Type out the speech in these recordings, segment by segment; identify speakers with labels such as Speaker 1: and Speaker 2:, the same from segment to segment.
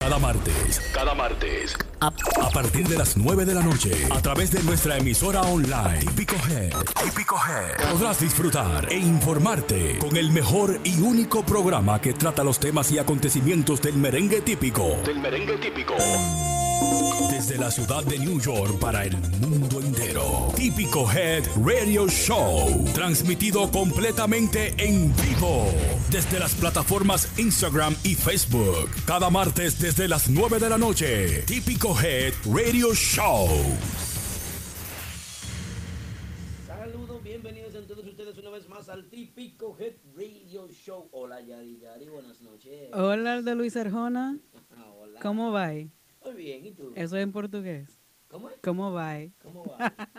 Speaker 1: Cada martes, cada martes, a, a partir de las 9 de la noche, a través de nuestra emisora online, Típico Head, Típico Head, podrás disfrutar e informarte con el mejor y único programa que trata los temas y acontecimientos del merengue típico. Del merengue típico. Desde la ciudad de New York para el mundo entero. Típico Head Radio Show. Transmitido completamente en vivo. Desde las plataformas Instagram y Facebook. Cada martes desde las 9 de la noche. Típico Head Radio Show.
Speaker 2: Saludos, bienvenidos a todos ustedes una vez más al Típico Head Radio Show. Hola Yari Yari, buenas noches.
Speaker 3: Hola, de Luis Arjona.
Speaker 2: Ah, hola.
Speaker 3: ¿Cómo va?
Speaker 2: Muy bien, ¿y tú?
Speaker 3: Eso es en portugués.
Speaker 2: ¿Cómo es?
Speaker 3: ¿Cómo va?
Speaker 2: ¿Cómo va?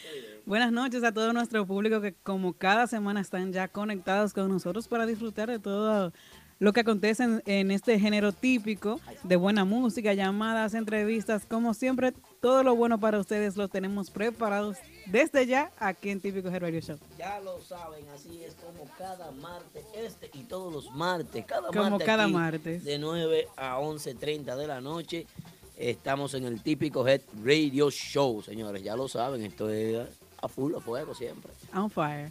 Speaker 3: Buenas noches a todo nuestro público que como cada semana están ya conectados con nosotros para disfrutar de todo lo que acontece en, en este género típico de buena música, llamadas, entrevistas, como siempre, todo lo bueno para ustedes lo tenemos preparados desde ya aquí en Típico Head Radio Show.
Speaker 2: Ya lo saben, así es como cada martes, este y todos los martes, cada
Speaker 3: Como
Speaker 2: martes.
Speaker 3: cada
Speaker 2: aquí,
Speaker 3: martes.
Speaker 2: De 9 a 11.30 de la noche, estamos en el típico Head Radio Show, señores. Ya lo saben, esto es a full a fuego siempre.
Speaker 3: On fire.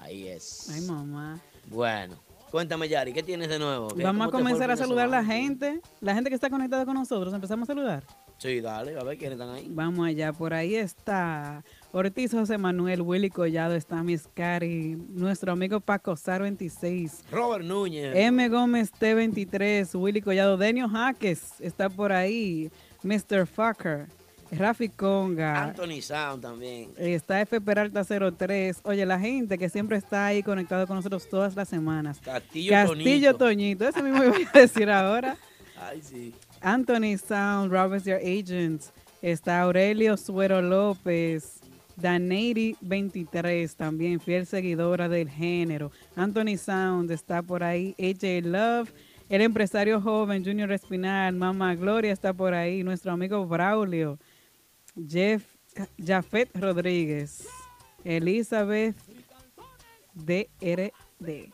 Speaker 2: Ahí es.
Speaker 3: Ay, mamá.
Speaker 2: Bueno, cuéntame, Yari, ¿qué tienes de nuevo? ¿Qué-
Speaker 3: Vamos a
Speaker 2: cómo te fue el
Speaker 3: comenzar a
Speaker 2: fin de
Speaker 3: saludar a la
Speaker 2: semana?
Speaker 3: gente, la gente que está conectada con nosotros. Empezamos a saludar.
Speaker 2: Sí, dale, a ver quiénes están ahí.
Speaker 3: Vamos allá, por ahí está Ortiz José Manuel, Willy Collado, está Miss Cari, nuestro amigo Paco Sar 26,
Speaker 2: Robert Núñez.
Speaker 3: M. Gómez T23, Willy Collado, Denio Jaques está por ahí, Mr. Fucker, Rafi Conga,
Speaker 2: Anthony Sound también.
Speaker 3: está F. Peralta 03, oye, la gente que siempre está ahí conectado con nosotros todas las semanas.
Speaker 2: Castillo,
Speaker 3: Castillo
Speaker 2: Toñito.
Speaker 3: Toñito, eso mismo iba a decir ahora.
Speaker 2: Ay, sí.
Speaker 3: Anthony Sound, Robert's Your Agents, está Aurelio Suero López, Daneiri 23, también fiel seguidora del género. Anthony Sound está por ahí, AJ Love, el empresario joven Junior Espinal, Mama Gloria está por ahí, nuestro amigo Braulio, Jeff, Jafet Rodríguez, Elizabeth DRD.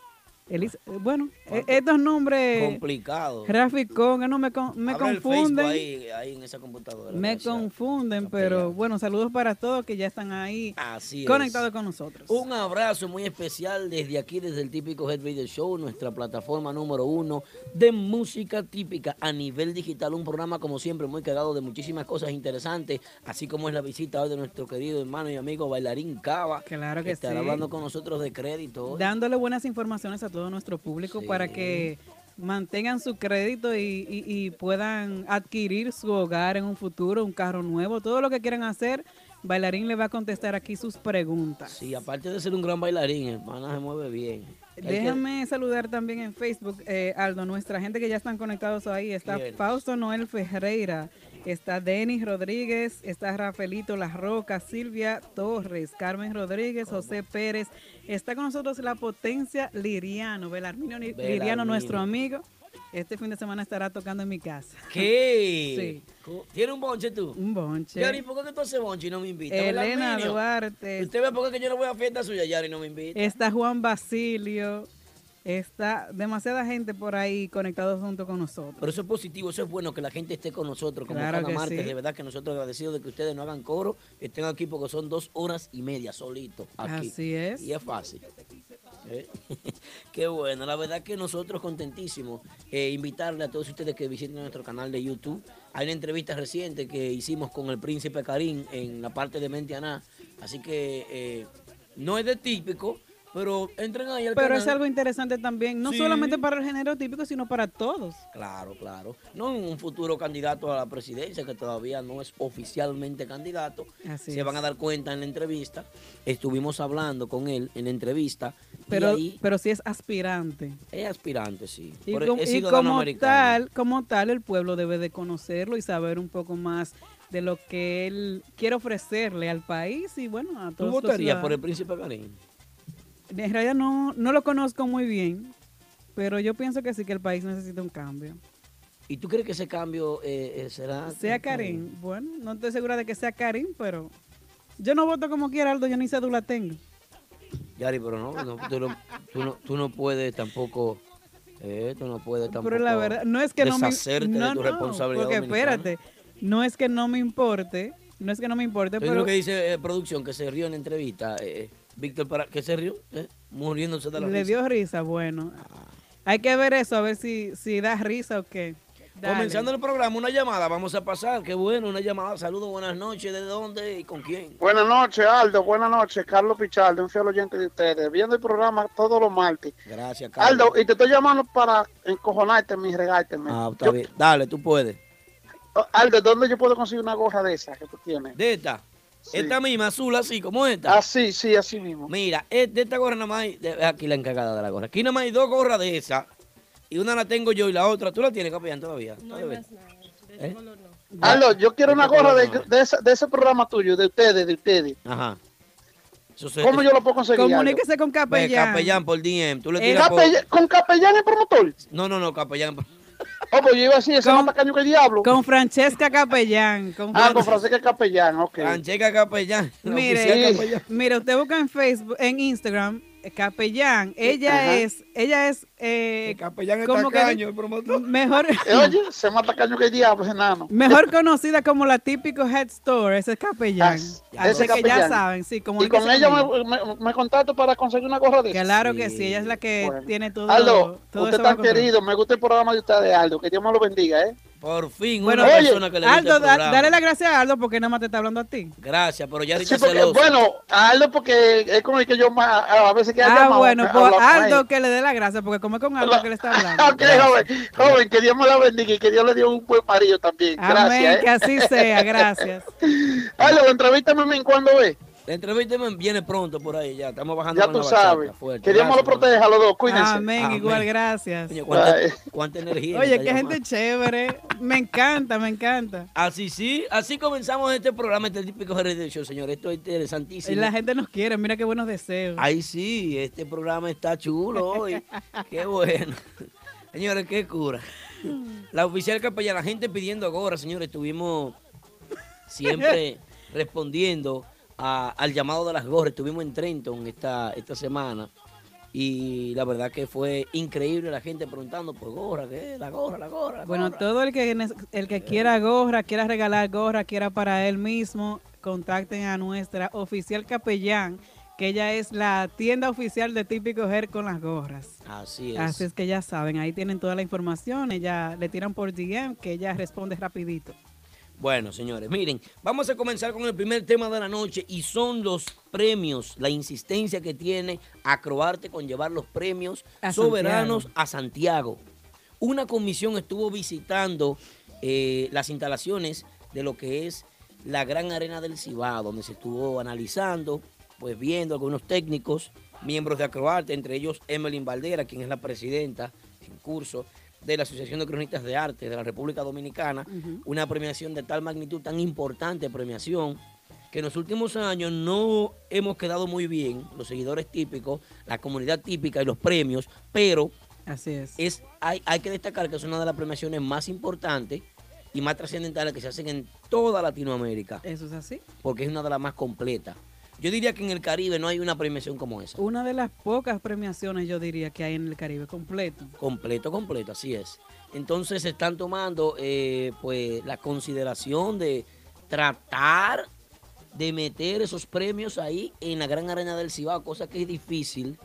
Speaker 3: Elis- bueno, e- estos nombres...
Speaker 2: Complicado.
Speaker 3: Rafi Conga, no me, con- me
Speaker 2: Abre el Facebook
Speaker 3: confunden.
Speaker 2: ahí, ahí en esa computadora.
Speaker 3: Me confunden, pero bueno, saludos para todos que ya están ahí
Speaker 2: Así es.
Speaker 3: conectados con nosotros.
Speaker 2: Un abrazo muy especial desde aquí, desde el típico Head Radio Show, nuestra plataforma número uno de música típica a nivel digital. Un programa, como siempre, muy cargado de muchísimas cosas interesantes, así como es la visita hoy de nuestro querido hermano y amigo bailarín Cava.
Speaker 3: Claro que
Speaker 2: estará
Speaker 3: sí.
Speaker 2: hablando con nosotros de crédito. hoy.
Speaker 3: Dándole buenas informaciones a todo nuestro público para que mantengan su crédito y, y- y puedan adquirir su hogar en un futuro, un carro nuevo, todo lo que quieran hacer. Bailarín le va a contestar aquí sus preguntas.
Speaker 2: Sí, aparte de ser un gran bailarín, hermana se mueve bien. Hay que-
Speaker 3: Déjame saludar también en Facebook, eh, Aldo, nuestra gente que ya están conectados ahí. Está
Speaker 2: ¿Quiénes?
Speaker 3: Fausto Noel Ferreira, está Denis Rodríguez, está Rafaelito Las Rocas, Silvia Torres, Carmen Rodríguez, José Pérez. Está con nosotros la potencia Liriano, Belarmino Ni-
Speaker 2: Belarmino.
Speaker 3: Liriano, nuestro amigo. Este fin de semana estará tocando en mi casa.
Speaker 2: ¿Qué? ¿Tiene un bonche tú?
Speaker 3: Un bonche.
Speaker 2: Yari, ¿por qué tú haces bonche y no me invitas?
Speaker 3: Elena
Speaker 2: Belarminio?
Speaker 3: Duarte.
Speaker 2: ¿Usted ve por qué que yo no voy a fiesta suya, Yari, no me invita?
Speaker 3: Está Juan Basilio. Está demasiada gente por ahí conectados junto con nosotros.
Speaker 2: Pero eso es positivo, eso es bueno que la gente esté con nosotros como
Speaker 3: Claro
Speaker 2: cada
Speaker 3: que
Speaker 2: martes.
Speaker 3: sí.
Speaker 2: De verdad que nosotros agradecidos de que ustedes no hagan coro, estén aquí porque son dos horas y media solitos aquí.
Speaker 3: Así es.
Speaker 2: Y es fácil. ¿Eh? Qué bueno, la verdad que nosotros contentísimos eh, invitarle a todos ustedes que visiten nuestro canal de YouTube. Hay una entrevista reciente que hicimos con el príncipe Karim en la parte de Mentianá, así que eh, no es de típico, pero entren ahí al
Speaker 3: Pero
Speaker 2: canal.
Speaker 3: es algo interesante también, no
Speaker 2: Sí.
Speaker 3: solamente para el género típico, sino para todos.
Speaker 2: Claro, claro. No un futuro candidato a la presidencia que todavía no es oficialmente candidato.
Speaker 3: Así
Speaker 2: Se
Speaker 3: es.
Speaker 2: van a dar cuenta en la entrevista. Estuvimos hablando con él en la entrevista.
Speaker 3: Pero,
Speaker 2: y ahí
Speaker 3: pero sí es aspirante.
Speaker 2: es aspirante, sí.
Speaker 3: Y,
Speaker 2: Por- e,
Speaker 3: com-
Speaker 2: es
Speaker 3: y
Speaker 2: ciudadano
Speaker 3: como
Speaker 2: americano.
Speaker 3: tal, como tal, el pueblo debe de conocerlo y saber un poco más de lo que él quiere ofrecerle al país y bueno, a
Speaker 2: ¿Tú
Speaker 3: todos. los
Speaker 2: votarías por el
Speaker 3: ciudadanos.
Speaker 2: príncipe Karim?
Speaker 3: En realidad no, no lo conozco muy bien, pero yo pienso que sí que el país necesita un cambio.
Speaker 2: ¿Y tú crees que ese cambio eh, eh, será?
Speaker 3: Sea Karim, bueno, no estoy segura de que sea Karim, pero yo no voto como quiera, Aldo, yo ni cédula tengo.
Speaker 2: Yari, pero no, no, tú, no, tú no- tú no puedes tampoco Esto no puede tampoco
Speaker 3: Pero la verdad, no es que no me
Speaker 2: deshacerte de
Speaker 3: no, no,
Speaker 2: tu responsabilidad
Speaker 3: Porque
Speaker 2: dominicana.
Speaker 3: espérate, no es que no me importe, no es que no me importe,
Speaker 2: Pero...
Speaker 3: pero
Speaker 2: lo que dice eh, producción, que se rió en la entrevista. eh, Víctor, para ¿qué se rió? eh, muriéndose de la
Speaker 3: le
Speaker 2: risa.
Speaker 3: dio risa, bueno. Hay que ver eso, a ver si, si da risa o qué. Dale.
Speaker 2: Comenzando el programa, una llamada, vamos a pasar. Qué bueno, una llamada. Saludos, buenas noches. ¿De dónde y con quién?
Speaker 4: Buenas noches, Aldo. Buenas noches, Carlos Pichardo, un fiel oyente de ustedes. Viendo el programa todos los martes.
Speaker 2: Gracias, Carlos.
Speaker 4: Aldo, y te estoy llamando para encojonarte, mi regarte.
Speaker 2: Ah, está bien. Dale, tú puedes.
Speaker 4: oh, Aldo, ¿dónde yo puedo conseguir una gorra de esa que tú tienes?
Speaker 2: De esta.
Speaker 4: Sí.
Speaker 2: Esta misma, azul, así como esta.
Speaker 4: Así, sí, así mismo.
Speaker 2: Mira, es- de esta gorra nada más hay, de- aquí la encargada de la gorra. Aquí nada más hay dos gorras de esa. Y una la tengo yo y la otra. ¿Tú la tienes, capellán, todavía?
Speaker 5: No hay
Speaker 2: Todavía.
Speaker 5: más nada. De
Speaker 2: ¿Eh?
Speaker 5: ese color no.
Speaker 4: Aldo, yo quiero una
Speaker 2: Esta
Speaker 4: gorra de,
Speaker 2: gorra
Speaker 4: de esa- de ese programa tuyo, de ustedes, de ustedes.
Speaker 2: Ajá. Eso se-
Speaker 4: ¿Cómo yo lo puedo conseguir? Aldo?
Speaker 3: Comuníquese con
Speaker 2: Ve,
Speaker 3: Capellán.
Speaker 2: capellán por DM. Tú le
Speaker 3: Eh,
Speaker 2: tiras por...
Speaker 4: Capella- ¿Con capellán y promotor?
Speaker 2: No, no, no, capellán.
Speaker 4: Oh, pues yo iba a decir, ese
Speaker 3: Con-
Speaker 4: es más caño que el diablo.
Speaker 3: Con Francesca Capellán. Con
Speaker 4: Ah,
Speaker 3: Fran-
Speaker 4: con Francisca Capellán, ok.
Speaker 2: Francheca capellán. la
Speaker 3: Mire,
Speaker 2: oficial
Speaker 4: Sí.
Speaker 2: capellán.
Speaker 3: mire, usted busca en Facebook, en Instagram, eh, Capellán. Ella
Speaker 4: Ajá.
Speaker 3: es, ella es, eh,
Speaker 2: El capellán es
Speaker 3: ¿cómo que
Speaker 2: tacaño,
Speaker 3: di-
Speaker 2: el promotor.
Speaker 3: mejor,
Speaker 4: Eh, oye, se mata caño que el diablo, enano.
Speaker 3: mejor conocida como la típico head store, ese es Capellán.
Speaker 4: As-
Speaker 3: Así
Speaker 4: Ah, ese
Speaker 3: que ya
Speaker 4: Capellán.
Speaker 3: saben, sí, como
Speaker 4: Y con ella me, me- me contacto para conseguir una gorra de esa.
Speaker 3: Claro que
Speaker 2: Sí.
Speaker 3: sí, ella es la que
Speaker 4: Bueno.
Speaker 3: tiene todo.
Speaker 4: Aldo,
Speaker 3: todo
Speaker 4: usted
Speaker 3: eso bajo
Speaker 4: tan
Speaker 3: control.
Speaker 4: querido, me gusta el programa de ustedes, Aldo, que Dios me lo bendiga, ¿eh?
Speaker 2: Por fin,
Speaker 3: Bueno,
Speaker 2: una
Speaker 4: oye,
Speaker 2: persona que le gusta el
Speaker 3: Aldo, da-
Speaker 2: programa.
Speaker 3: dale las gracias a Aldo porque nada más te está hablando a ti.
Speaker 2: Gracias, pero ya
Speaker 4: Sí,
Speaker 2: ahorita
Speaker 4: porque,
Speaker 2: celoso.
Speaker 4: bueno, a Aldo porque es con el que yo más, a a veces que
Speaker 3: Ah,
Speaker 4: llama,
Speaker 3: bueno,
Speaker 4: me-
Speaker 3: pues
Speaker 4: habla con
Speaker 3: Aldo
Speaker 4: él.
Speaker 3: que le dé la gracia porque como es con Aldo que le está hablando.
Speaker 4: Ok, joven, joven, que Dios me la bendiga y que Dios le dio un buen marido también.
Speaker 3: Amén,
Speaker 4: Gracias,
Speaker 3: que
Speaker 4: ¿eh?
Speaker 3: así sea, gracias.
Speaker 4: Aldo, entrevístame en cuando ve.
Speaker 2: La entrevista me- viene pronto por ahí ya. Estamos bajando
Speaker 4: Ya
Speaker 2: con
Speaker 4: tú
Speaker 2: la bachata,
Speaker 4: sabes.
Speaker 2: fuerte.
Speaker 4: Que Dios me lo
Speaker 2: Gracias,
Speaker 4: proteja a los dos, cuídense.
Speaker 3: Amén,
Speaker 2: Amén.
Speaker 3: igual, gracias.
Speaker 2: Coño, cuánta,
Speaker 4: Bye.
Speaker 2: cuánta energía.
Speaker 3: Oye,
Speaker 2: esta
Speaker 3: qué gente
Speaker 2: llamada.
Speaker 3: chévere. Me encanta, me encanta.
Speaker 2: Así sí, así comenzamos este programa, este típico Radio Show, señor. Esto es interesantísimo.
Speaker 3: Y la gente nos quiere, mira qué buenos deseos.
Speaker 2: Ay, sí, este programa está chulo hoy. Qué bueno. Señores, qué cura. La oficial capellán, la gente pidiendo ahora, señores, estuvimos siempre respondiendo a- al llamado de las gorras. Estuvimos en Trenton esta, esta semana y la verdad que fue increíble la gente preguntando por gorra, ¿qué es? La gorra, la gorra. la
Speaker 3: Bueno,
Speaker 2: gorra.
Speaker 3: todo el que nes- el que quiera gorra, quiera regalar gorra, quiera para él mismo, contacten a nuestra oficial capellán, que ella es la tienda oficial de Típico Her con las gorras.
Speaker 2: Así es.
Speaker 3: Así es que ya saben, ahí tienen toda la información, ella le tiran por DM, que ella responde rapidito.
Speaker 2: Bueno, señores, miren, vamos a comenzar con el primer tema de la noche y son los premios, la insistencia que tiene Acroarte con llevar los premios
Speaker 3: A
Speaker 2: soberanos
Speaker 3: Santiago.
Speaker 2: a Santiago. Una comisión estuvo visitando eh, las instalaciones de lo que es la Gran Arena del Cibao, donde se estuvo analizando, pues viendo algunos técnicos, miembros de Acroarte, entre ellos Emeline Valdera, quien es la presidenta en curso de la Asociación de Cronistas de Arte de la República Dominicana, una premiación de tal magnitud, tan importante premiación, que en los últimos años no hemos quedado muy bien, los seguidores típicos, la comunidad típica y los premios, pero
Speaker 3: Así es.
Speaker 2: es, hay, hay que destacar que es una de las premiaciones más importantes y más trascendentales que se hacen en toda Latinoamérica,
Speaker 3: Eso es así.
Speaker 2: porque es una de las más completas. Yo diría que en el Caribe no hay una premiación como esa.
Speaker 3: Una de las pocas premiaciones yo diría que hay en el Caribe completo.
Speaker 2: Completo, completo, así es. Entonces se están tomando eh, pues la consideración de tratar de meter esos premios ahí en la gran arena del Cibao, cosa que es difícil.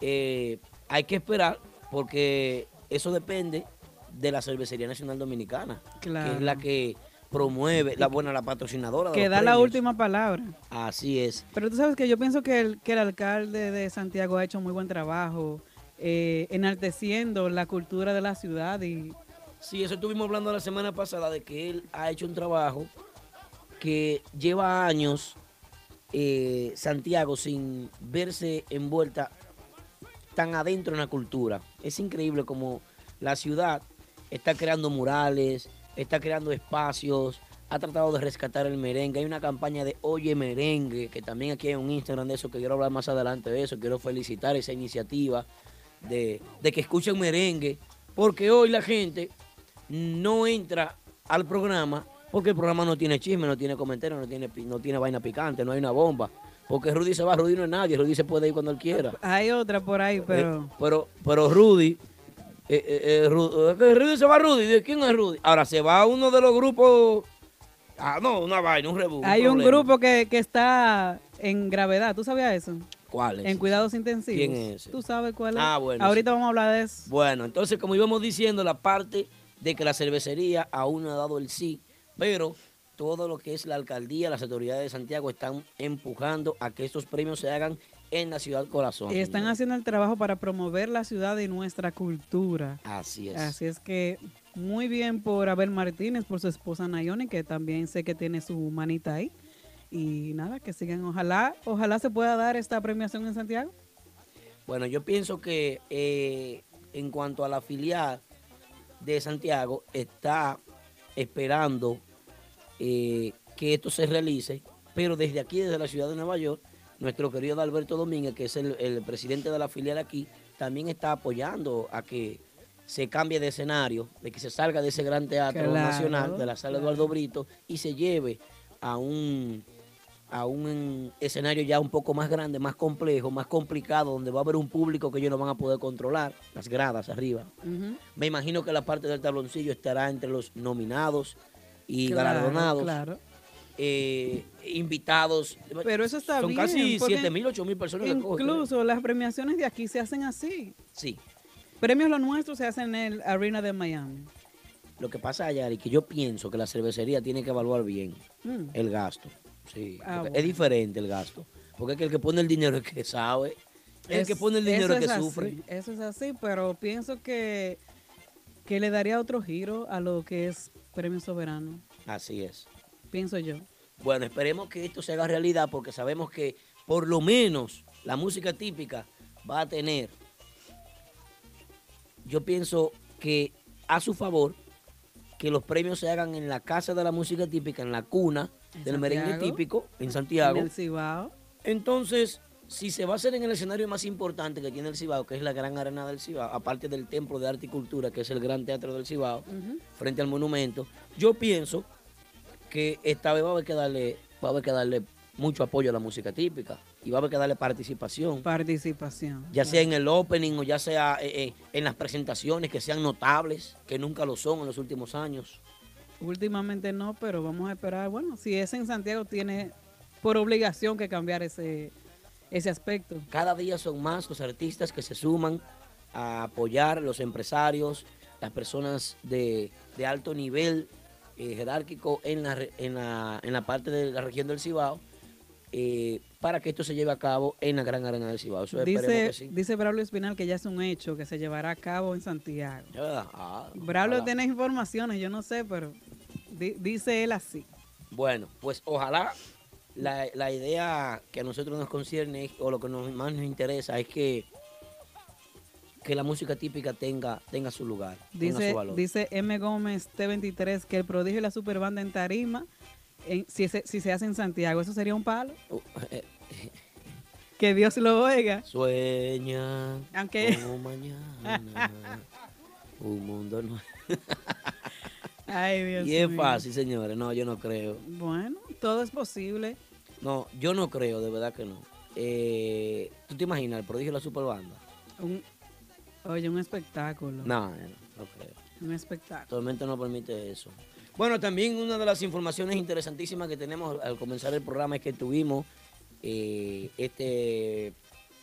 Speaker 2: Eh, hay que esperar porque eso depende de la Cervecería Nacional Dominicana, que
Speaker 3: Claro.
Speaker 2: es la que promueve, la buena, la patrocinadora. de
Speaker 3: Que
Speaker 2: los
Speaker 3: da la
Speaker 2: premios.
Speaker 3: última palabra.
Speaker 2: Así es.
Speaker 3: Pero tú sabes que yo pienso que el, que el alcalde de Santiago ha hecho muy buen trabajo eh, enalteciendo la cultura de la ciudad y
Speaker 2: Sí, eso estuvimos hablando la semana pasada de que él ha hecho un trabajo que lleva años eh, Santiago sin verse envuelta tan adentro en la cultura. Es increíble como la ciudad está creando murales, está creando espacios, ha tratado de rescatar el merengue. Hay una campaña de Oye Merengue, que también aquí hay un Instagram de eso, que quiero hablar más adelante de eso. Quiero felicitar esa iniciativa de, de que escuchen merengue, porque hoy la gente no entra al programa porque el programa no tiene chisme, no tiene comentario, no tiene, pi- no tiene vaina picante, no hay una bomba. Porque Rudy se va, Rudy no es nadie, Rudy se puede ir cuando él quiera.
Speaker 3: hay otra por ahí,
Speaker 2: Eh,
Speaker 3: pero
Speaker 2: pero, pero Rudy eh, eh, eh, Ru- eh, que Rudy se va Rudy. ¿De quién es Rudy? Ahora se va uno de los grupos. Ah, no, una vaina, un rebu.
Speaker 3: Hay un
Speaker 2: problema.
Speaker 3: grupo que, que está en gravedad, ¿tú sabías eso?
Speaker 2: ¿Cuál es?
Speaker 3: En cuidados intensivos.
Speaker 2: ¿Quién es ese?
Speaker 3: ¿Tú sabes cuál es?
Speaker 2: Ah, bueno,
Speaker 3: Ahorita
Speaker 2: sí.
Speaker 3: vamos a hablar de eso.
Speaker 2: Bueno, entonces, como íbamos diciendo, la parte de que la cervecería aún no ha dado el sí, pero todo lo que es la alcaldía, las autoridades de Santiago están empujando a que estos premios se hagan en la ciudad corazón.
Speaker 3: Y están haciendo el trabajo para promover la ciudad y nuestra cultura.
Speaker 2: Así es.
Speaker 3: Así es que muy bien por Abel Martínez, por su esposa Nayone, que también sé que tiene su manita ahí. Y nada, que sigan. Ojalá, ojalá se pueda dar esta premiación en Santiago.
Speaker 2: Bueno, yo pienso que eh, en cuanto a la filial de Santiago, está esperando eh, que esto se realice, pero desde aquí, desde la ciudad de Nueva York, nuestro querido Alberto Domínguez, que es el, el presidente de la filial aquí, también está apoyando a que se cambie de escenario, de que se salga de ese gran teatro
Speaker 3: Claro,
Speaker 2: nacional, de la sala Eduardo Brito, y se lleve a un a un escenario ya un poco más grande, más complejo, más complicado, donde va a haber un público que ellos no van a poder controlar, las gradas arriba. Me imagino que la parte del tabloncillo estará entre los nominados y
Speaker 3: Claro,
Speaker 2: galardonados.
Speaker 3: claro.
Speaker 2: eh, invitados.
Speaker 3: Pero eso está
Speaker 2: Son
Speaker 3: bien.
Speaker 2: casi
Speaker 3: porque
Speaker 2: 7 mil, 8 mil personas que cogen.
Speaker 3: Incluso las premiaciones de aquí se hacen así.
Speaker 2: eh. Sí.
Speaker 3: Premios lo nuestro se hacen en el Arena de Miami.
Speaker 2: Lo que pasa, Yari, que yo pienso que la cervecería tiene que evaluar bien
Speaker 3: Mm.
Speaker 2: el gasto. Sí.
Speaker 3: Ah,
Speaker 2: porque
Speaker 3: bueno.
Speaker 2: Es diferente el gasto. Porque es que el que pone el dinero es que sabe. El que
Speaker 3: Es-
Speaker 2: pone el
Speaker 3: eso
Speaker 2: dinero es que
Speaker 3: es así,
Speaker 2: sufre.
Speaker 3: Eso es así, pero pienso que, que le daría otro giro a lo que es Premio Soberano.
Speaker 2: Así es.
Speaker 3: Pienso yo.
Speaker 2: Bueno, esperemos que esto se haga realidad porque sabemos que por lo menos la música típica va a tener, yo pienso que a su favor, que los premios se hagan en la casa de la música típica, en la cuna
Speaker 3: En
Speaker 2: del merengue
Speaker 3: Santiago.
Speaker 2: típico, en Santiago.
Speaker 3: En el Cibao.
Speaker 2: Entonces, si se va a hacer en el escenario más importante que tiene el Cibao, que es la gran arena del Cibao, aparte del Templo de Arte y Cultura, que es el gran teatro del Cibao, frente al monumento, yo pienso que esta vez va a haber que darle, va a haber que darle mucho apoyo a la música típica y va a haber que darle participación.
Speaker 3: Participación.
Speaker 2: Ya sea en el opening o ya sea eh, eh, en las presentaciones que sean notables, que nunca lo son en los últimos años.
Speaker 3: Últimamente no, pero vamos a esperar. Bueno, si es en Santiago, tiene por obligación que cambiar ese, ese aspecto.
Speaker 2: Cada día son más los artistas que se suman a apoyar los empresarios, las personas de, de alto nivel eh, jerárquico en la, re- en, la, en la parte de la región del Cibao, eh, para que esto se lleve a cabo en la Gran Arena del Cibao. Eso esperemos
Speaker 3: Dice,
Speaker 2: que sí.
Speaker 3: dice Braulio Espinal que ya es un hecho que se llevará a cabo en Santiago.
Speaker 2: Ya, ¿verdad? Ah,
Speaker 3: Braulio
Speaker 2: ojalá.
Speaker 3: tiene informaciones, yo no sé, pero di- dice él así.
Speaker 2: Bueno, pues ojalá la, la idea que a nosotros nos concierne es- o lo que nos, más nos interesa es que, que la música típica tenga, tenga su lugar, tenga
Speaker 3: Dice,
Speaker 2: su valor.
Speaker 3: dice M. Gómez T23 que el prodigio y la superbanda en Tarima, en- si, se, si se hace en Santiago, eso sería un palo.
Speaker 2: Uh.
Speaker 3: Que Dios lo oiga.
Speaker 2: Sueña
Speaker 3: Aunque-
Speaker 2: como mañana un mundo nuevo.
Speaker 3: Ay, Dios
Speaker 2: Y es
Speaker 3: mío.
Speaker 2: fácil, señores. No, yo no creo.
Speaker 3: Bueno, todo es posible.
Speaker 2: No, yo no creo, de verdad que no. Eh, ¿Tú te imaginas el prodigio de la superbanda?
Speaker 3: Un- oye, un espectáculo.
Speaker 2: No, no, no creo.
Speaker 3: Un espectáculo.
Speaker 2: Actualmente no permite eso. Bueno, también una de las informaciones interesantísimas que tenemos al comenzar el programa es que tuvimos eh, este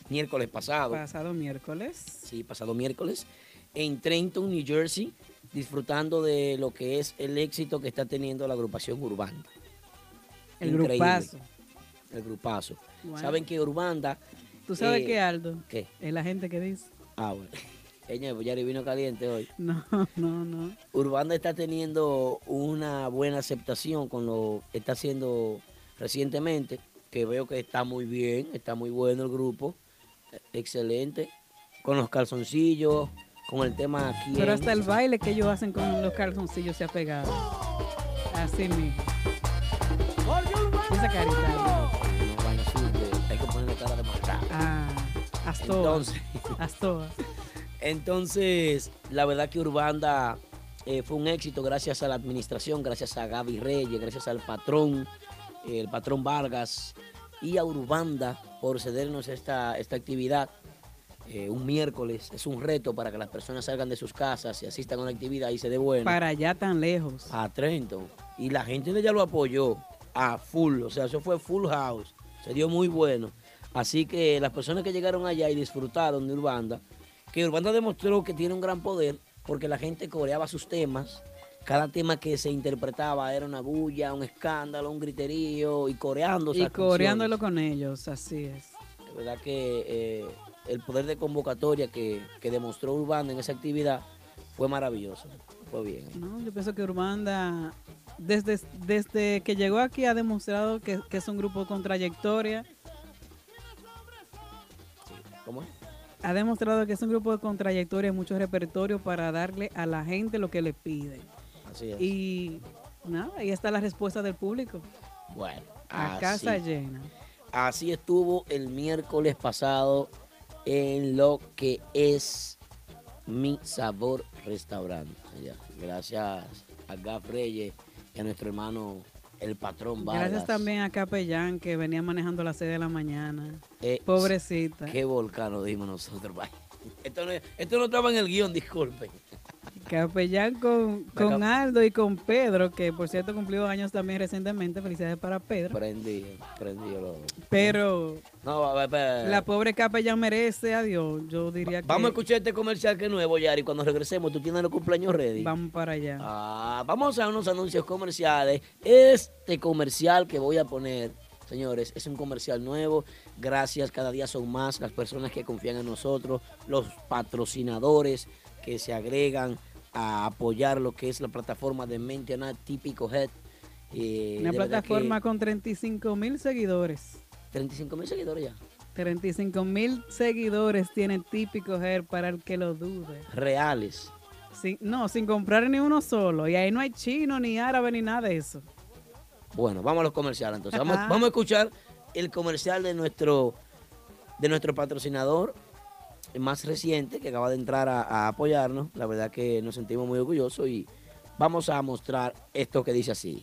Speaker 2: miércoles pasado,
Speaker 3: Pasado miércoles.
Speaker 2: sí, pasado miércoles, en Trenton, New Jersey, disfrutando de lo que es el éxito que está teniendo la agrupación Urbanda.
Speaker 3: El
Speaker 2: Increíble.
Speaker 3: grupazo.
Speaker 2: El grupazo.
Speaker 3: Bueno.
Speaker 2: Saben que Urbanda...
Speaker 3: ¿Tú sabes
Speaker 2: eh,
Speaker 3: qué, Aldo?
Speaker 2: ¿Qué?
Speaker 3: Es la gente que dice.
Speaker 2: Ah, bueno. Ella, ya le vino caliente hoy.
Speaker 3: No, no, no.
Speaker 2: Urbanda está teniendo una buena aceptación con lo que está haciendo recientemente, que veo que está muy bien, está muy bueno el grupo, eh, excelente, con los calzoncillos, con el tema aquí.
Speaker 3: Pero hasta el baile que ellos hacen con los calzoncillos se ha pegado. Así mismo. Esa carita.
Speaker 2: hay que ponerle cara de malvado.
Speaker 3: Ah, hasta
Speaker 2: Entonces,
Speaker 3: Astoa.
Speaker 2: Entonces, la verdad que Urbanda eh, fue un éxito gracias a la administración, gracias a Gaby Reyes, gracias al patrón, eh, el patrón Vargas y a Urbanda por cedernos esta, esta actividad. eh, un miércoles. Es un reto para que las personas salgan de sus casas y asistan a una actividad y se devuelvan.
Speaker 3: Para allá tan lejos.
Speaker 2: A Trenton. Y la gente de allá lo apoyó a full. O sea, eso fue full house. Se dio muy bueno. Así que las personas que llegaron allá y disfrutaron de Urbanda, que Urbanda demostró que tiene un gran poder porque la gente coreaba sus temas. Cada tema que se interpretaba era una bulla, un escándalo, un griterío y coreando.
Speaker 3: Y coreándolo con ellos, así es.
Speaker 2: De verdad que eh, el poder de convocatoria que, que demostró Urbanda en esa actividad fue maravilloso. Fue bien.
Speaker 3: No, yo pienso que Urbanda, desde, desde que llegó aquí, ha demostrado que, que es un grupo con trayectoria.
Speaker 2: ¿Cómo es?
Speaker 3: Ha demostrado que es un grupo con trayectoria y muchos repertorios para darle a la gente lo que le piden.
Speaker 2: Así es.
Speaker 3: Y nada, ahí está la respuesta del público.
Speaker 2: Bueno, Ah,
Speaker 3: A casa llena.
Speaker 2: Así estuvo el miércoles pasado en lo que es Mi Sabor Restaurante. Allá. Gracias a Gaf Reyes y a nuestro hermano el patrón Vargas.
Speaker 3: Gracias también a Capellán que venía manejando a las 6 de la mañana.
Speaker 2: Eh,
Speaker 3: Pobrecita.
Speaker 2: Qué volcán lo dimos nosotros, vaya. Esto no, esto no estaba en el guión, disculpen.
Speaker 3: Capellán con, con Aldo y con Pedro, que por cierto cumplió años también recientemente. Felicidades para Pedro.
Speaker 2: Prendí, prendí lo.
Speaker 3: Pero
Speaker 2: No, va- va- va-
Speaker 3: la pobre Capellán merece a Dios. Yo diría que
Speaker 2: Eh. Vamos a escuchar este comercial que es nuevo, Yari. Cuando regresemos, tú tienes los cumpleaños ready.
Speaker 3: vamos para allá.
Speaker 2: Ah, vamos a unos anuncios comerciales. Este comercial que voy a poner, señores, es un comercial nuevo. Gracias, cada día son más las personas que confían en nosotros, los patrocinadores que se agregan a apoyar lo que es la plataforma de Mentionar Típico Head. Eh,
Speaker 3: Una
Speaker 2: de verdad que
Speaker 3: plataforma con 35 mil seguidores.
Speaker 2: 35 mil seguidores ya.
Speaker 3: 35 mil seguidores tiene típico Her para el que lo dude.
Speaker 2: Reales.
Speaker 3: Sin- no, sin comprar ni uno solo. Y ahí no hay chino, ni árabe, ni nada de eso.
Speaker 2: Bueno, vamos a los comerciales entonces. Vamos,
Speaker 3: Ajá.
Speaker 2: vamos a escuchar el comercial de nuestro, de nuestro patrocinador más reciente que acaba de entrar a, a apoyarnos. La verdad que nos sentimos muy orgullosos y vamos a mostrar esto que dice así.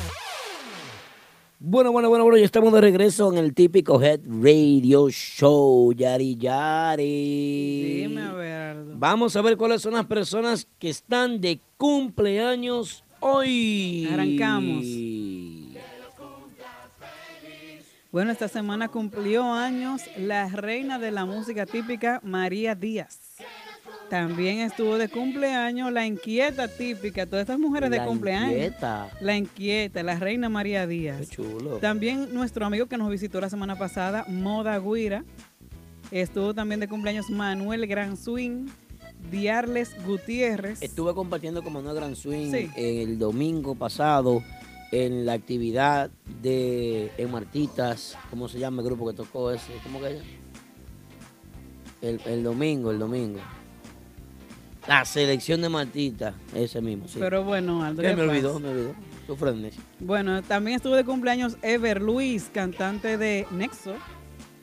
Speaker 2: Bueno, bueno, bueno, bueno, ya estamos de regreso en el típico Head Radio Show. Yari, Yari.
Speaker 3: Dime a ver, Aldo.
Speaker 2: Vamos a ver cuáles son las personas que están de cumpleaños hoy.
Speaker 3: Arrancamos. Bueno, esta semana cumplió años la reina de la música típica, María Díaz. También estuvo de cumpleaños la inquieta típica, todas estas mujeres de
Speaker 2: La
Speaker 3: cumpleaños.
Speaker 2: inquieta.
Speaker 3: La inquieta, la reina María Díaz.
Speaker 2: Qué chulo.
Speaker 3: También nuestro amigo que nos visitó la semana pasada, Moda Guira. Estuvo también de cumpleaños Manuel Gran Swing, Diarles Gutiérrez.
Speaker 2: Estuve compartiendo con Manuel Gran Swing
Speaker 3: Sí.
Speaker 2: el domingo pasado en la actividad de en Martitas, ¿cómo se llama el grupo que tocó ese? ¿Cómo que es? El, el domingo, el domingo. La selección de Martita, ese mismo, sí.
Speaker 3: Pero bueno, Aldo,
Speaker 2: Ya
Speaker 3: ¿qué
Speaker 2: me olvidó,
Speaker 3: pasa?
Speaker 2: me olvidó. Sufro de amnesia.
Speaker 3: Bueno, también estuvo de cumpleaños Ever Luis, cantante de Nexo.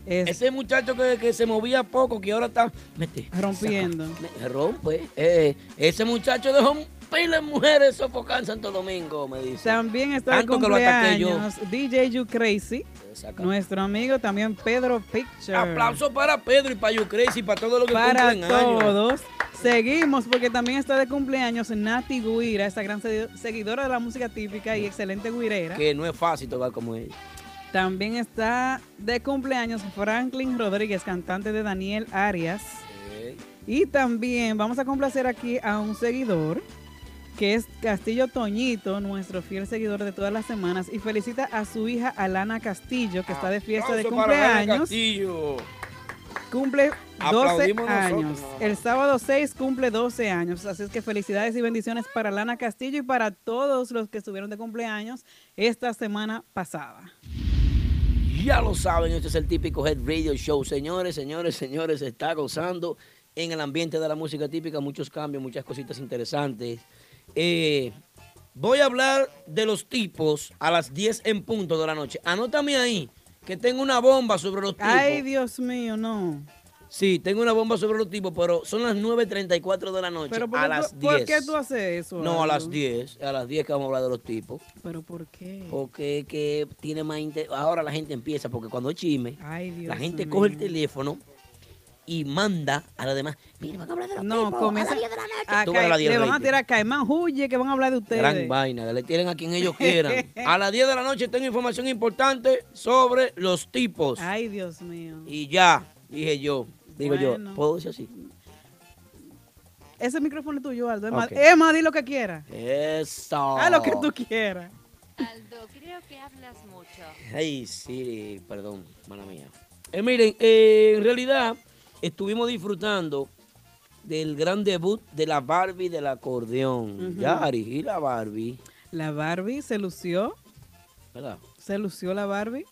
Speaker 3: Es-
Speaker 2: Ese muchacho que, que se movía poco, que ahora está mete,
Speaker 3: Rompiendo.
Speaker 2: saca, me- rompe. eh, ese muchacho dejó pila de mujeres sofocadas en Santo Domingo, me dice.
Speaker 3: También está de
Speaker 2: Tanto que lo ataqué yo.
Speaker 3: cumpleaños DJ You Crazy, nuestro amigo también Pedro Picture.
Speaker 2: Aplauso para Pedro y para Yucres y para todos los que
Speaker 3: para
Speaker 2: cumplen años.
Speaker 3: todos. Seguimos porque también está de cumpleaños Nati Guira, esa gran se- seguidora de la música típica y excelente guirera.
Speaker 2: Que no es fácil tocar como ella.
Speaker 3: También está de cumpleaños Franklin Rodríguez, cantante de Daniel Arias. Y también vamos a complacer aquí a un seguidor que es Castillo Toñito, nuestro fiel seguidor de todas las semanas, y felicita a su hija Alana Castillo, que está de fiesta de
Speaker 2: Aplauso para Ana
Speaker 3: cumpleaños.
Speaker 2: Castillo.
Speaker 3: Cumple 12
Speaker 2: Aplaudimos nosotros,
Speaker 3: años. El sábado 6 cumple 12 años. Así es que felicidades y bendiciones para Lana Castillo y para todos los que estuvieron de cumpleaños esta semana pasada.
Speaker 2: Ya lo saben, este es el típico Head Radio Show. Señores, señores, señores, se está gozando en el ambiente de la música típica. Muchos cambios, muchas cositas interesantes. Eh, voy a hablar de los tipos a las 10 en punto de la noche. Anótame ahí, que tengo una bomba sobre los tipos.
Speaker 3: Ay, Dios mío, no.
Speaker 2: Sí, tengo una bomba sobre los tipos, pero son las 9.34 de la noche.
Speaker 3: Pero ¿por,
Speaker 2: a
Speaker 3: qué,
Speaker 2: las
Speaker 3: tú, por
Speaker 2: 10.
Speaker 3: qué tú haces eso?
Speaker 2: no, a las
Speaker 3: Aldo?
Speaker 2: 10. A las 10 que vamos a hablar de los tipos.
Speaker 3: ¿Pero por qué?
Speaker 2: Porque que tiene más inter- Ahora la gente empieza, porque cuando es chisme,
Speaker 3: Ay, Dios
Speaker 2: la gente
Speaker 3: mío.
Speaker 2: coge el teléfono y manda a las demás. Mira, van a hablar de los
Speaker 3: No,
Speaker 2: tipos.
Speaker 3: comienza. a
Speaker 2: Tú vas a
Speaker 3: ca-
Speaker 2: las 10
Speaker 3: Le van a
Speaker 2: rating.
Speaker 3: tirar a Caimán Huye, que van a hablar de ustedes.
Speaker 2: Gran vaina, que le tienen a quien ellos quieran. a las 10 de la noche tengo información importante sobre los tipos.
Speaker 3: Ay, Dios mío.
Speaker 2: Y ya, dije yo. Digo
Speaker 3: Bueno.
Speaker 2: yo, ¿puedo decir así?
Speaker 3: Ese micrófono es tuyo, Aldo. Emma,
Speaker 2: Ok.
Speaker 3: Emma, di lo que quieras.
Speaker 2: Eso.
Speaker 3: Haz lo que tú quieras.
Speaker 5: Aldo, creo que hablas mucho.
Speaker 2: Ay, sí, perdón, mala mía. Eh, miren, eh, en realidad estuvimos disfrutando del gran debut de la Barbie del acordeón.
Speaker 3: Ujú.
Speaker 2: Yari, y la Barbie,
Speaker 3: La Barbie se lució.
Speaker 2: ¿verdad?
Speaker 3: se lució la Barbie.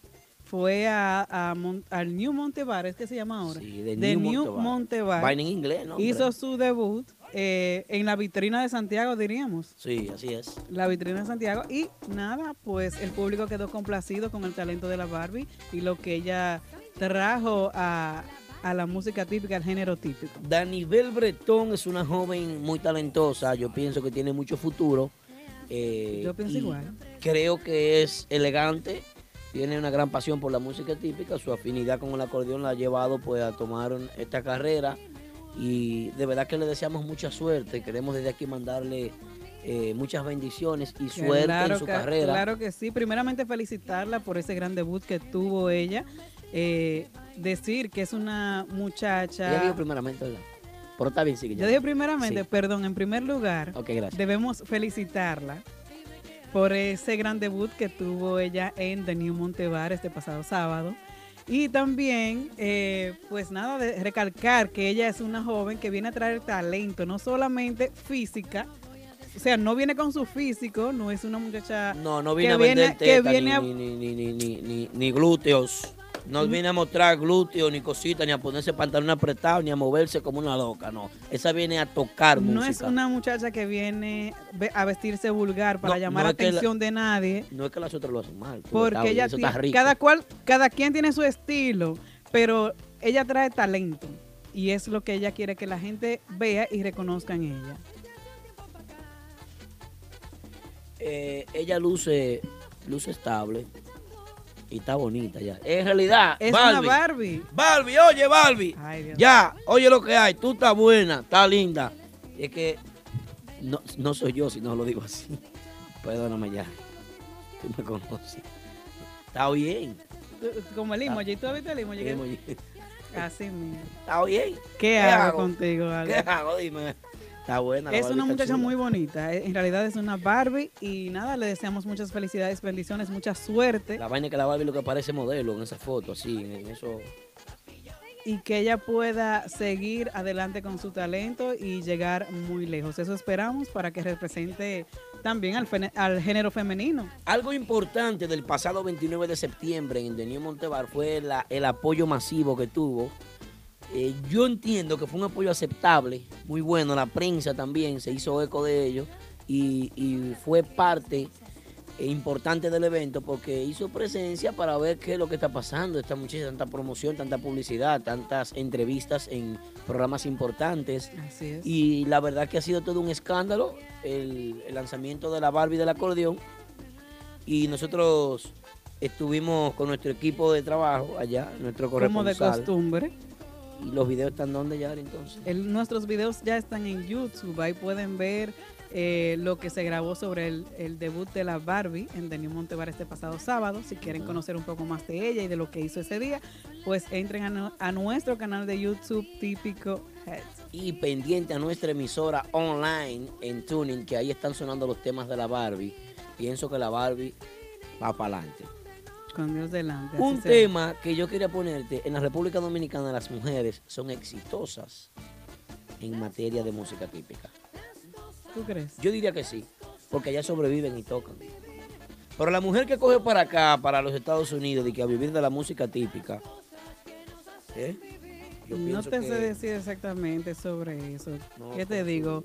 Speaker 3: Fue a, a Mon- al New Montebar, es que se llama ahora.
Speaker 2: Sí, de
Speaker 3: The
Speaker 2: New
Speaker 3: New,
Speaker 2: Monte Bar.
Speaker 3: Montebar.
Speaker 2: Vaina en inglés, ¿no, hombre?
Speaker 3: Hizo su debut eh, en la vitrina de Santiago, diríamos.
Speaker 2: Sí, así es.
Speaker 3: La vitrina de Santiago. Y nada, pues el público quedó complacido con el talento de la Barbie y lo que ella trajo a, a la música típica, al género típico.
Speaker 2: Danibel Bretón es una joven muy talentosa, yo pienso que tiene mucho futuro. eh,
Speaker 3: Yo pienso
Speaker 2: y
Speaker 3: igual.
Speaker 2: Creo que es elegante, tiene una gran pasión por la música típica, su afinidad con el acordeón la ha llevado pues a tomar un- esta carrera y de verdad que le deseamos mucha suerte, queremos desde aquí mandarle eh, muchas bendiciones y suerte en su
Speaker 3: que,
Speaker 2: carrera.
Speaker 3: Claro que sí. Primeramente felicitarla por ese gran debut que tuvo ella. Eh, decir que es una muchacha...
Speaker 2: Ella dijo primeramente, ¿verdad? Pero está bien, sigue ya.
Speaker 3: Yo dije primeramente,
Speaker 2: Sí.
Speaker 3: perdón, en primer lugar,
Speaker 2: Ok, gracias.
Speaker 3: debemos felicitarla por ese gran debut que tuvo ella en The New Montebar este pasado sábado. Y también, eh, pues nada, de recalcar que ella es una joven que viene a traer talento, no solamente física, o sea, no viene con su físico, no es una muchacha
Speaker 2: No, no viene
Speaker 3: que
Speaker 2: a
Speaker 3: viene-
Speaker 2: vender
Speaker 3: que
Speaker 2: teta,
Speaker 3: viene
Speaker 2: ni,
Speaker 3: a-
Speaker 2: ni, ni, ni, ni, ni- ni glúteos. No viene a mostrar glúteos, ni cositas, ni a ponerse pantalón apretado, ni a moverse como una loca, no. Esa viene a tocar
Speaker 3: No
Speaker 2: música.
Speaker 3: es una muchacha que viene ve- a vestirse vulgar para
Speaker 2: No,
Speaker 3: llamar
Speaker 2: no
Speaker 3: la
Speaker 2: es que la-
Speaker 3: atención de nadie,
Speaker 2: No es que las otras lo hacen mal. tú,
Speaker 3: porque
Speaker 2: Octavio,
Speaker 3: ella
Speaker 2: eso está
Speaker 3: tiene-
Speaker 2: rico.
Speaker 3: cada cual, cada quien tiene su estilo, pero ella trae talento y es lo que ella quiere que la gente vea y reconozca en ella.
Speaker 2: Eh, ella luce, luce estable y está bonita ya. En realidad,
Speaker 3: Es
Speaker 2: Barbie,
Speaker 3: una Barbie.
Speaker 2: Barbie, oye Barbie,
Speaker 3: Ay, Dios.
Speaker 2: ya, oye lo que hay, tú estás buena, estás linda. Y es que no, no soy yo si no lo digo así. Perdóname ya, tú me conoces. Está bien.
Speaker 3: Como el emoji, ¿tú viste el emoji?
Speaker 2: El emoji.
Speaker 3: Así mismo.
Speaker 2: Está bien.
Speaker 3: Ah, ¿Qué, hago, contigo? Ale?
Speaker 2: ¿Qué hago? Dime. Está buena. la
Speaker 3: Es
Speaker 2: Barbie
Speaker 3: una
Speaker 2: está
Speaker 3: muchacha
Speaker 2: chula.
Speaker 3: muy bonita, eh, en realidad es una Barbie y nada, le deseamos muchas felicidades, bendiciones, mucha suerte
Speaker 2: La vaina es que la Barbie lo que parece modelo en esa foto, así, en en eso.
Speaker 3: y que ella pueda seguir adelante con su talento y llegar muy lejos. Eso esperamos para que represente también al, fene- al género femenino.
Speaker 2: Algo importante del pasado 29 de septiembre en The New Montebar fue la- el apoyo masivo que tuvo. Eh, yo entiendo que fue un apoyo aceptable, muy bueno. La prensa también se hizo eco de ello y, y fue parte eh, importante del evento porque hizo presencia para ver qué es lo que está pasando. Está muchísima tanta promoción, tanta publicidad, tantas entrevistas en programas importantes.
Speaker 3: Así es.
Speaker 2: Y la verdad que ha sido todo un escándalo el, el lanzamiento de la Barbie del acordeón. Y nosotros estuvimos con nuestro equipo de trabajo allá, nuestro
Speaker 3: Como
Speaker 2: corresponsal.
Speaker 3: de costumbre.
Speaker 2: ¿Y los videos están donde ya entonces?
Speaker 3: El- nuestros videos ya están en YouTube. Ahí pueden ver eh, lo que se grabó sobre el, el debut de la Barbie en The New Montebar este pasado sábado. Si quieren
Speaker 2: Ujú.
Speaker 3: conocer un poco más de ella y de lo que hizo ese día, pues entren a, nu- a nuestro canal de YouTube típico Heads.
Speaker 2: y pendiente a nuestra emisora online en Tuning, que ahí están sonando los temas de la Barbie. Pienso que la Barbie va para adelante.
Speaker 3: Con Dios delante. así
Speaker 2: Un
Speaker 3: será.
Speaker 2: tema que yo quería ponerte, en la República Dominicana las mujeres son exitosas en materia de música típica.
Speaker 3: ¿Tú crees?
Speaker 2: Yo diría que sí, porque allá sobreviven y tocan. Pero la mujer que coge para acá, para los Estados Unidos, de que a vivir de la música típica, ¿eh? Yo
Speaker 3: No
Speaker 2: pienso
Speaker 3: te
Speaker 2: que-
Speaker 3: sé decir exactamente sobre eso.
Speaker 2: No,
Speaker 3: ¿Qué te
Speaker 2: conozco
Speaker 3: digo?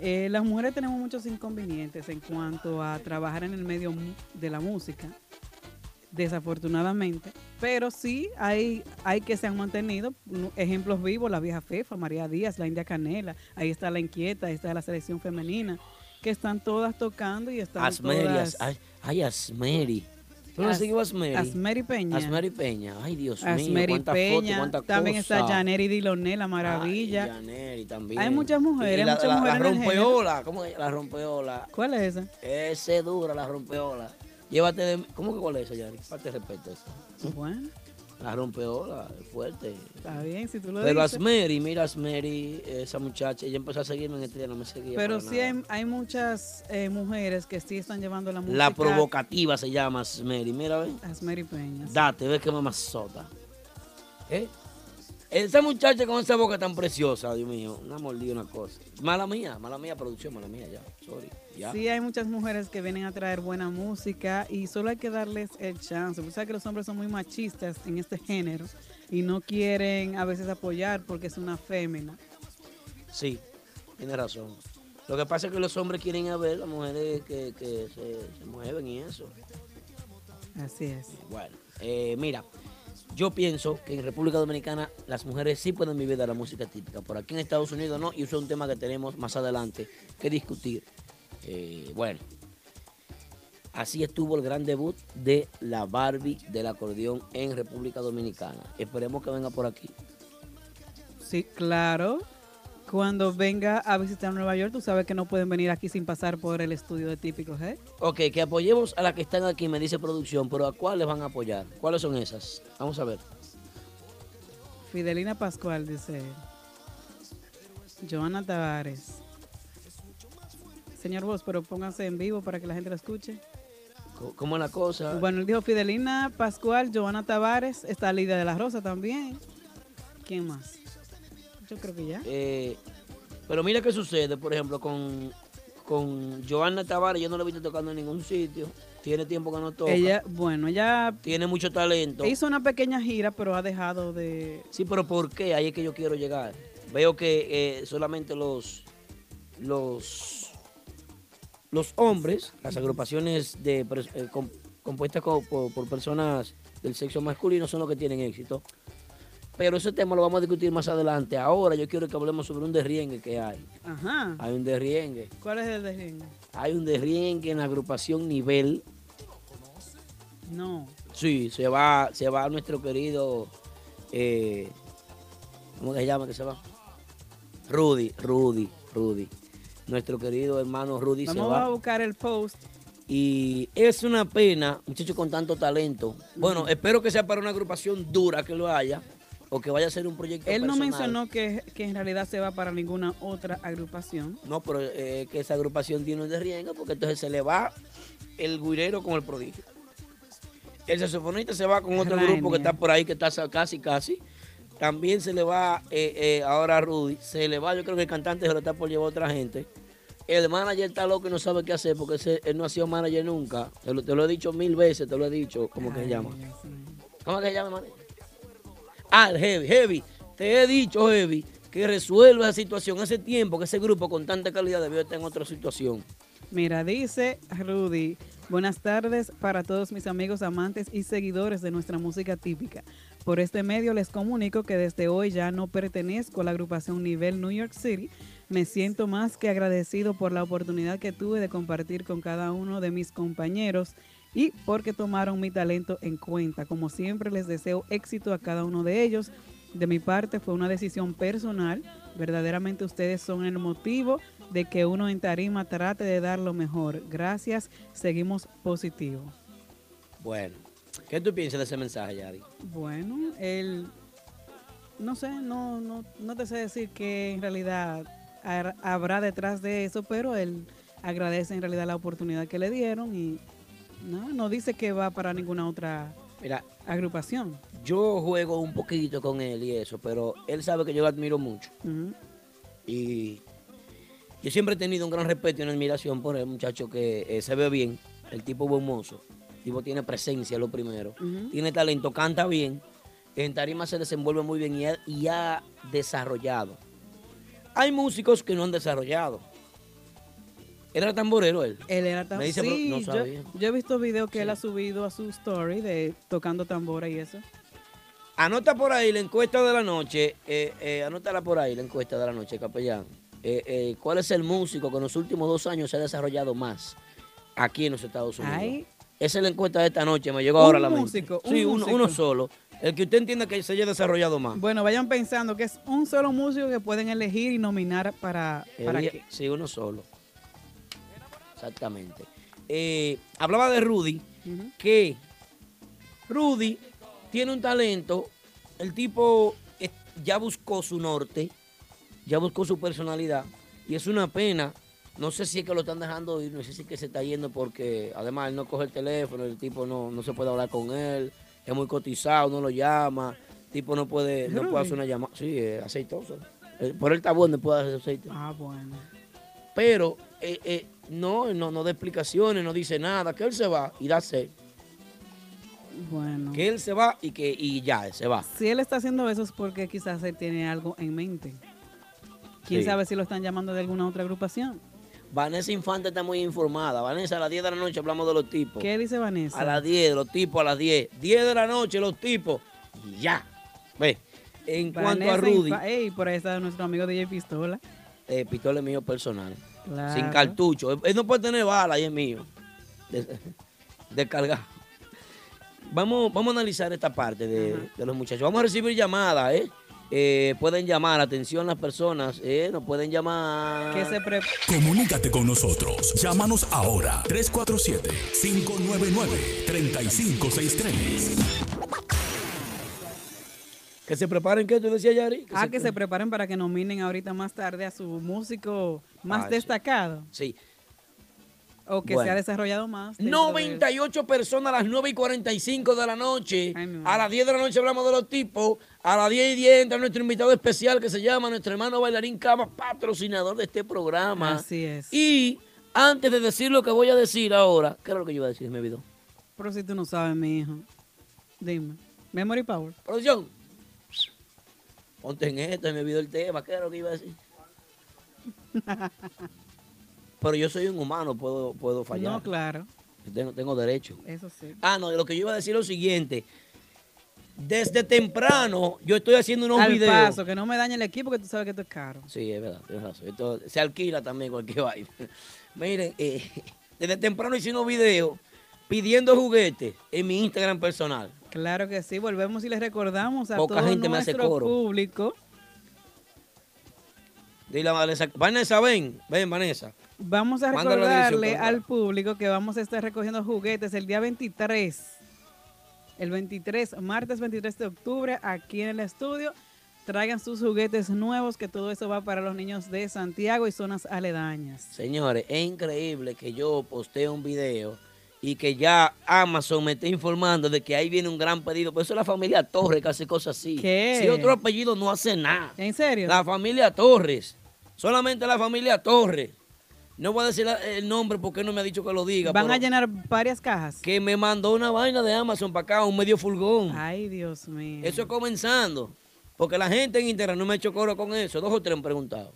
Speaker 3: Eh, las mujeres tenemos muchos inconvenientes en cuanto a trabajar en el medio mu- de la música, desafortunadamente, pero sí hay, hay que se han mantenido. Nu- Ejemplos vivos, la vieja Fefa, María Díaz, la India Canela, ahí está la Inquieta, ahí está la selección femenina, que están todas tocando y están
Speaker 2: Asmeri,
Speaker 3: todas...
Speaker 2: as- ay, ay, Asmeri. ¿Tú no
Speaker 3: As-
Speaker 2: sigues Asmeri?
Speaker 3: Asmeri Peña.
Speaker 2: Asmeri Peña. Ay, Dios mío,
Speaker 3: Asmeri
Speaker 2: cuánta foto,
Speaker 3: Peña,
Speaker 2: cuánta
Speaker 3: también
Speaker 2: cosa.
Speaker 3: está Janeri Diloné, la maravilla.
Speaker 2: Ay, Janeri también.
Speaker 3: Hay muchas mujeres,
Speaker 2: Y
Speaker 3: hay
Speaker 2: la,
Speaker 3: muchas
Speaker 2: la-
Speaker 3: mujeres
Speaker 2: La
Speaker 3: en el género.
Speaker 2: rompeola, ¿cómo es? La rompeola.
Speaker 3: ¿Cuál es esa?
Speaker 2: Ese dura, la rompeola. Llévate de... ¿Cómo que cuál es esa, Janeri? Parte de respeto a eso.
Speaker 3: Bueno,
Speaker 2: La rompeola, es fuerte.
Speaker 3: está bien, si tú lo
Speaker 2: Pero
Speaker 3: dices.
Speaker 2: Asmeri, mira Asmeri, esa muchacha, ella empezó a seguirme en este día, no me seguía
Speaker 3: Pero
Speaker 2: para
Speaker 3: sí
Speaker 2: nada.
Speaker 3: hay, hay muchas eh, mujeres que sí están llevando la música.
Speaker 2: La provocativa se llama Asmeri, mira, ve.
Speaker 3: Asmeri Peña.
Speaker 2: Date, ve que mamazota. ¿Eh? Esa muchacha con esa boca tan preciosa, Dios mío, una mordida, una cosa. Mala mía, mala mía producción, mala mía, ya. Sorry, ya.
Speaker 3: Sí, hay muchas mujeres que vienen a traer buena música y solo hay que darles el chance. Tú sabes que los hombres son muy machistas en este género y no quieren a veces apoyar porque es una fémina.
Speaker 2: Sí, tiene razón. Lo que pasa es que los hombres quieren a ver las mujeres que, que se, se mueven y eso.
Speaker 3: Así es.
Speaker 2: Bueno, eh, mira, yo pienso que en República Dominicana las mujeres sí pueden vivir de la música típica. Por aquí en Estados Unidos no, y eso es un tema que tenemos más adelante que discutir. Eh, bueno, así estuvo el gran debut de la Barbie del acordeón en República Dominicana. Esperemos que venga por aquí.
Speaker 3: Sí, claro. Cuando venga a visitar Nueva York, tú sabes que no pueden venir aquí sin pasar por el estudio de ¿eh? Típico G.
Speaker 2: Ok, que apoyemos a las que están aquí, me dice producción, pero ¿a cuáles van a apoyar? ¿Cuáles son esas? Vamos a ver.
Speaker 3: Fidelina Pascual dice, Joana Tavares. Señor Vos, pero pónganse en vivo para que la gente lo escuche.
Speaker 2: Co- ¿Cómo es la cosa?
Speaker 3: Bueno, él dijo Fidelina Pascual, Joana Tavares, está Lidia de la Rosa también. ¿Quién más? Yo creo que ya.
Speaker 2: Eh, pero mira qué sucede, por ejemplo, con, con Joanna Tavares, yo no la he visto tocando en ningún sitio. Tiene tiempo que no toca.
Speaker 3: Ella, bueno, ella
Speaker 2: tiene mucho talento.
Speaker 3: hizo una pequeña gira, pero ha dejado de...
Speaker 2: Sí, pero ¿por qué? Ahí es que yo quiero llegar. Veo que eh, solamente los los los hombres, las agrupaciones de pers- eh, com- compuestas co- por, por personas del sexo masculino son los que tienen éxito. Pero ese tema lo vamos a discutir más adelante. Ahora yo quiero que hablemos sobre un derriengue que hay.
Speaker 3: Ajá.
Speaker 2: Hay un derriengue.
Speaker 3: ¿Cuál es el de
Speaker 2: Hay un derriengue en la agrupación Nivel.
Speaker 3: No.
Speaker 2: Sí, se va, se va nuestro querido, eh, ¿cómo que se llama que se va? Rudy, Rudy, Rudy. Nuestro querido hermano Rudy se
Speaker 3: Vamos
Speaker 2: va.
Speaker 3: a buscar el post.
Speaker 2: Y es una pena, muchachos con tanto talento. Bueno, espero que sea para una agrupación dura que lo haya, o que vaya a ser un proyecto
Speaker 3: Él no
Speaker 2: personal.
Speaker 3: mencionó que, que en realidad se va para ninguna otra agrupación.
Speaker 2: No, pero eh, que esa agrupación tiene un derrienga porque entonces se le va el guirero con el prodigio. El saxofonista se va con otro
Speaker 3: Rainier.
Speaker 2: grupo que está por ahí, que está sa- casi, casi. También se le va eh, eh, ahora a Rudy. Se le va, yo creo que el cantante se lo está por llevar a otra gente. El manager está loco y no sabe qué hacer porque ese- él no ha sido manager nunca. Te lo, te lo he dicho mil veces, te lo he dicho. ¿Cómo que se llama? ¿Cómo que se llama, manager? Ah, el Heavy. Heavy, te he dicho, Heavy, que resuelva esa situación. Hace tiempo que ese grupo con tanta calidad debió estar en otra situación.
Speaker 3: Mira, dice Rudy, Buenas tardes para todos mis amigos amantes y seguidores de nuestra música típica. Por este medio les comunico que desde hoy ya no pertenezco a la agrupación Nivel New York City. Me siento más que agradecido por la oportunidad que tuve de compartir con cada uno de mis compañeros y porque tomaron mi talento en cuenta. Como siempre les deseo éxito a cada uno de ellos. De mi parte fue una decisión personal. Verdaderamente ustedes son el motivo de que uno en tarima trate de dar lo mejor. Gracias, seguimos positivo.
Speaker 2: Bueno, ¿qué tú piensas de ese mensaje, Yari?
Speaker 3: Bueno, él, no sé, no, no, no te sé decir qué en realidad har- habrá detrás de eso, pero él agradece en realidad la oportunidad que le dieron y no, no dice que va para ninguna otra
Speaker 2: Mira,
Speaker 3: agrupación.
Speaker 2: yo juego un poquito con él y eso, pero él sabe que yo lo admiro mucho.
Speaker 3: Ujú.
Speaker 2: Y yo siempre he tenido un gran respeto y una admiración por el muchacho que eh, se ve bien, el tipo buen mozo, el tipo tiene presencia lo primero,
Speaker 6: Ujú.
Speaker 2: tiene talento, canta bien, en tarima se desenvuelve muy bien y ha, y ha desarrollado. Hay músicos que no han desarrollado. Era tamborero él.
Speaker 3: Él era tan
Speaker 2: Me dice, pero
Speaker 3: sí,
Speaker 2: no
Speaker 3: yo-
Speaker 2: sabía.
Speaker 3: Yo, he visto videos que él ha subido a su story de tocando tambora y eso.
Speaker 2: Anota por ahí la encuesta de la noche. Eh, eh, anótala por ahí la encuesta de la noche, capellán. Eh, eh, ¿Cuál es el músico que en los últimos dos años se ha desarrollado más aquí en los Estados Unidos?
Speaker 3: Ay.
Speaker 2: Esa es la encuesta de esta noche. Me llegó
Speaker 3: Un
Speaker 2: ahora a la mente.
Speaker 3: músico, un
Speaker 2: sí, uno,
Speaker 3: músico.
Speaker 2: uno solo. El que usted entienda que se haya desarrollado más.
Speaker 3: Bueno, vayan pensando que es un solo músico que pueden elegir y nominar para, para
Speaker 2: Elige-
Speaker 3: qué.
Speaker 2: Sí, uno solo. Exactamente. Eh, hablaba de Rudy, que Rudy tiene un talento, el tipo eh, ya buscó su norte, ya buscó su personalidad, y es una pena. No sé si es que lo están dejando ir, no sé si es que se está yendo porque además él no coge el teléfono, el tipo no, no se puede hablar con él, es muy cotizado, no lo llama, el tipo no puede, no puede
Speaker 3: Rudy.
Speaker 2: hacer una llamada, sí, es aceitoso. Eh, Por el tabón no puede hacer aceite
Speaker 3: Ah, bueno.
Speaker 2: pero eh, eh, no, no, no da explicaciones, no dice nada, que él se va y da sed,
Speaker 3: Bueno.
Speaker 2: que él se va y que y ya se va.
Speaker 3: Si él está haciendo eso es porque quizás él tiene algo en mente. ¿Quién
Speaker 2: Sí.
Speaker 3: sabe si lo están llamando de alguna otra agrupación?
Speaker 2: Vanessa Infante está muy informada. Vanessa, a las 10 de la noche hablamos de los tipos.
Speaker 3: ¿Qué dice Vanessa?
Speaker 2: A las 10, los tipos a las 10. 10 de la noche, los tipos. Y ya. Ve. En cuanto
Speaker 3: Vanessa
Speaker 2: a Rudy,
Speaker 3: Infa- Ey, por ahí está nuestro amigo DJ Pistola.
Speaker 2: eh, pistola es mío personal.
Speaker 3: Claro.
Speaker 2: Sin cartucho. Él- Él no puede tener bala y es mío. Des- Descargado. Vamos, vamos a analizar esta parte de, de los muchachos. Vamos a recibir llamadas, ¿eh? Eh, pueden llamar, atención las personas, ¿eh? Nos pueden llamar.
Speaker 3: Que se pre-
Speaker 1: Comunícate con nosotros. Llámanos ahora 347-599-3563.
Speaker 2: Que se preparen, ¿qué tú decías, Yari?
Speaker 3: Ah, que se preparen para que nominen ahorita más tarde a su músico más
Speaker 2: Ah, sí.
Speaker 3: destacado
Speaker 2: Sí.
Speaker 3: o que se
Speaker 2: Bueno.
Speaker 3: ha desarrollado más. dentro del-
Speaker 2: 98 personas a las 9 y 45 de la noche. A las 10 de la noche hablamos de los tipos. A las 10 y 10 entra nuestro invitado especial que se llama nuestro hermano bailarín Cama, patrocinador de este programa.
Speaker 3: Así es.
Speaker 2: Y antes de decir lo que voy a decir ahora, ¿qué era lo que yo iba a decir? Me olvidó.
Speaker 3: Pero si tú no sabes, mi hijo. Dime. Memory Power.
Speaker 2: Producción. Ponte en esto, me olvidó el tema. ¿Qué era lo que iba a decir? Pero yo soy un humano, puedo, puedo fallar.
Speaker 3: No, claro.
Speaker 2: Yo tengo, tengo derecho.
Speaker 3: Eso sí.
Speaker 2: Ah, no, lo que yo iba a decir es lo siguiente. Desde temprano yo estoy haciendo unos
Speaker 3: Al
Speaker 2: videos.
Speaker 3: paso, que no me dañe el equipo, que tú sabes que esto es caro.
Speaker 2: Sí, es verdad, tienes razón. Esto se alquila también cualquier vaina. Miren, eh, desde temprano hice unos videos pidiendo juguetes en mi Instagram personal.
Speaker 3: Claro que sí, volvemos y les recordamos a
Speaker 2: Poca
Speaker 3: todo
Speaker 2: gente me hace
Speaker 3: nuestro
Speaker 2: coro.
Speaker 3: público.
Speaker 2: Dile a Vanessa, Vanessa, ven, ven, Vanessa.
Speaker 3: Vamos a
Speaker 2: Mándalo a la dirección,
Speaker 3: recordarle
Speaker 2: claro.
Speaker 3: al público que vamos a estar recogiendo juguetes el día 23. El 23, martes 23 de octubre, aquí en el estudio. Traigan sus juguetes nuevos, que todo eso va para los niños de Santiago y zonas aledañas.
Speaker 2: Señores, es increíble que yo postee un video y que ya Amazon me esté informando de que ahí viene un gran pedido. Por eso la familia Torres que hace cosas así.
Speaker 3: ¿Qué?
Speaker 2: Si otro apellido no hace nada.
Speaker 3: ¿En serio?
Speaker 2: La familia Torres. Solamente la familia Torres. No voy a decir la- el nombre porque no me ha dicho que lo diga.
Speaker 3: Van a
Speaker 2: pero
Speaker 3: llenar varias cajas.
Speaker 2: Que me mandó una vaina de Amazon para acá, un medio furgón. Eh.
Speaker 3: Ay, Dios mío.
Speaker 2: Eso es comenzando. Porque la gente en Instagram no me ha hecho coro con eso. Dos o tres han preguntado.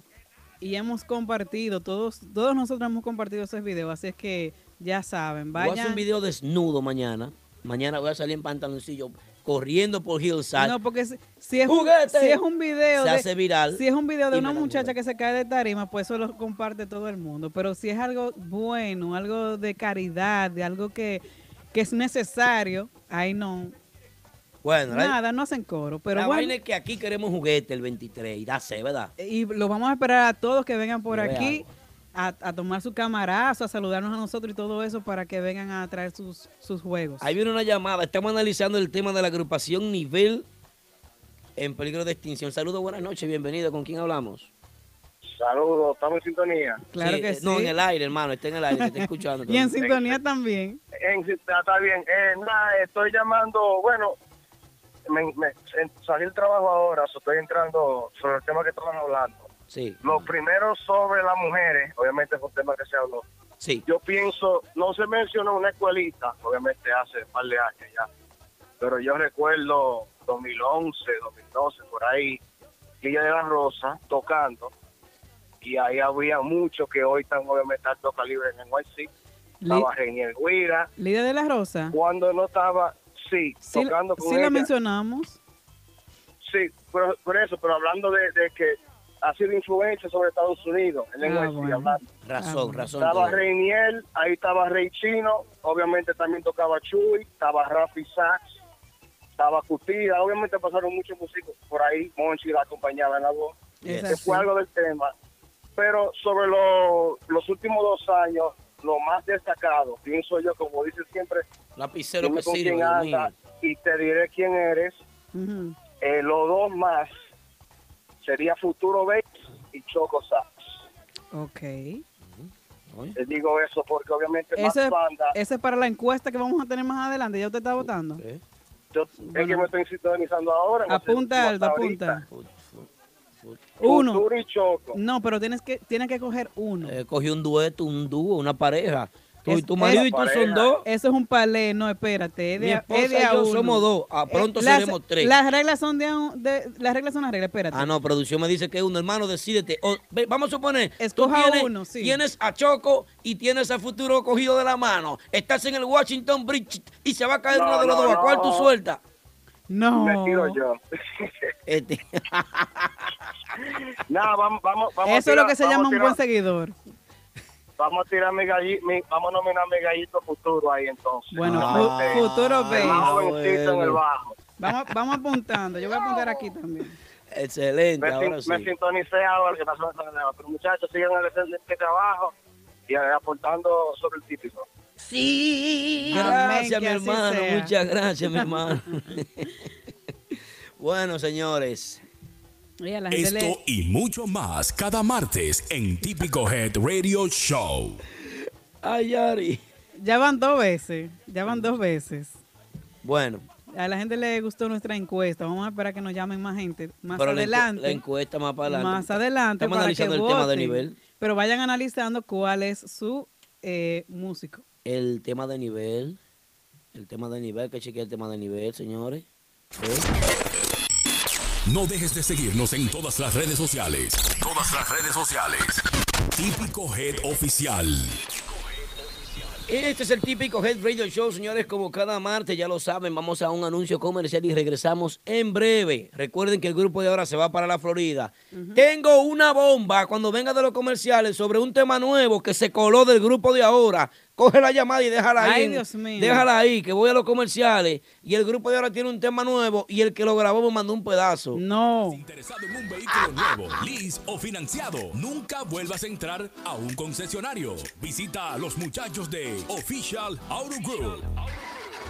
Speaker 3: Y hemos compartido, todos, todos nosotros hemos compartido esos videos, así es que Ya saben,
Speaker 2: Voy a hacer
Speaker 3: vayan.
Speaker 2: un video desnudo mañana. Mañana voy a salir en pantaloncillo corriendo por Hillside.
Speaker 3: No, porque si, si es, un,
Speaker 2: ¡Juguete!
Speaker 3: si es un video.
Speaker 2: Se
Speaker 3: de-
Speaker 2: hace viral
Speaker 3: Si es un video de
Speaker 2: y
Speaker 3: una
Speaker 2: me la
Speaker 3: muchacha que se cae de tarima, pues eso lo comparte todo el mundo. Pero si es algo bueno, algo de caridad, de algo que, que es necesario, ahí no.
Speaker 2: Bueno, la-
Speaker 3: Nada, no hacen coro. Pero
Speaker 2: la
Speaker 3: bueno, Eh.
Speaker 2: vaina es que aquí queremos juguete el 23 y da sé, ¿verdad?
Speaker 3: y lo vamos a esperar a todos que vengan por
Speaker 2: Yo veo
Speaker 3: aquí a, a tomar su camarazo, a saludarnos a nosotros y todo eso para que vengan a traer sus, sus juegos.
Speaker 2: Ahí viene una llamada. Estamos analizando el tema de la agrupación Nivel en peligro de extinción. Saludos, buenas noches, bienvenido. ¿Con quién hablamos?
Speaker 6: Saludos, estamos en sintonía.
Speaker 2: eh, No, en el aire, hermano. Está en el aire, te está escuchando.
Speaker 3: Y en sintonía también.
Speaker 6: En- ah, está bien. Eh, nada, estoy llamando, bueno, me, me- en- salí del trabajo ahora, so estoy entrando sobre el tema que estaban hablando.
Speaker 2: Sí.
Speaker 6: Lo primero sobre las mujeres, obviamente fue un tema que se habló.
Speaker 2: Sí.
Speaker 6: Yo pienso, no se mencionó una escuelita, obviamente hace un par de años ya, pero yo recuerdo 2011, 2012, por ahí, Villa de la Rosa tocando, y ahí había muchos que hoy están obviamente alto calibre en el NYC, estaba Reinier Guira,
Speaker 3: Lidia de la Rosa.
Speaker 6: cuando no estaba, sí,
Speaker 3: Sí,
Speaker 6: tocando con
Speaker 3: sí
Speaker 6: ella.
Speaker 3: la mencionamos.
Speaker 6: Sí, por, por eso, pero hablando de, de que ha sido influencia sobre Estados Unidos, el
Speaker 2: Ah,
Speaker 6: lenguaje
Speaker 2: bueno.
Speaker 6: hablando.
Speaker 2: Razón, razón.
Speaker 6: Estaba
Speaker 2: tuya.
Speaker 6: Rey Niel, ahí estaba Rey Chino, obviamente también tocaba Chuy, estaba Rafi Sachs, estaba Cutida, obviamente pasaron muchos músicos por ahí, Monchi la acompañaba en la voz,
Speaker 7: Es
Speaker 6: que
Speaker 7: así.
Speaker 6: fue algo del tema. Pero sobre lo- los últimos dos años, lo más destacado, pienso yo, como dice siempre,
Speaker 2: Lapicero
Speaker 6: dime
Speaker 2: que
Speaker 6: con
Speaker 2: sirve,
Speaker 6: quién
Speaker 2: Dios
Speaker 6: andas y te diré quién eres, eh, los dos más sería Futuro Bates y Choco Sax.
Speaker 3: Ok.
Speaker 6: Les digo eso porque obviamente más
Speaker 3: Ese,
Speaker 6: banda.
Speaker 3: ese es para la encuesta que vamos a tener más adelante. Ya usted está votando.
Speaker 6: Yo, es que me estoy sintonizando ahora. no sé
Speaker 3: Apunta,
Speaker 6: cómo
Speaker 3: Aldo,
Speaker 6: está ahorita.
Speaker 3: apunta. Uno.
Speaker 6: Futuro y Choco.
Speaker 3: No, pero tienes que, tienes que coger uno.
Speaker 2: Eh, cogí un dueto, un dúo, una pareja. Tú y
Speaker 3: Es-
Speaker 2: tu marido
Speaker 3: es-
Speaker 2: y tú son dos.
Speaker 3: Eso es un palé, no, espérate. Es de,
Speaker 2: Mi
Speaker 3: a-
Speaker 2: esposa
Speaker 3: es de
Speaker 2: y
Speaker 3: a
Speaker 2: yo
Speaker 3: uno. Eh,
Speaker 2: somos dos, a pronto
Speaker 3: las-
Speaker 2: seremos tres.
Speaker 3: Las reglas son de, a un- de- las reglas son las reglas, espérate.
Speaker 2: Ah, no, producción me dice que es uno, hermano, decídete. O, ve, vamos a suponer,
Speaker 3: Escoja
Speaker 2: tú tienes,
Speaker 3: uno, sí.
Speaker 2: tienes a Choco y tienes a Futuro cogido de la mano. Estás en el Washington Bridge y se va a caer
Speaker 6: No,
Speaker 2: uno de los
Speaker 6: no,
Speaker 2: dos. ¿A cuál
Speaker 6: no.
Speaker 2: tú sueltas?
Speaker 3: No.
Speaker 6: Me tiro yo.
Speaker 2: Este.
Speaker 6: Nada, vamos, vamos, vamos a
Speaker 3: Eso es lo
Speaker 6: tirar-
Speaker 3: que se
Speaker 6: vamos
Speaker 3: llama
Speaker 6: a
Speaker 3: un
Speaker 6: tirar-
Speaker 3: buen seguidor.
Speaker 6: Vamos a tirar mi gallito, mi, vamos a nominar mi gallito futuro ahí entonces.
Speaker 3: Bueno, pues,
Speaker 6: Ah,
Speaker 3: fu- futuro
Speaker 6: El más
Speaker 3: Bates.
Speaker 6: jovencito en el
Speaker 3: Bueno.
Speaker 6: bajo.
Speaker 3: Vamos, vamos apuntando, yo voy a apuntar aquí también.
Speaker 2: Excelente,
Speaker 6: me, sin-
Speaker 2: ahora sí.
Speaker 6: me sintonicé ahora que pasó en el Pero muchachos, sigan en el- en este trabajo y eh, aportando sobre el típico.
Speaker 2: Sí.
Speaker 6: Amén, que
Speaker 2: Gracias, mi
Speaker 6: así
Speaker 2: hermano.
Speaker 6: sea.
Speaker 2: Muchas gracias, mi hermano. bueno, señores.
Speaker 3: Y a la gente le-
Speaker 1: Esto y mucho más cada martes en Típico Head Radio Show.
Speaker 2: Ay, Ari.
Speaker 3: Ya van dos veces, ya van dos veces.
Speaker 2: Bueno,
Speaker 3: A la gente le gustó nuestra encuesta. Vamos a esperar a que nos llamen más gente más
Speaker 2: pero la encu-
Speaker 3: adelante.
Speaker 2: La encuesta más para adelante.
Speaker 3: Más adelante
Speaker 2: Estamos
Speaker 3: para
Speaker 2: analizando
Speaker 3: que
Speaker 2: el tema de
Speaker 3: voten.
Speaker 2: nivel.
Speaker 3: Pero vayan analizando cuál es su eh, músico.
Speaker 2: El tema de nivel. El tema de nivel, que chequeé el tema de nivel, señores. ¿Eh?
Speaker 1: No dejes de seguirnos en todas las redes sociales. Todas las redes sociales. Típico Head Oficial.
Speaker 2: Este es el típico Head Radio Show, señores, como cada martes, ya lo saben, vamos a un anuncio comercial y regresamos en breve. Recuerden que el grupo de ahora se va para la Florida. Tengo una bomba cuando venga de los comerciales sobre un tema nuevo que se coló del grupo de ahora. Coge la llamada y déjala ahí.
Speaker 3: Ay,
Speaker 2: en-
Speaker 3: Dios mío.
Speaker 2: Déjala ahí, que voy a los comerciales y el grupo de ahora tiene un tema nuevo y el que lo grabó me mandó un pedazo.
Speaker 3: No.
Speaker 1: Interesado en un vehículo nuevo, lease o financiado, nunca vuelvas a entrar a un concesionario. Visita a los muchachos de Official Auto Group.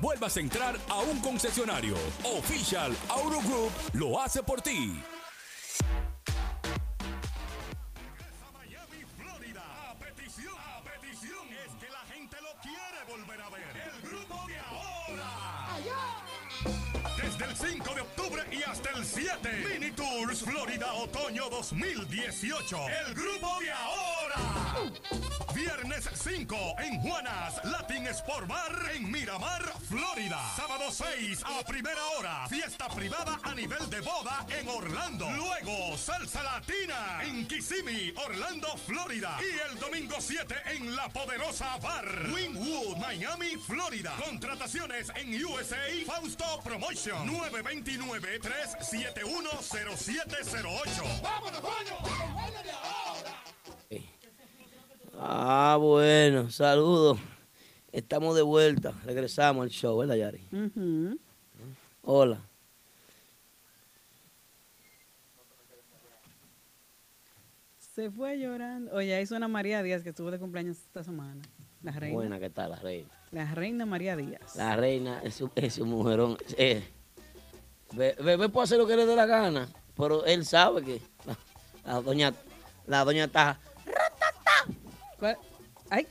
Speaker 1: vuelvas a entrar a un concesionario. Official Auto Group lo hace por ti.
Speaker 8: Miami, Florida. A petición, a petición
Speaker 7: emoción es que la gente lo quiere volver a ver. El grupo de ahora. Desde el 5 de octubre y hasta el 7. Mini Tours Florida Otoño 2018. El grupo de ahora. Viernes 5 en Juanas, Latin Sport Bar en Miramar, Florida. Sábado 6 a primera hora, fiesta privada a nivel de boda en Orlando. Luego, salsa latina en Kissimmee, Orlando, Florida. Y el domingo 7 en La Poderosa Bar, Wynwood, Miami, Florida. Contrataciones en USA Fausto Promotion 929-371-0708. ¡Vámonos,
Speaker 2: Ah, bueno, saludos. Estamos de vuelta. Regresamos al show, ¿verdad, Yari?
Speaker 3: Ujú.
Speaker 2: Hola.
Speaker 3: Se fue llorando. Oye, ahí suena María Díaz, que estuvo de cumpleaños esta semana. La reina.
Speaker 2: Buena, ¿qué tal, la reina?
Speaker 3: La reina María Díaz.
Speaker 2: La reina es un, es un mujerón. Eh, be- bebé puede hacer lo que le dé la gana, pero él sabe que la, la doña la doña está
Speaker 3: ¿Cuál? ¡Ay!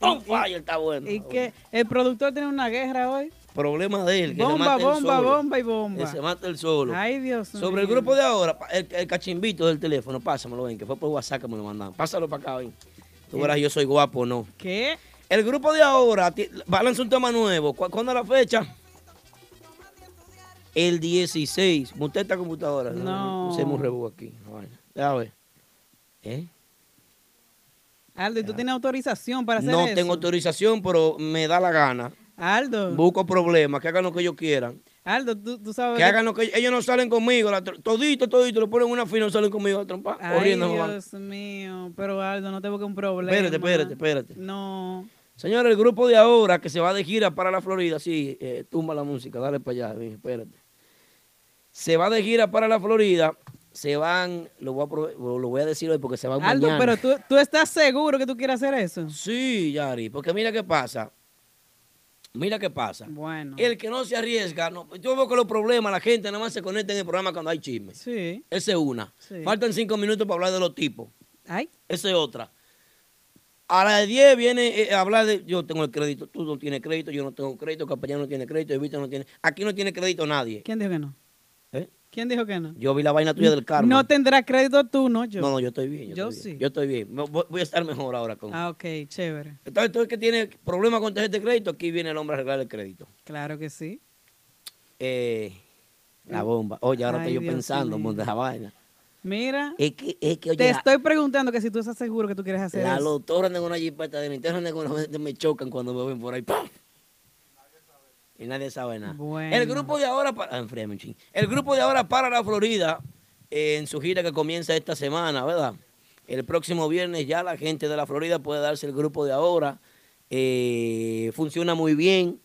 Speaker 2: on fire, está bueno.
Speaker 3: Y que el productor tiene una guerra hoy.
Speaker 2: Problema de él, que se
Speaker 3: Bomba,
Speaker 2: mate él
Speaker 3: bomba,
Speaker 2: solo.
Speaker 3: bomba y
Speaker 2: Que
Speaker 3: bomba.
Speaker 2: se mata el solo.
Speaker 3: Ay, Dios
Speaker 2: Sobre el
Speaker 3: mío.
Speaker 2: grupo de ahora, pa- el, el cachimbito del teléfono, pásamelo, ven, que fue por WhatsApp que me lo mandaron. Pásalo para acá, ven.
Speaker 3: Eh,
Speaker 2: Tú verás, yo soy guapo o no.
Speaker 3: ¿Qué?
Speaker 2: El grupo de ahora ti- va a lanzar un tema nuevo. ¿Cu- ¿Cuándo es la fecha? El 16. Monté esta computadora.
Speaker 3: No.
Speaker 2: Se me rebu aquí. la vaina. Déjame ver. ¿Eh?
Speaker 3: Aldo, ¿y tú tienes autorización para hacer
Speaker 2: Ah. No
Speaker 3: eso?
Speaker 2: tengo autorización, pero me da la gana.
Speaker 3: Aldo.
Speaker 2: Busco problemas, que hagan lo que ellos quieran.
Speaker 3: Aldo, tú, tú sabes.
Speaker 2: Que hagan lo que ellos no salen conmigo. la tro- todito, todito, lo ponen en una fila, no salen conmigo a trompar.
Speaker 3: Ay,
Speaker 2: corriendo me van.
Speaker 3: Dios mío. Pero Aldo, no te busques un problema.
Speaker 2: Espérate, espérate, espérate.
Speaker 3: No.
Speaker 2: Señor, el grupo de ahora que se va de gira para la Florida, sí, eh, tumba la música, dale para allá, ven, espérate. Se va de gira para la Florida, se van, lo voy a, aprove- lo lo voy a decir hoy porque se van
Speaker 3: Aldo,
Speaker 2: mañana.
Speaker 3: pero tú, tú estás seguro que tú quieres hacer eso.
Speaker 2: Sí, Yari, porque mira qué pasa. Mira qué pasa.
Speaker 3: Bueno.
Speaker 2: El que no se arriesga, no- yo veo que los problemas, la gente nada más se conecta en el programa cuando hay chisme.
Speaker 3: Sí.
Speaker 2: Esa es una.
Speaker 3: Sí.
Speaker 2: Faltan cinco minutos para hablar de los tipos.
Speaker 3: Ay.
Speaker 2: Esa es otra. A las 10 viene eh, a hablar de yo tengo el crédito, tú no tienes crédito, yo no tengo crédito, Capellán no tiene crédito, Evita no tiene. Aquí no tiene crédito nadie.
Speaker 3: ¿Quién dijo que no?
Speaker 2: ¿Eh?
Speaker 3: ¿Quién dijo que no?
Speaker 2: Yo vi la vaina tuya del karma.
Speaker 3: No tendrás crédito tú, no yo.
Speaker 2: No, no, yo estoy bien. Yo,
Speaker 3: Yo
Speaker 2: estoy bien.
Speaker 3: sí.
Speaker 2: Yo estoy bien. Me- Voy, voy a estar mejor ahora con.
Speaker 3: Ah, ok, chévere.
Speaker 2: Entonces, todo el que tiene problemas con tarjeta de crédito, aquí viene el hombre a arreglar el crédito.
Speaker 3: Claro que sí. Mm.
Speaker 2: Eh, la bomba. Oye, ahora
Speaker 3: Ay,
Speaker 2: estoy yo
Speaker 3: Dios
Speaker 2: pensando
Speaker 3: mío.
Speaker 2: en esa vaina.
Speaker 3: Mira,
Speaker 2: Es que, es que, Eh, oye,
Speaker 3: te
Speaker 2: la-
Speaker 3: estoy preguntando que si tú estás seguro que tú quieres hacer
Speaker 2: La
Speaker 3: eso.
Speaker 2: doctora anda con una jipeta de Nintendo, anda con una gente, me chocan cuando me ven por ahí. ¡pam! Y nadie sabe nada.
Speaker 3: Bueno.
Speaker 2: El grupo de ahora para. ah, enfríame un chin. El grupo de ahora para la Florida eh, en su gira que comienza esta semana, ¿verdad? El próximo viernes ya la gente de la Florida puede darse el grupo de ahora. Eh, funciona muy bien.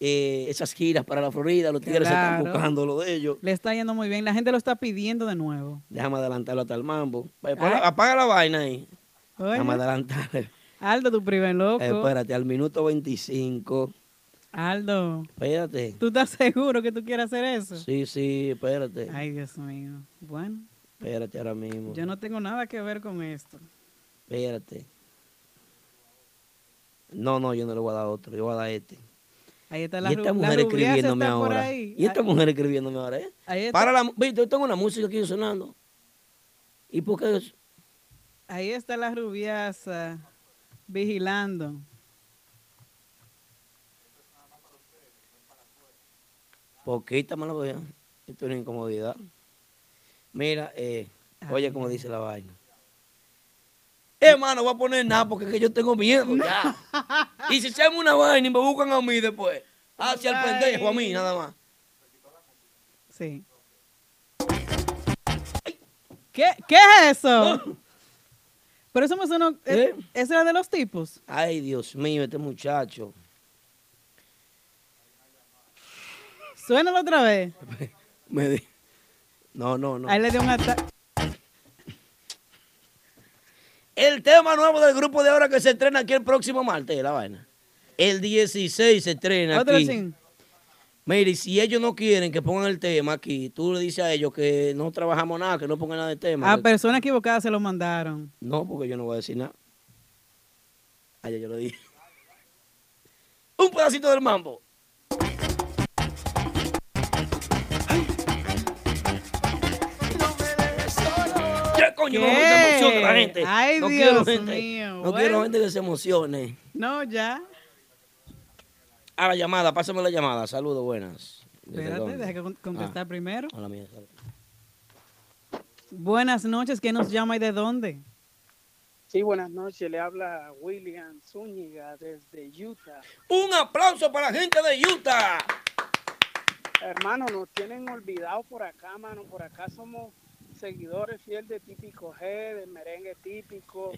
Speaker 2: eh, esas giras para la Florida, los tigres se
Speaker 3: Claro.
Speaker 2: están buscando lo de ellos.
Speaker 3: Le está yendo muy bien. La gente lo está pidiendo de nuevo.
Speaker 2: Déjame adelantarlo hasta el mambo. Pa- pa-
Speaker 3: Ay.
Speaker 2: Apaga la vaina ahí.
Speaker 3: Oye,
Speaker 2: Déjame adelantar.
Speaker 3: Aldo, tu primer loco.
Speaker 2: Eh, espérate, al minuto 25.
Speaker 3: Aldo,
Speaker 2: Espérate.
Speaker 3: ¿tú estás seguro que tú quieres hacer eso?
Speaker 2: Sí, sí, espérate.
Speaker 3: Ay, Dios mío. Bueno,
Speaker 2: Espérate ahora mismo.
Speaker 3: yo no tengo nada que ver con esto.
Speaker 2: Espérate. No, no, yo no le voy a dar otro. Yo voy a dar este.
Speaker 3: Ahí está la
Speaker 2: Y esta
Speaker 3: ru- la
Speaker 2: mujer
Speaker 3: rubiaza
Speaker 2: escribiéndome
Speaker 3: está por
Speaker 2: ahora.
Speaker 3: ahí.
Speaker 2: Y esta
Speaker 3: Ay,
Speaker 2: mujer escribiéndome ahora, ¿eh?
Speaker 3: ahí está-
Speaker 2: Para la. mu- Viste, yo tengo una música aquí sonando. ¿Y por qué? es-
Speaker 3: Ahí está la rubiaza vigilando.
Speaker 2: Poquita me la voy a. Esto es una incomodidad. Mira, eh, oye, como dice la vaina. Hermano, voy a poner nada Ah, porque es que yo tengo miedo ya. y si se llama una vaina y me buscan a mí después. Hacia el
Speaker 3: Ay.
Speaker 2: pendejo, a mí nada más.
Speaker 3: Sí. ¿Qué, qué es eso? Pero eso me sonó. ¿Eh?
Speaker 2: ¿Eh?
Speaker 3: ¿Eso era de los tipos?
Speaker 2: Ay, Dios mío, este muchacho.
Speaker 3: Suénalo otra vez.
Speaker 2: Me di- No, no, no.
Speaker 3: Ahí le dio un ataque.
Speaker 2: El tema nuevo del grupo de ahora que se estrena aquí el próximo martes, la vaina. El 16 se estrena
Speaker 3: Otro
Speaker 2: aquí.
Speaker 3: chin.
Speaker 2: Mire, si ellos no quieren que pongan el tema aquí, tú le dices a ellos que no trabajamos nada, que no pongan nada de tema.
Speaker 3: A
Speaker 2: que-
Speaker 3: personas equivocadas se lo mandaron.
Speaker 2: No, porque yo no voy a decir nada. Ayer yo lo dije. Un pedacito del mambo. Ya, coño, no
Speaker 3: ¿Qué?
Speaker 2: me emoción de la gente.
Speaker 3: Ay,
Speaker 2: no
Speaker 3: Dios
Speaker 2: quiero gente,
Speaker 3: mío,
Speaker 2: No
Speaker 3: bueno.
Speaker 2: quiero gente que se emocione.
Speaker 3: No, ya.
Speaker 2: A la llamada, pásame la llamada. Saludos, buenas. ¿Desde
Speaker 3: Espérate,
Speaker 2: dónde? Ah.
Speaker 3: deja que con- contestar primero.
Speaker 2: Hola, mía. salud.
Speaker 3: Buenas noches, ¿quién nos llama y de dónde?
Speaker 8: Sí, buenas noches. Le habla William Zúñiga desde Utah.
Speaker 2: Un aplauso para la gente de Utah.
Speaker 8: Hermano, nos tienen olvidado por acá, mano. Por acá somos seguidores fieles de Típico G, de Merengue Típico.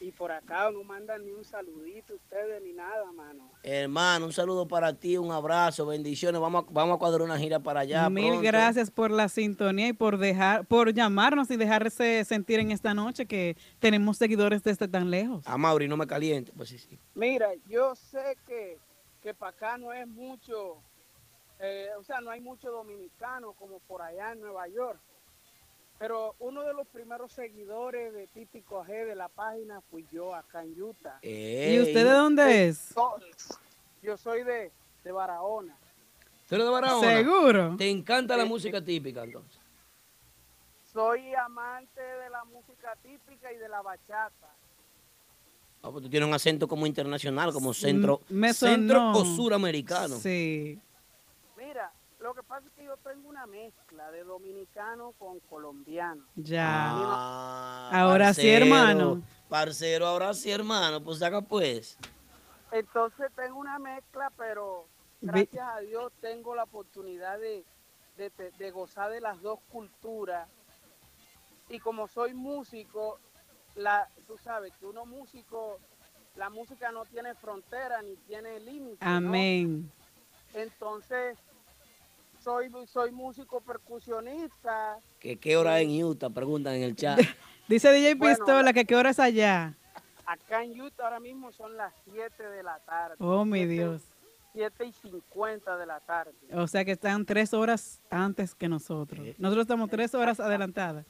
Speaker 8: Y por acá no mandan ni un saludito ustedes ni nada, mano.
Speaker 2: Hermano, un saludo para ti, un abrazo, bendiciones. Vamos a, vamos a cuadrar una gira para allá.
Speaker 3: Mil
Speaker 2: pronto.
Speaker 3: gracias por la sintonía y por dejar, por llamarnos y dejarse sentir en esta noche que tenemos seguidores desde tan lejos.
Speaker 2: A Ah, Mauri, no me caliente. Pues sí, sí.
Speaker 8: Mira, yo sé que, que para acá no es mucho, eh, o sea, no hay mucho dominicano como por allá en Nueva York. Pero uno de los primeros seguidores de Típico G de la página fui yo acá en Utah.
Speaker 3: ¿Y usted de dónde es?
Speaker 8: Yo, yo soy de, de Barahona.
Speaker 2: ¿Tú eres de Barahona?
Speaker 3: Seguro. Eh,
Speaker 2: ¿Te encanta la música típica entonces?
Speaker 8: Soy amante de la música típica y de la bachata.
Speaker 2: Ah, pues tú tienes un acento como internacional, como centro,
Speaker 3: Mm, me
Speaker 2: centro
Speaker 3: sonó.
Speaker 2: o suramericano.
Speaker 3: Sí.
Speaker 8: Mira, lo que pasa es que yo tengo una mezcla de dominicano con colombiano.
Speaker 3: Ya.
Speaker 2: Ah,
Speaker 3: Ahora sí, hermano.
Speaker 2: Parcero, ahora sí, hermano. Pues saca pues.
Speaker 8: Entonces tengo una mezcla, pero
Speaker 2: Ve-
Speaker 8: gracias a Dios tengo la oportunidad de, de, te- de gozar de las dos culturas. Y como soy músico, la, tú sabes que uno músico, la música no tiene frontera ni tiene límite. ¿no?
Speaker 3: Amén.
Speaker 8: Entonces, soy, soy músico percusionista.
Speaker 2: ¿Que ¿Qué hora es en Utah? Preguntan en el chat.
Speaker 3: Dice DJ
Speaker 8: Bueno,
Speaker 3: Pistola que qué hora es allá.
Speaker 8: Acá en Utah ahora mismo son las 7 de la tarde.
Speaker 3: Oh, mi Dios.
Speaker 8: 7 y 50 de la tarde.
Speaker 3: O sea que están tres horas antes que nosotros.
Speaker 2: Eh.
Speaker 3: Nosotros estamos tres horas adelantadas.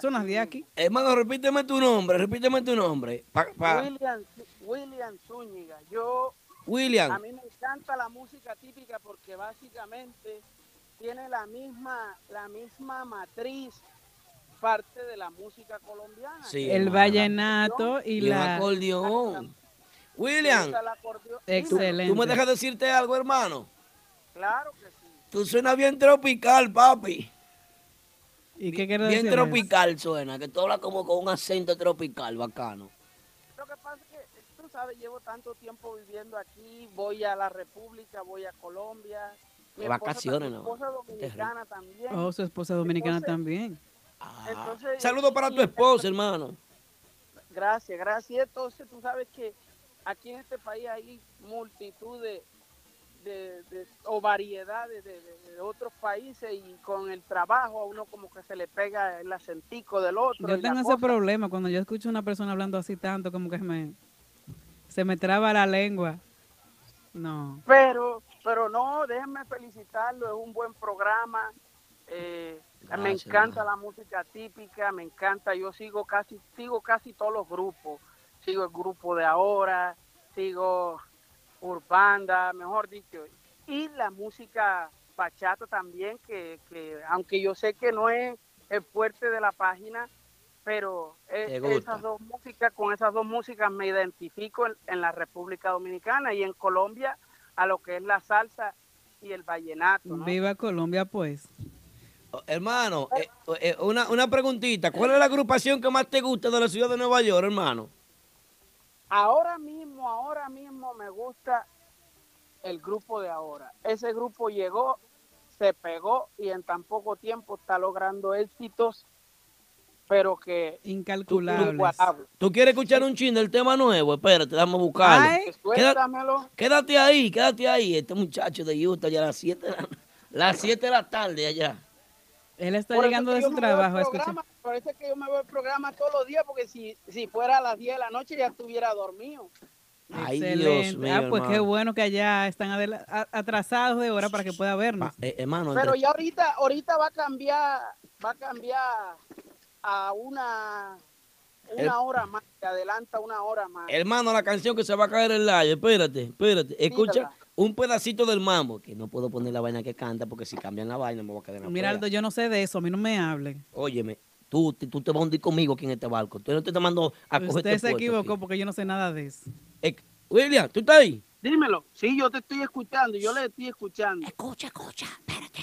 Speaker 3: Son las 10 aquí.
Speaker 2: hermano, repíteme tu nombre, repíteme tu nombre. Pa- pa-
Speaker 8: William, William Zúñiga, yo
Speaker 2: William.
Speaker 8: a mí me encanta la música típica porque básicamente tiene la misma la misma matriz parte de la música colombiana.
Speaker 2: Sí,
Speaker 3: El
Speaker 2: hermano.
Speaker 3: vallenato y
Speaker 2: un
Speaker 3: la-
Speaker 2: acordeón. William.
Speaker 8: Usa el acordeón.
Speaker 2: ¿Tú, tú me dejas decirte algo, hermano?
Speaker 8: Claro que sí.
Speaker 2: Tú suenas bien tropical, papi.
Speaker 3: ¿Y qué
Speaker 2: Bien
Speaker 3: quiere decir eso?
Speaker 2: tropical suena, que tú hablas como con un acento tropical, bacano.
Speaker 8: Lo que pasa es que tú sabes, llevo tanto tiempo viviendo aquí, voy a la República, voy a Colombia.
Speaker 2: De vacaciones,
Speaker 8: Mi
Speaker 2: ¿no?
Speaker 8: esposa dominicana también.
Speaker 3: Oh, su esposa dominicana
Speaker 8: Entonces-
Speaker 3: también.
Speaker 8: Entonces,
Speaker 2: Saludos Ah. para tu esposa, hermano.
Speaker 8: Gracias, gracias. Entonces, tú sabes que aquí en este país hay multitud de, de- de- o variedades de, de- de otros países y con el trabajo a uno como que se le pega el acentico del otro.
Speaker 3: Yo
Speaker 8: y la
Speaker 3: tengo ese
Speaker 8: cosa.
Speaker 3: problema cuando yo escucho a una persona hablando así tanto, como que me, se me traba la lengua. No.
Speaker 8: Pero, pero no, déjenme felicitarlo, es un buen programa. Eh, me
Speaker 3: Gracias,
Speaker 8: encanta la música típica, me encanta. Yo sigo casi, sigo casi todos los grupos. Sigo el grupo de ahora, sigo Urbanda, mejor dicho. Y la música bachata también, que, que aunque yo sé que no es el fuerte de la página, pero eh,
Speaker 2: Te gusta.
Speaker 8: esas dos músicas, con esas dos músicas me identifico en, en la República Dominicana y en Colombia a lo que es la salsa y el vallenato. ¿no?
Speaker 3: Viva Colombia, pues.
Speaker 2: Oh, Hermano, eh, eh, una, una preguntita. ¿Cuál es la agrupación que más te gusta de la ciudad de Nueva York, hermano?
Speaker 8: Ahora mismo, ahora mismo me gusta el grupo de ahora. Ese grupo llegó, se pegó y en tan poco tiempo está logrando éxitos, pero que
Speaker 3: Incalculables.
Speaker 8: inigualables.
Speaker 2: ¿Tú quieres escuchar un chin del tema nuevo? Espérate, dame a buscarlo.
Speaker 3: Ay.
Speaker 2: Queda-
Speaker 8: Suéltamelo.
Speaker 2: quédate ahí, quédate ahí. Este muchacho de Utah ya a las 7 de la, las siete de la tarde allá.
Speaker 3: Él está
Speaker 8: Por eso
Speaker 3: llegando
Speaker 8: es
Speaker 3: de
Speaker 8: que yo
Speaker 3: su
Speaker 8: me veo el
Speaker 3: trabajo a escuchar.
Speaker 8: programa, Por eso es que yo me veo el programa todos los días, porque si, si fuera a las 10 de la noche ya estuviera dormido.
Speaker 2: Ay,
Speaker 3: Excelente.
Speaker 2: Dios mío,
Speaker 3: ah, pues qué
Speaker 2: hermano.
Speaker 3: bueno que allá están adela- a- atrasados de hora para que pueda vernos.
Speaker 2: Eh, hermano,
Speaker 8: Pero
Speaker 2: entre-
Speaker 8: ya ahorita, ahorita va a cambiar, va a cambiar a una, una
Speaker 2: El-
Speaker 8: hora más, te adelanta una hora más.
Speaker 2: hermano, la canción que se va a caer el live, espérate, espérate. Escucha
Speaker 8: Dígala.
Speaker 2: un pedacito del mambo, que no puedo poner la vaina que canta porque si cambian la vaina me voy a quedar en la
Speaker 3: Miraldo, yo no sé de eso, a mí no me hablen.
Speaker 2: playa. Óyeme, tú, te- tú te vas a hundir conmigo aquí en este barco. Tú no te estás mandando a coger
Speaker 3: Usted
Speaker 2: este
Speaker 3: se
Speaker 2: puesto
Speaker 3: equivocó
Speaker 2: aquí.
Speaker 3: porque yo no sé nada de eso.
Speaker 2: Eh, William, ¿tú estás ahí?
Speaker 8: Dímelo, sí, yo te estoy escuchando, yo le estoy escuchando.
Speaker 2: Escucha, escucha, espérate.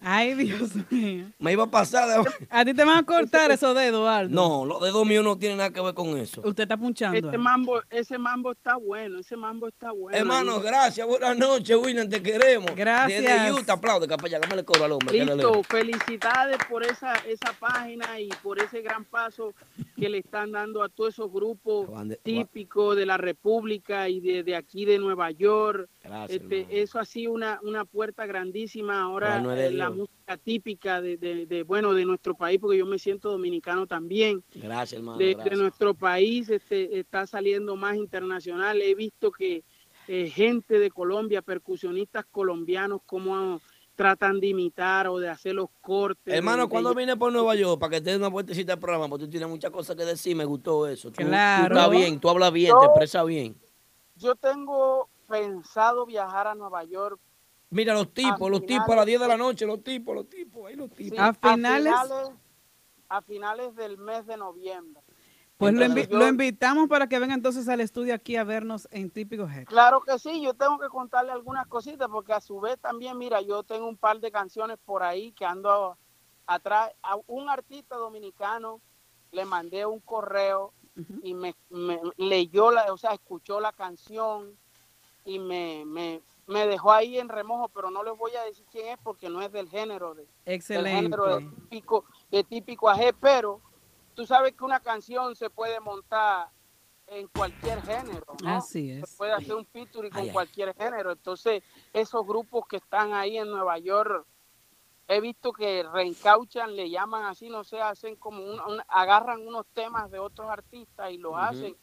Speaker 3: Ay, Dios mío.
Speaker 2: Me iba a pasar. de-
Speaker 3: A ti te van a cortar esos dedos, Aldo.
Speaker 2: No, los dedos míos no tienen nada que ver con eso.
Speaker 3: Usted está punchando.
Speaker 8: Ese mambo, ese mambo está bueno, ese mambo está bueno.
Speaker 2: Hermano, gracias. Buenas noches, William. Te queremos.
Speaker 3: Gracias.
Speaker 2: Desde Utah, aplaude, capellán. Dame el coro al hombre. que le
Speaker 8: Listo,
Speaker 2: leo.
Speaker 8: felicidades por esa, esa página y por ese gran paso que le están dando a todos esos grupos
Speaker 2: Van de- va-
Speaker 8: típicos de la República y de, de aquí de Nueva York.
Speaker 2: Gracias,
Speaker 8: Este,
Speaker 2: hermano.
Speaker 8: eso ha sido una, una puerta grandísima ahora
Speaker 2: Bueno, es de
Speaker 8: eh, la
Speaker 2: Dios.
Speaker 8: música típica de, de- de, bueno de nuestro país porque yo me siento dominicano también
Speaker 2: Gracias, hermano.
Speaker 8: de, de
Speaker 2: Ah, gracias.
Speaker 8: nuestro país este, está saliendo más internacional. He visto que eh, gente de Colombia, percusionistas colombianos, como tratan de imitar o de hacer los cortes.
Speaker 2: Hermano,
Speaker 8: de-
Speaker 2: cuando
Speaker 8: de-
Speaker 2: vienes por Nueva York para que te dé una vueltecita al programa? Porque tú tienes muchas cosas que decir. Me gustó eso. Tú- Tú,
Speaker 3: Claro.
Speaker 2: estás bien, tú hablas bien, te expresas bien.
Speaker 8: Yo tengo pensado viajar a Nueva York
Speaker 2: Mira,
Speaker 8: Ah,
Speaker 2: los tipos, los tipos a las 10 de la noche, los tipos, los tipos, ahí los
Speaker 8: sí,
Speaker 2: tipos.
Speaker 3: ¿A finales?
Speaker 8: a finales del mes de noviembre.
Speaker 3: Pues lo,
Speaker 8: Entonces
Speaker 3: invi-
Speaker 8: yo-
Speaker 3: lo invitamos para que venga entonces al estudio aquí a vernos en Típico Head.
Speaker 8: Claro que sí, yo tengo que contarle algunas cositas porque a su vez también, mira, yo tengo un par de canciones por ahí que ando atrás. A un artista dominicano le mandé un correo
Speaker 3: Ujú.
Speaker 8: y me, me leyó, la, o sea, escuchó la canción y me, me, me dejó ahí en remojo, pero no les voy a decir quién es porque no es del género de, del
Speaker 3: Excelente.
Speaker 8: género de típico, de típico AG, pero tú sabes que una canción se puede montar en cualquier género, ¿no?
Speaker 3: Así
Speaker 8: se
Speaker 3: es.
Speaker 2: pues,
Speaker 8: puede hacer un featuring
Speaker 2: Ay,
Speaker 8: con
Speaker 2: ay.
Speaker 8: cualquier género. Entonces, esos grupos que están ahí en Nueva York, he visto que reencauchan, le llaman así, no sé, hacen como un, un- agarran unos temas de otros artistas y lo hacen.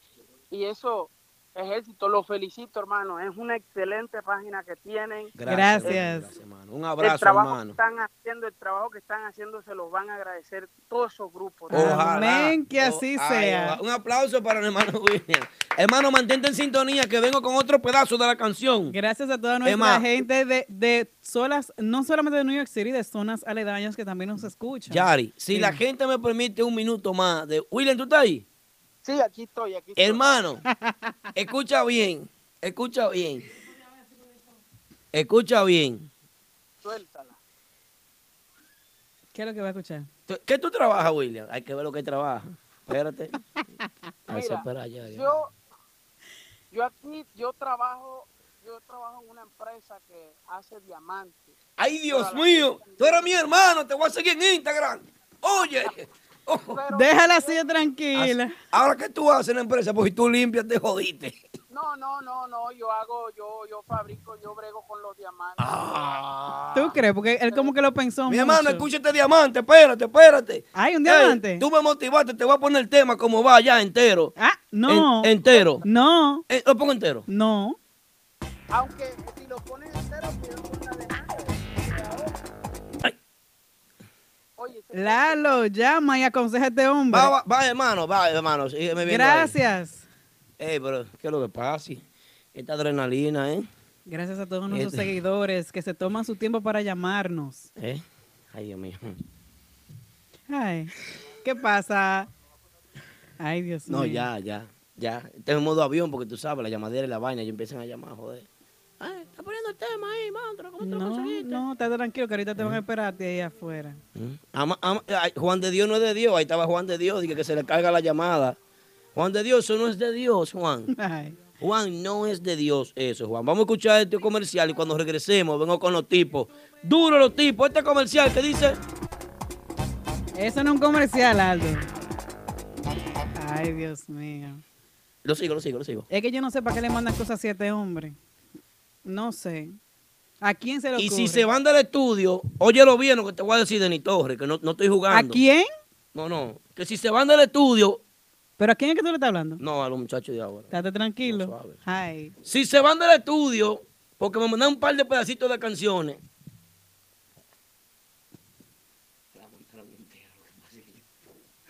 Speaker 8: Y eso, ejército, lo felicito, hermano. Es una excelente página que tienen.
Speaker 3: Gracias.
Speaker 2: hermano, gracias, hermano. Un
Speaker 8: el
Speaker 2: abrazo,
Speaker 8: trabajo que
Speaker 2: hermano.
Speaker 8: están haciendo, el trabajo que están haciendo, se los van a agradecer todos esos grupos.
Speaker 3: Amén, que así sea.
Speaker 2: ojalá. Un aplauso para el hermano William. Hermano, mantente en sintonía que vengo con otro pedazo de la canción.
Speaker 3: Gracias a toda nuestra
Speaker 2: Emma.
Speaker 3: gente de, de solas, no solamente de New York City, de zonas aledañas que también nos escuchan.
Speaker 2: Yari, si
Speaker 3: Sí.
Speaker 2: la gente me permite un minuto más de William, ¿tú estás ahí?
Speaker 8: Sí, aquí estoy, aquí estoy.
Speaker 2: Hermano, escucha bien, escucha bien. Escucha bien.
Speaker 8: Suéltala.
Speaker 3: ¿Qué es lo que va a escuchar?
Speaker 2: Tú- ¿Qué tú trabajas, William? Hay que ver lo que trabaja. Espérate. Hay que
Speaker 8: Mira,
Speaker 2: esperar, Yari.
Speaker 8: Yo, yo aquí, yo trabajo, yo trabajo en una empresa que hace diamantes.
Speaker 2: Ay, Dios mío, tú eres mi hermano, te voy a seguir en Instagram. Oye, ojo.
Speaker 8: Pero
Speaker 3: Déjala así de tranquila.
Speaker 2: ahora que tú haces en la empresa, pues si tú limpias, te jodiste.
Speaker 8: no, no, no, no, yo hago, yo, yo fabrico, yo brego con los diamantes.
Speaker 3: ¿Tú crees? Porque él como que lo pensó
Speaker 2: Mi
Speaker 3: mucho.
Speaker 2: hermano, escucha este diamante, espérate, espérate.
Speaker 3: Ay, un
Speaker 2: Ey,
Speaker 3: diamante.
Speaker 2: tú me motivaste, te voy a poner el tema como va ya entero.
Speaker 3: Ah, no.
Speaker 2: En- entero.
Speaker 3: No,
Speaker 2: Eh, lo pongo entero.
Speaker 3: no.
Speaker 8: Aunque si lo pones entero, pero con la demanda.
Speaker 2: Ay.
Speaker 8: Oye, ese-
Speaker 3: Lalo, llama y aconseja a este hombre.
Speaker 2: Va, va, va, hermano, va, hermano, sígueme viendo ahí.
Speaker 3: Gracias.
Speaker 2: Ey, pero, ¿qué es lo que pasa? Esta adrenalina, ¿eh?
Speaker 3: Gracias a todos nuestros
Speaker 2: Este.
Speaker 3: seguidores que se toman su tiempo para llamarnos.
Speaker 2: ¿Eh? Ay, Dios mío.
Speaker 3: Ay, ¿qué pasa? Ay, Dios mío.
Speaker 2: No, ya, ya, ya. Este es en modo avión porque tú sabes, la llamadera y la vaina, ellos empiezan a llamar, joder. Ay, ah, está poniendo el tema ahí, monstruo, ¿cómo te lo
Speaker 3: No,
Speaker 2: conseguiste?
Speaker 3: no, está tranquilo que ahorita te van a esperar ahí afuera.
Speaker 2: ¿Mm? Ama- ama- ay, Juan de Dios no es de Dios, ahí estaba Juan de Dios, dije que se le carga la llamada. Juan de Dios, eso no es de Dios, Juan.
Speaker 3: Ay.
Speaker 2: Juan, no es de Dios eso, Juan. Vamos a escuchar este comercial y cuando regresemos vengo con los tipos. Duro los tipos. Este comercial que dice...
Speaker 3: Eso no es un comercial, Aldo. Ay, Dios mío.
Speaker 2: Lo sigo, lo sigo, lo sigo.
Speaker 3: Es que yo no sé para qué le mandan cosas a este hombre. No sé. ¿A quién se lo
Speaker 2: Y si se van del estudio, óyelo bien lo que te voy a decir, Denis Torres, que no, no estoy jugando.
Speaker 3: ¿A quién?
Speaker 2: No, no. Que si se van del estudio.
Speaker 3: ¿Pero a quién es que tú le estás hablando?
Speaker 2: No, a los muchachos de ahora.
Speaker 3: Estate tranquilo. Ay.
Speaker 2: Si se van del estudio, porque me mandan un par de pedacitos de canciones.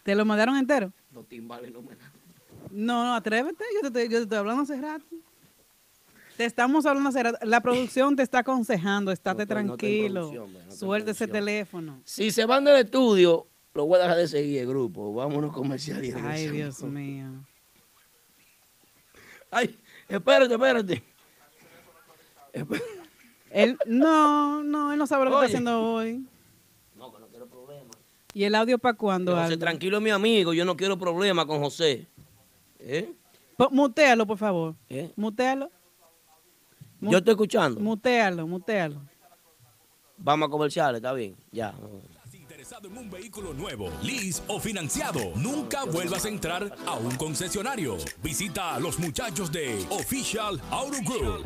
Speaker 3: ¿Te lo mandaron entero?
Speaker 2: Los timbales no me dan.
Speaker 3: No, no, atrévete. Yo te, yo te estoy hablando hace rato. Te estamos hablando hace rato. La producción te está aconsejando. Estate
Speaker 2: No estoy- no estoy en
Speaker 3: tranquilo.
Speaker 2: producción, hombre, no estoy en
Speaker 3: Suelta ese
Speaker 2: producción.
Speaker 3: teléfono.
Speaker 2: Si se van del estudio, lo voy a dejar de seguir el grupo. Vámonos comercial y
Speaker 3: Ay,
Speaker 2: regresamos.
Speaker 3: Dios mío.
Speaker 2: Ay, espérate, espérate.
Speaker 3: Él, no, no, él no sabe lo que
Speaker 2: Oye.
Speaker 3: está haciendo hoy.
Speaker 2: No, que no quiero problemas.
Speaker 3: ¿Y el audio para cuándo?
Speaker 2: José, tranquilo, mi amigo. Yo no quiero problemas con José. ¿Eh?
Speaker 3: Po- Mutealo, por favor.
Speaker 2: ¿Eh?
Speaker 3: Mutealo.
Speaker 2: Yo estoy escuchando.
Speaker 3: Mutealo, mutealo.
Speaker 2: Vamos a comerciales, está bien. Ya.
Speaker 1: interesado en un vehículo nuevo, lease o financiado, nunca vuelvas a entrar a un concesionario. Visita a los muchachos de Official Auto Group.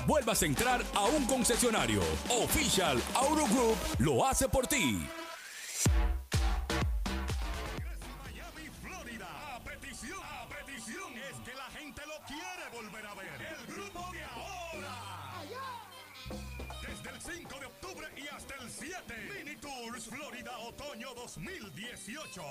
Speaker 1: vuelvas a entrar a un concesionario. Official Auto Group lo hace por ti.
Speaker 7: petición, a petición es que la gente lo quiere volver a ver. El grupo de ahora. Desde el 5 de octubre y hasta el 7. Mini Tours Florida Otoño 2018.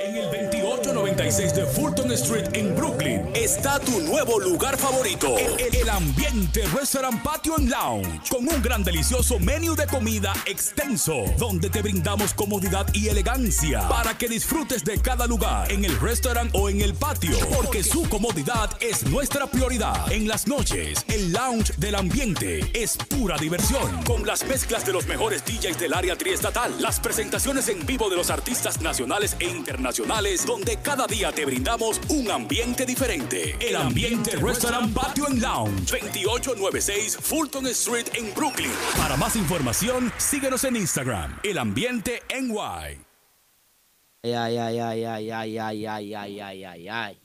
Speaker 1: En el 2896 de Fulton Street en Brooklyn está tu nuevo lugar favorito. El, el ambiente Restaurant Patio and Lounge con un gran delicioso menú de comida extenso donde te brindamos comodidad y elegancia para que disfrutes de cada lugar en el restaurant o en el patio porque su comodidad es nuestra prioridad. En las noches, el lounge del ambiente es pura diversión con las mezclas de los mejores DJs del área triestatal, las presentaciones en vivo de los artistas nacionales e internacionales, donde cada día te brindamos un ambiente diferente. El ambiente Restaurant Patio and Lounge, 2896 Fulton Street en Brooklyn. Para más información, síguenos en Instagram, El Ambiente NY.
Speaker 2: Ay, ay, ay, ay, ay, ay, ay, ay, ay, ay, ay, ay.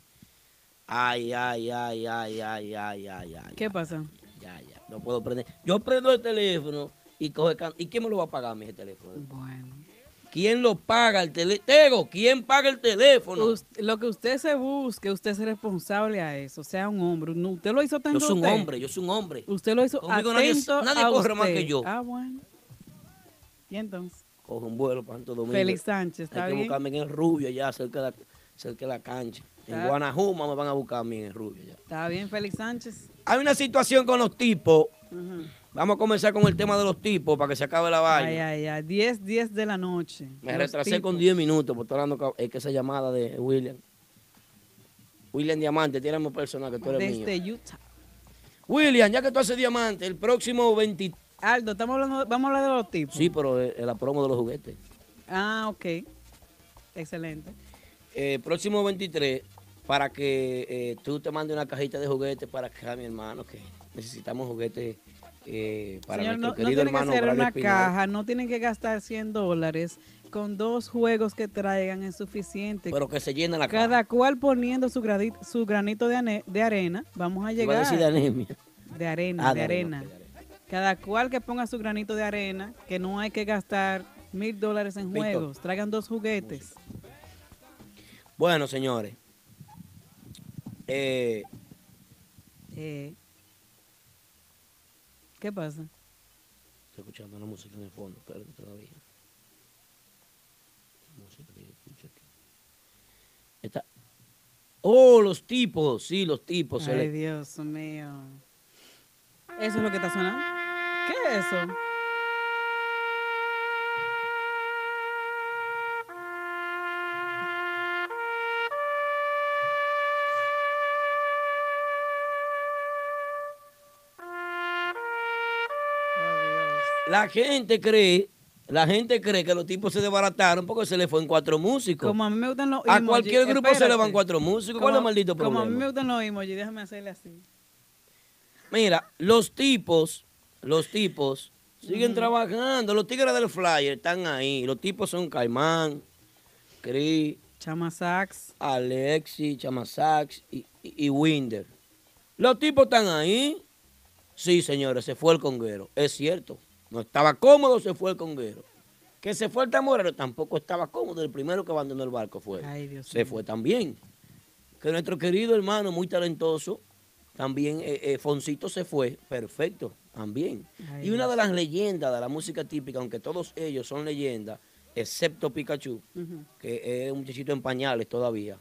Speaker 2: Ay, ay, ay, ay, ay, ay, ay, ay.
Speaker 3: ¿Qué pasa?
Speaker 2: Ya, ya. No puedo prender. Yo prendo el teléfono y coge can- ¿Y quién me lo va a pagar a mí ese teléfono?
Speaker 3: Bueno.
Speaker 2: ¿Quién lo paga el teléfono? Tego, ¿quién paga el teléfono?
Speaker 3: Us- lo que usted se busque, usted es responsable a eso. Sea un hombre. No, usted lo hizo tanto.
Speaker 2: yo soy un
Speaker 3: usted.
Speaker 2: hombre, yo soy un hombre.
Speaker 3: Usted lo hizo
Speaker 2: Conmigo nadie-
Speaker 3: atento
Speaker 2: nadie
Speaker 3: a
Speaker 2: corre más
Speaker 3: usted.
Speaker 2: que yo.
Speaker 3: Ah, bueno. Y entonces,
Speaker 2: Coge un vuelo para Santo Domingo.
Speaker 3: Félix Sánchez, ¿está
Speaker 2: Hay que
Speaker 3: bien?
Speaker 2: buscarme en el rubio allá, cerca de la, cerca de la cancha. En
Speaker 3: Está-
Speaker 2: Guanajuma me van a buscar a mí en el rubio ya.
Speaker 3: ¿está bien, Félix Sánchez?
Speaker 2: Hay una situación con los tipos.
Speaker 3: Ujú.
Speaker 2: Vamos a comenzar con el tema de los tipos para que se acabe la vaina.
Speaker 3: Ay, ay, ay. 10, 10 de la noche.
Speaker 2: Me
Speaker 3: Los
Speaker 2: retrasé
Speaker 3: tipos.
Speaker 2: con 10 minutos, porque estoy hablando ca- es que esa llamada de William. William Diamante, tírame un personaje, tú eres mío.
Speaker 3: Desde Utah.
Speaker 2: William, ya que tú haces diamante, el próximo 20.
Speaker 3: Aldo, estamos hablando, vamos a hablar de los tipos.
Speaker 2: Sí, pero eh, la promo de los juguetes.
Speaker 3: Ah, ok. Excelente.
Speaker 2: Eh, próximo 23, para que eh, tú te mandes una cajita de juguetes para que a mi hermano, que necesitamos juguetes eh, para
Speaker 3: Señor, no,
Speaker 2: nuestro
Speaker 3: no
Speaker 2: querido
Speaker 3: tienen que
Speaker 2: hermano
Speaker 3: hacer
Speaker 2: Braulio
Speaker 3: una
Speaker 2: Espinal.
Speaker 3: caja, no tienen que gastar 100 dólares. Con dos juegos que traigan es suficiente.
Speaker 2: Pero que se llena la
Speaker 3: Cada
Speaker 2: caja.
Speaker 3: cual poniendo su, gradi- su granito de, ane- de arena, vamos a
Speaker 2: Iba a
Speaker 3: llegar.
Speaker 2: decir de anemia.
Speaker 3: De arena,
Speaker 2: Ah,
Speaker 3: de
Speaker 2: de
Speaker 3: arena.
Speaker 2: arena,
Speaker 3: Cada cual que ponga su granito de arena, que no hay que gastar mil dólares en
Speaker 2: Víctor.
Speaker 3: juegos. Traigan dos juguetes.
Speaker 2: Bueno, señores. Eh,
Speaker 3: Eh, ¿Qué pasa?
Speaker 2: Estoy escuchando una música en el fondo, pero todavía. Música que yo escucho aquí. Está- Oh, los tipos, sí, los tipos. se
Speaker 3: Ay,
Speaker 2: le-
Speaker 3: Dios mío. ¿Eso es lo que está sonando? ¿Qué es eso?
Speaker 2: La gente cree, la gente cree que los tipos se desbarataron porque se le fue en cuatro músicos.
Speaker 3: Como a mí me gustan los
Speaker 2: a
Speaker 3: emojis,
Speaker 2: cualquier grupo se le
Speaker 3: espérate.
Speaker 2: van cuatro músicos. ¿Cuál es el
Speaker 3: Como-
Speaker 2: maldito
Speaker 3: Como a mí
Speaker 2: problema?
Speaker 3: me gustan los emojis, déjame hacerle así.
Speaker 2: Mira, los tipos, los tipos siguen
Speaker 3: Ujú.
Speaker 2: trabajando. Los tigres del flyer están ahí. Los tipos son Caimán, Cris,
Speaker 3: Chama Sax,
Speaker 2: Alexi, Chama Sax y, y- y Winder. Los tipos están ahí. Sí, señores, se fue el conguero. Es cierto. No estaba cómodo, se fue el conguero. Que se fue el tamorero tampoco estaba cómodo. El primero que abandonó el barco fue. él.
Speaker 3: Ay, Dios
Speaker 2: se fue también. Que nuestro querido hermano, muy talentoso, también, eh, eh, Foncito se fue. Perfecto, también.
Speaker 3: Ay,
Speaker 2: y una
Speaker 3: Dios.
Speaker 2: de las leyendas de la música típica, aunque todos ellos son leyendas, excepto Pikachu,
Speaker 3: Ujú.
Speaker 2: que es un muchachito en pañales todavía.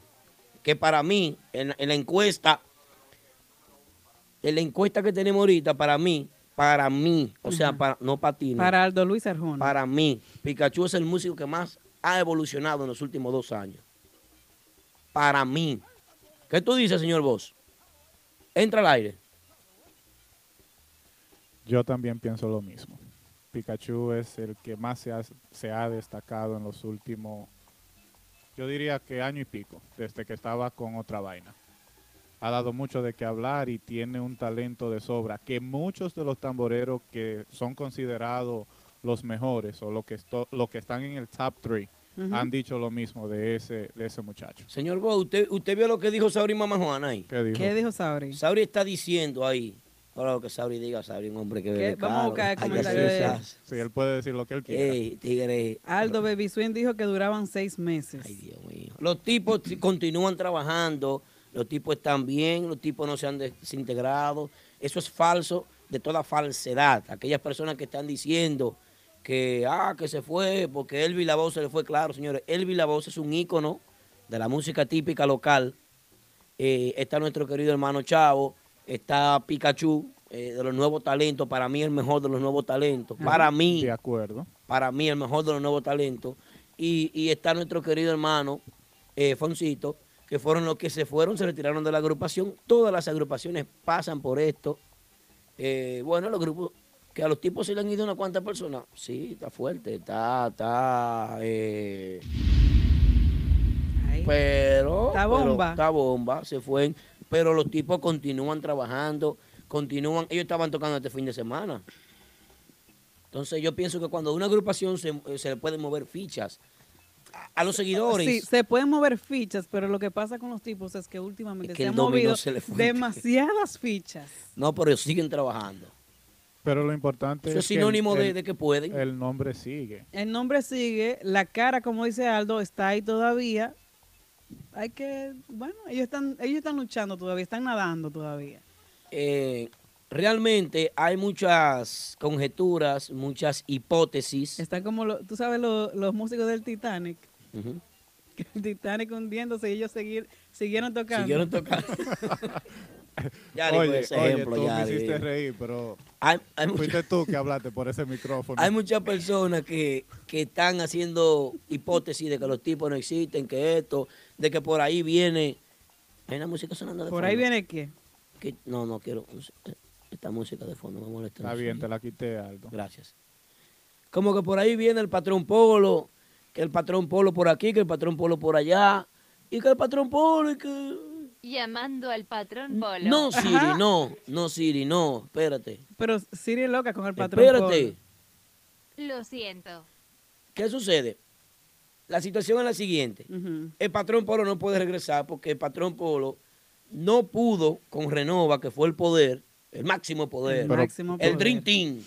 Speaker 2: Que para mí, en, en la encuesta, en la encuesta que tenemos ahorita, para mí, para mí, o sea,
Speaker 3: Ujú.
Speaker 2: para, no para ti, no.
Speaker 3: Para Aldo Luis Arjona.
Speaker 2: para mí, Pikachu es el músico que más ha evolucionado en los últimos dos años. Para mí. ¿Qué tú dices, señor Vos? Entra al aire.
Speaker 9: Yo también pienso lo mismo. Pikachu es el que más se ha, se ha destacado en los últimos, yo diría que año y pico, desde que estaba con otra vaina. Ha dado mucho de qué hablar y tiene un talento de sobra que muchos de los tamboreros que son considerados los mejores o los que, esto- los que están en el top 3
Speaker 2: Ujú.
Speaker 9: han dicho lo mismo de ese, de ese muchacho.
Speaker 2: Señor Vos, usted, usted vio lo que dijo Sauri Mamá Juana ahí.
Speaker 9: ¿Qué dijo?
Speaker 3: ¿Qué dijo Sauri?
Speaker 2: Sauri está diciendo ahí. Ahora lo que Sauri diga, Sauri, un hombre que
Speaker 3: ¿Qué?
Speaker 2: bebe
Speaker 3: Vamos a buscar el
Speaker 2: caro. Hay que
Speaker 3: comentario de él.
Speaker 2: hacer-
Speaker 9: Sí, él puede decir lo que él quiera.
Speaker 2: Ey, tigre.
Speaker 3: Aldo Baby Swing dijo que duraban seis meses.
Speaker 2: Los tipos t- continúan trabajando, los tipos están bien, los tipos no se han desintegrado. Eso es falso de toda falsedad. Aquellas personas que están diciendo que, ah, que se fue, porque Elvis Lavoe se le fue, claro, señores. Elvis Lavoe es un ícono de la música típica local. Eh, está nuestro querido hermano Chavo, está Pikachu, eh, de los nuevos talentos, para mí el mejor de los nuevos talentos. Para mí,
Speaker 9: De acuerdo.
Speaker 2: para mí el mejor de los nuevos talentos. Y, y está nuestro querido hermano eh, Foncito, que fueron los que se fueron, se retiraron de la agrupación. Todas las agrupaciones pasan por esto. Eh, bueno, los grupos, que a los tipos se le han ido unas cuantas personas. Sí, está fuerte, está, está. eh, pero.
Speaker 3: Está
Speaker 2: pero
Speaker 3: bomba.
Speaker 2: está bomba, se fue. Pero los tipos continúan trabajando, continúan. Ellos estaban tocando este fin de semana. Entonces yo pienso que cuando una agrupación se, eh, se le pueden mover fichas a, a los seguidores.
Speaker 3: Sí, se pueden mover fichas, pero lo que pasa con los tipos es que últimamente
Speaker 2: Es que
Speaker 3: se
Speaker 2: el
Speaker 3: han
Speaker 2: dominó
Speaker 3: movido
Speaker 2: se le fue.
Speaker 3: demasiadas fichas.
Speaker 2: No, pero siguen trabajando.
Speaker 9: Pero lo importante
Speaker 2: Eso es
Speaker 9: es, que el-
Speaker 2: sinónimo de-
Speaker 9: el-
Speaker 2: de que pueden.
Speaker 9: El nombre sigue.
Speaker 3: El nombre sigue, la cara, como dice Aldo, está ahí todavía. Hay que, bueno, ellos están, ellos están luchando todavía, están nadando todavía.
Speaker 2: Eh, realmente hay muchas conjeturas, muchas hipótesis.
Speaker 3: Están como, lo- tú sabes, lo- los músicos del Titanic,
Speaker 2: Ujú.
Speaker 3: que el Titanic hundiéndose y ellos seguir, siguieron tocando.
Speaker 2: Siguieron tocando. Yari,
Speaker 9: oye,
Speaker 2: por ese
Speaker 9: oye,
Speaker 2: ejemplo,
Speaker 9: tú
Speaker 2: Yari.
Speaker 9: me hiciste reír, pero
Speaker 2: Hay- hay mucha-
Speaker 9: fuiste tú que hablaste por ese micrófono.
Speaker 2: Hay muchas personas que, que están haciendo hipótesis de que los tipos no existen, que esto, de que por ahí viene. Hay una música sonando de
Speaker 3: ¿Por
Speaker 2: fondo.
Speaker 3: ahí viene qué?
Speaker 2: Que- no, no quiero. Esta música de fondo me molesta.
Speaker 9: Está
Speaker 2: no sé.
Speaker 9: bien, te la quité, Aldo.
Speaker 2: Gracias. Como que por ahí viene el patrón Polo, que el patrón Polo por aquí, que el patrón Polo por allá, y que el patrón Polo y que.
Speaker 5: Llamando al patrón Polo.
Speaker 2: No, Siri, no, no, Siri, no, espérate.
Speaker 3: Pero Siri es loca con el patrón.
Speaker 2: Espérate.
Speaker 5: Lo siento.
Speaker 2: ¿Qué sucede? La situación es la siguiente. El patrón Polo no puede regresar porque el patrón Polo no pudo con Renova, que fue el poder, el máximo poder,
Speaker 9: El máximo
Speaker 2: el
Speaker 9: poder.
Speaker 2: Dream Team.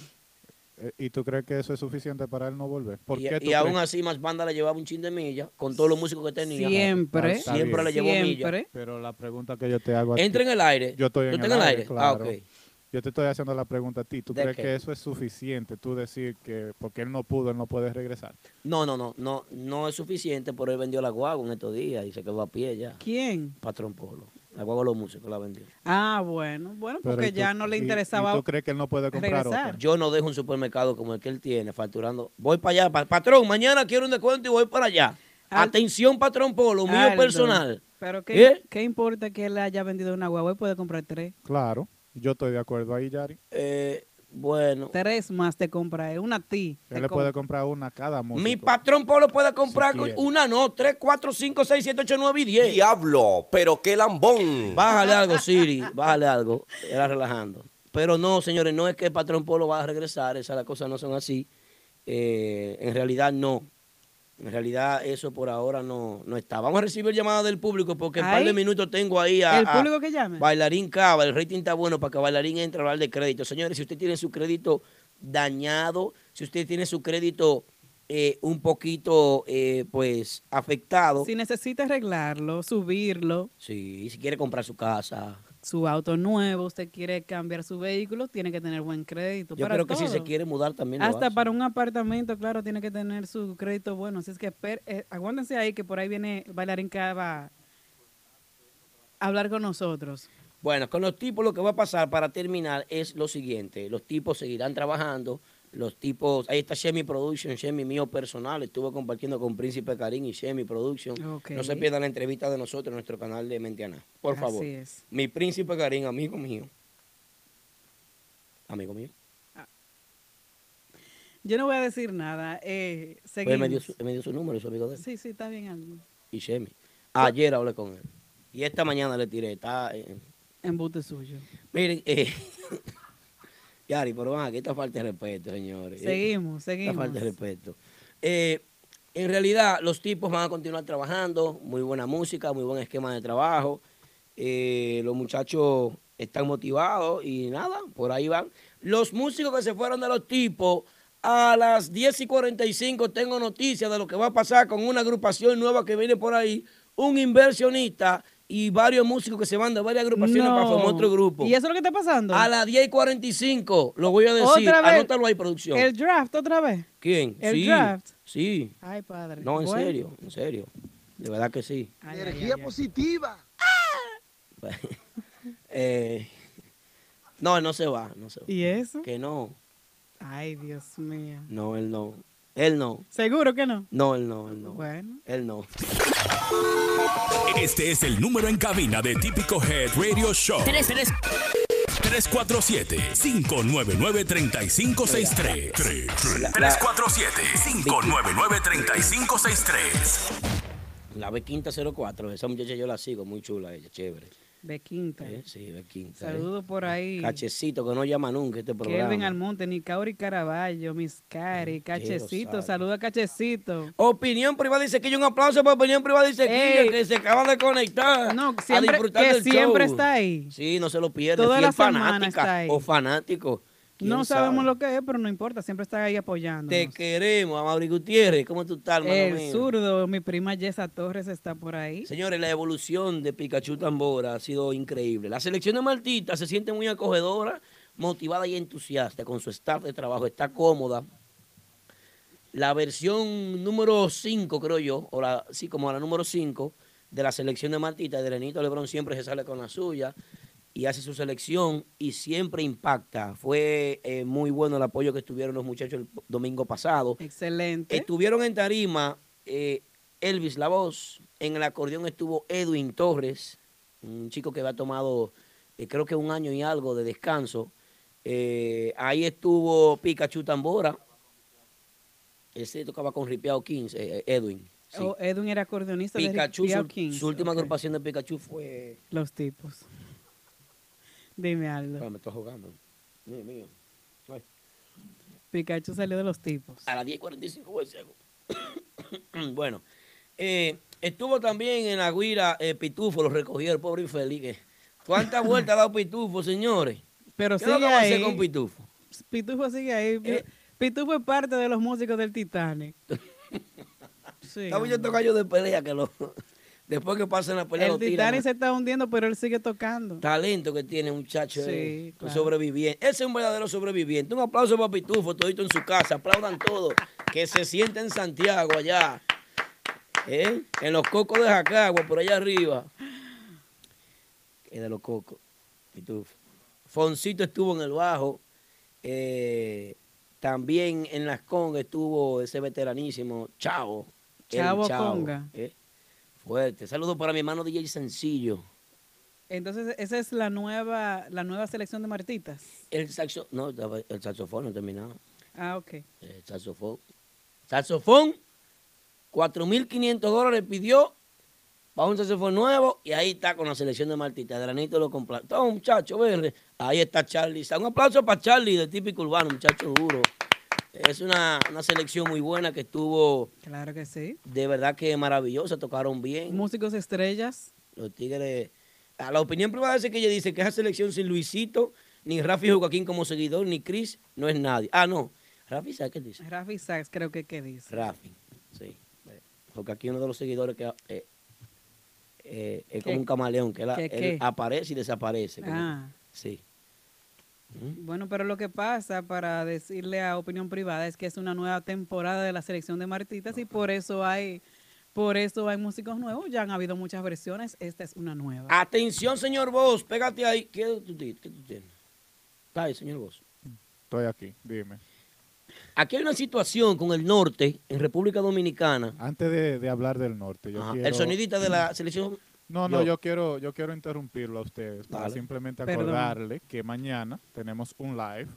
Speaker 9: Eh, ¿Y tú crees que eso es suficiente para él no volver? ¿Por
Speaker 2: Y,
Speaker 9: qué tú
Speaker 2: y aún
Speaker 9: crees?
Speaker 2: así, más banda le llevaba un chin de milla con todos los músicos que tenía.
Speaker 9: Ah, está
Speaker 2: Siempre
Speaker 9: bien.
Speaker 2: le llevó milla.
Speaker 9: Pero la pregunta que yo te hago a
Speaker 2: Entra
Speaker 9: ti-
Speaker 2: en el aire.
Speaker 9: Yo estoy en,
Speaker 2: ¿Tú
Speaker 9: el,
Speaker 2: estás en el
Speaker 9: aire,
Speaker 2: aire? Ah,
Speaker 9: claro.
Speaker 2: ok.
Speaker 9: Yo te estoy haciendo la pregunta a ti. ¿Tú
Speaker 2: ¿De
Speaker 9: crees
Speaker 2: qué?
Speaker 9: que eso es suficiente? Tú decir que porque él no pudo, él no puede regresar.
Speaker 2: No, no, no, no, no es suficiente, pero él vendió la guagua en estos días y se quedó a pie ya.
Speaker 3: ¿Quién?
Speaker 2: Patrón Polo. La guagua de los músicos la vendió.
Speaker 3: Ah, bueno, bueno,
Speaker 2: Pero
Speaker 3: porque
Speaker 2: ¿y tú-
Speaker 3: ya no le
Speaker 2: y- y
Speaker 3: interesaba.
Speaker 2: tú
Speaker 9: crees que él no puede
Speaker 3: comprar regresar. otra?
Speaker 2: Yo no dejo un supermercado como el que él tiene facturando. Voy para allá, pa- patrón, mañana quiero un descuento y voy para allá. Atención, patrón Polo, mío
Speaker 3: Aldo,
Speaker 2: personal.
Speaker 3: Pero ¿qué,
Speaker 2: ¿Eh?
Speaker 3: qué importa que él haya vendido una guagua? Él puede comprar tres.
Speaker 9: Claro, yo estoy de acuerdo ahí, Yari.
Speaker 2: Eh, Bueno.
Speaker 3: Tres más te compraré, una a ti.
Speaker 9: Él le puede comprar una a cada músico.
Speaker 2: Mi patrón Polo puede comprar
Speaker 9: Si quiere.
Speaker 2: una, no, tres, cuatro, cinco, seis, siete, ocho, nueve y diez.
Speaker 10: Diablo, pero qué lambón.
Speaker 2: Bájale algo, Siri, bájale algo. Era relajando. Pero no, señores, no es que el patrón Polo va a regresar, esas las cosas no son así. Eh, en realidad no. En realidad eso por ahora no, no está. Vamos a recibir llamadas del público porque en un par de
Speaker 3: Ay.
Speaker 2: minutos tengo ahí a,
Speaker 3: ¿El
Speaker 2: a
Speaker 3: público que llame?
Speaker 2: Bailarín Cava. El rating está bueno para que Bailarín entre a hablar de crédito. Señores, si usted tiene su crédito dañado, si usted tiene su crédito eh, un poquito eh, pues afectado,
Speaker 3: Si necesita arreglarlo, subirlo,
Speaker 2: sí, si quiere comprar su casa,
Speaker 3: su auto nuevo, usted quiere cambiar su vehículo, tiene que tener buen crédito.
Speaker 2: Yo
Speaker 3: para
Speaker 2: creo que si
Speaker 3: todo.
Speaker 2: se quiere mudar también. lo
Speaker 3: Hasta
Speaker 2: hace.
Speaker 3: para un apartamento, claro, tiene que tener su crédito bueno. Así es que esper- eh, aguántense ahí que por ahí viene Bailarín Cava a hablar con nosotros.
Speaker 2: Bueno, con los tipos lo que va a pasar para terminar es lo siguiente. Los tipos seguirán trabajando. Los tipos, ahí está Shemi Production, Shemi mío personal. Estuve compartiendo con Príncipe Karim y Shemi Production.
Speaker 3: Ok.
Speaker 2: No se pierdan la entrevista de nosotros en nuestro canal de Mentiana. Por
Speaker 3: Así
Speaker 2: favor.
Speaker 3: es.
Speaker 2: Mi Príncipe Karim, amigo mío. Amigo mío.
Speaker 3: Yo no voy a decir nada. Eh,
Speaker 2: Pues él me, dio
Speaker 3: seguimos.
Speaker 2: su, él me dio su número, su amigo de él.
Speaker 3: Sí, sí, está bien algo.
Speaker 2: Y Shemi. Ayer hablé con él. Y esta mañana le tiré. Está, eh,
Speaker 3: Embute suyo.
Speaker 2: Miren, eh, Yari, pero van aquí esta falta de respeto, señores. Eh,
Speaker 3: Seguimos,
Speaker 2: Esta falta de
Speaker 3: seguimos.
Speaker 2: respeto. Eh, en realidad, los tipos van a continuar trabajando, muy buena música, muy buen esquema de trabajo. Eh, los muchachos están motivados y nada, por ahí van. Los músicos que se fueron de los tipos, a las 10 y 45 tengo noticias de lo que va a pasar con una agrupación nueva que viene por ahí, un inversionista y varios músicos que se van de varias agrupaciones para formar otro grupo.
Speaker 3: ¿Y eso es lo que está pasando?
Speaker 2: A las 10 y 45, lo voy a decir.
Speaker 3: ¿Otra vez?
Speaker 2: Anótalo ahí, producción.
Speaker 3: ¿El draft otra vez?
Speaker 2: ¿Quién?
Speaker 3: ¿El
Speaker 2: sí,
Speaker 3: draft?
Speaker 2: Sí.
Speaker 3: Ay, padre.
Speaker 2: No, en
Speaker 3: Bueno.
Speaker 2: serio, en serio. De verdad que sí.
Speaker 11: Energía positiva.
Speaker 2: Eh, no, él no se va, no se va.
Speaker 3: ¿Y eso?
Speaker 2: Que no,
Speaker 3: Ay, Dios mío.
Speaker 2: no, él no. Él no.
Speaker 3: ¿Seguro que no?
Speaker 2: No, él no, él no.
Speaker 3: Bueno.
Speaker 2: Él no.
Speaker 1: Este es el número en cabina de Típico Head Radio Show. 347-599-3563. 347-599-3563.
Speaker 2: La B504, esa muchacha yo la sigo, muy chula ella, chévere.
Speaker 3: De quinta.
Speaker 2: Eh, sí, B5.
Speaker 3: Saludos por ahí.
Speaker 2: Cachecito que no llama nunca este programa.
Speaker 3: Kelvin Almonte, Nicauri Caraballo, Miscari, Cachecito,
Speaker 2: sabe.
Speaker 3: saluda a Cachecito.
Speaker 2: Opinión privada dice que un aplauso para opinión privada dice
Speaker 3: Ey.
Speaker 2: que que se acaba de conectar.
Speaker 3: No,
Speaker 2: a
Speaker 3: siempre-
Speaker 2: disfrutar
Speaker 3: que
Speaker 2: del
Speaker 3: siempre
Speaker 2: show.
Speaker 3: está ahí.
Speaker 2: Sí, no se lo pierde.
Speaker 3: Toda
Speaker 2: Si
Speaker 3: la
Speaker 2: es
Speaker 3: semana
Speaker 2: fanática
Speaker 3: está ahí.
Speaker 2: o fanático. ¿quién
Speaker 3: No
Speaker 2: sabe?
Speaker 3: sabemos lo que es, pero no importa, siempre está ahí apoyando.
Speaker 2: Te queremos, Amaury Gutiérrez. ¿Cómo tú estás, hermano
Speaker 3: El
Speaker 2: mío?
Speaker 3: zurdo, mi prima Yesa Torres está por ahí.
Speaker 2: Señores, la evolución de Pikachu Tambora ha sido increíble. La selección de Martita se siente muy acogedora, motivada y entusiasta con su staff de trabajo. Está cómoda. La versión número 5, creo yo, o la, sí, como la número 5 de la selección de Martita, de Lenito Lebrón siempre se sale con la suya y hace su selección y siempre impacta. Fue eh, muy bueno el apoyo que estuvieron los muchachos el domingo pasado.
Speaker 3: Excelente.
Speaker 2: Estuvieron en tarima eh, Elvis La Voz, en el acordeón estuvo Edwin Torres, un chico que había tomado eh, creo que un año y algo de descanso. Eh, ahí estuvo Pikachu Tambora, ese tocaba con Ripiao 15, eh, eh, Edwin. sí.
Speaker 3: O Edwin era acordeonista
Speaker 2: Pikachu,
Speaker 3: de Rick
Speaker 2: su,
Speaker 3: Piao Kings.
Speaker 2: su última
Speaker 3: Ok.
Speaker 2: agrupación de Pikachu fue...
Speaker 3: Los tipos. Dime algo.
Speaker 2: Ah, me está jugando. Dios mío. Ay.
Speaker 3: Pikachu salió de los tipos.
Speaker 2: A las 10.45 voy ciego. bueno, eh, estuvo también en la guira eh, Pitufo, lo recogió el pobre infeliz. que- ¿Cuántas vueltas ha dado Pitufo, señores?
Speaker 3: Pero
Speaker 2: ¿Qué es lo
Speaker 3: sigue
Speaker 2: que va a hacer
Speaker 3: ahí.
Speaker 2: con Pitufo?
Speaker 3: Pitufo sigue ahí.
Speaker 2: Eh,
Speaker 3: Pitufo es parte de los músicos del Titanic. Sí,
Speaker 2: Estaba yo
Speaker 3: hombre.
Speaker 2: tocando de pelea que lo... Después que pasen la pelea,
Speaker 3: El
Speaker 2: lo tiran.
Speaker 3: Titanic se está hundiendo, pero él sigue tocando.
Speaker 2: Talento que tiene muchacho,
Speaker 3: Sí,
Speaker 2: eh, un
Speaker 3: claro.
Speaker 2: sobreviviente. Ese es un verdadero sobreviviente. Un aplauso para Pitufo, todito en su casa. Aplaudan todos. Que se sienten en Santiago allá. ¿eh? En los cocos de Jacagua, por allá arriba. Es de los cocos. Pitufo. Foncito estuvo en el bajo. eh, también en las congas estuvo ese veteranísimo Chavo. el
Speaker 3: Chavo Conga.
Speaker 2: ¿eh? Fuerte. Saludos para mi hermano DJ Sencillo.
Speaker 3: Entonces, esa es la nueva, la nueva selección de Martitas.
Speaker 2: El saxo, no, estaba- el saxofón no terminaba.
Speaker 3: Ah, ok.
Speaker 2: El Eh, saxofón. Saxofón, 4.500 dólares pidió para un saxofón nuevo y ahí está con la selección de Martita. Granito lo compra. Todo muchacho, ven, ahí está Charlie. Un aplauso para Charlie de típico urbano, muchacho duro. Es una, una selección muy buena que estuvo
Speaker 3: Claro que sí.
Speaker 2: de verdad que maravillosa, tocaron bien.
Speaker 3: Músicos estrellas.
Speaker 2: Los Tigres. A la opinión privada dice que ella dice que esa selección sin Luisito, ni Rafi Joaquín como seguidor, ni Chris, no es nadie. Ah, no. Rafi, ¿sabes qué dice?
Speaker 3: Rafi Sachs, creo que que dice.
Speaker 2: Rafi, sí. Eh, Porque aquí uno de los seguidores que eh, eh,
Speaker 3: ¿Qué?
Speaker 2: es como un camaleón, que él,
Speaker 3: ¿Qué,
Speaker 2: él
Speaker 3: qué?
Speaker 2: aparece y desaparece. como-
Speaker 3: Ah.
Speaker 2: Sí.
Speaker 3: Bueno, pero lo que pasa, para decirle a opinión privada, es que es una nueva temporada de la selección de Martitas y por eso hay, por eso hay músicos nuevos. Ya han habido muchas versiones. Esta es una nueva.
Speaker 2: Atención, señor Vos, pégate ahí. ¿Qué tú, ti- qué tú tienes? Está ahí, señor Vos.
Speaker 9: Estoy aquí, dime.
Speaker 2: Aquí hay una situación con el norte en República Dominicana.
Speaker 9: Antes de, de hablar del norte, yo
Speaker 2: Ajá,
Speaker 9: quiero-
Speaker 2: El sonidista de la selección.
Speaker 9: No, no,
Speaker 2: Yo.
Speaker 9: yo, quiero, yo quiero interrumpirlo a ustedes para
Speaker 2: Dale.
Speaker 9: simplemente
Speaker 2: Perdón.
Speaker 9: acordarle que mañana tenemos un live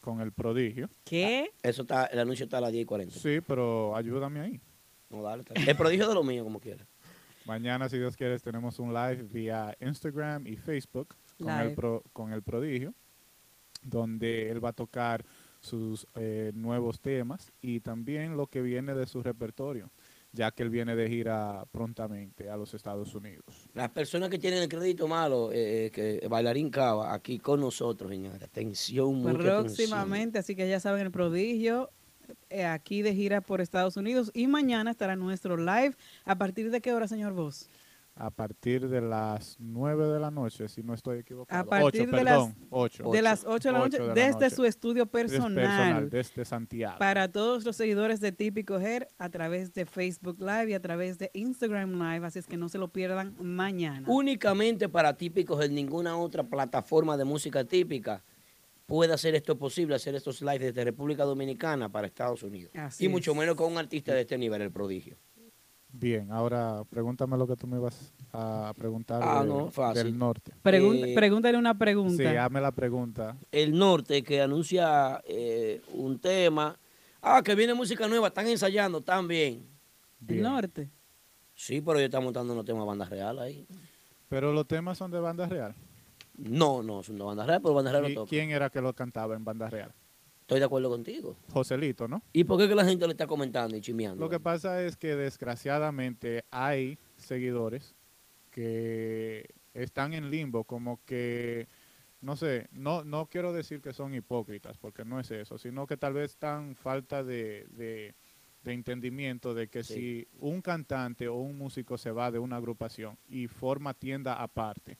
Speaker 9: con el prodigio.
Speaker 3: ¿Qué?
Speaker 2: Eso está, el anuncio está a las 10 y 40.
Speaker 9: Sí, pero ayúdame ahí.
Speaker 2: No, dale, está bien. El prodigio de lo mío, como quiera.
Speaker 9: Mañana, si Dios quiere, tenemos un live vía Instagram y Facebook con,
Speaker 2: Live.
Speaker 9: el, pro- con el prodigio, donde él va a tocar sus eh, nuevos temas y también lo que viene de su repertorio, ya que él viene de gira prontamente a los Estados Unidos.
Speaker 2: Las personas que tienen el crédito malo, eh, eh, que bailarín Cava, aquí con nosotros, señores. Atención, mucha atención.
Speaker 3: Próximamente, así que ya saben el prodigio eh, aquí de gira por Estados Unidos y mañana estará nuestro live. ¿A partir de qué hora, señor Vos?
Speaker 9: A partir de las 9 de la noche, si no estoy equivocado.
Speaker 3: A partir
Speaker 9: Ocho,
Speaker 3: de,
Speaker 9: perdón,
Speaker 3: las,
Speaker 9: ocho.
Speaker 3: de las 8 de la noche,
Speaker 9: Ocho
Speaker 3: desde
Speaker 9: noche.
Speaker 3: su estudio
Speaker 9: Desde
Speaker 3: personal,
Speaker 9: Desde Santiago.
Speaker 3: para todos los seguidores de Típico Her a través de Facebook Live y a través de Instagram Live, así es que no se lo pierdan mañana.
Speaker 2: Únicamente para típicos en ninguna otra plataforma de música típica puede hacer esto posible, hacer estos lives desde República Dominicana para Estados Unidos.
Speaker 3: Así
Speaker 2: y mucho
Speaker 3: es.
Speaker 2: menos con un artista de este nivel, el prodigio.
Speaker 9: Bien, ahora pregúntame lo que tú me vas a preguntar
Speaker 2: Ah,
Speaker 9: de-
Speaker 2: no, fácil.
Speaker 9: del norte.
Speaker 3: Pregun-
Speaker 2: Eh,
Speaker 3: pregúntale una
Speaker 9: Sí,
Speaker 3: pregunta.
Speaker 9: hazme la pregunta.
Speaker 2: El norte que anuncia eh, un tema. Ah, que viene música nueva, están ensayando también.
Speaker 3: ¿El norte?
Speaker 2: Sí, pero yo está montando unos temas de banda real ahí.
Speaker 9: Pero los temas son de banda real.
Speaker 2: No, no, son de banda real, pero banda real
Speaker 9: ¿Y
Speaker 2: no toca.
Speaker 9: ¿Quién era que lo cantaba en banda real?
Speaker 2: Estoy de acuerdo contigo.
Speaker 9: Joselito, ¿no?
Speaker 2: ¿Y por qué que la gente le está comentando y chimeando?
Speaker 9: Lo que pasa es que desgraciadamente hay seguidores que están en limbo, como que, no sé, no, no quiero decir que son hipócritas, porque no es eso, sino que tal vez están falta de, de- de entendimiento de que
Speaker 12: Sí.
Speaker 9: si un cantante o un músico se va de una agrupación y forma tienda aparte,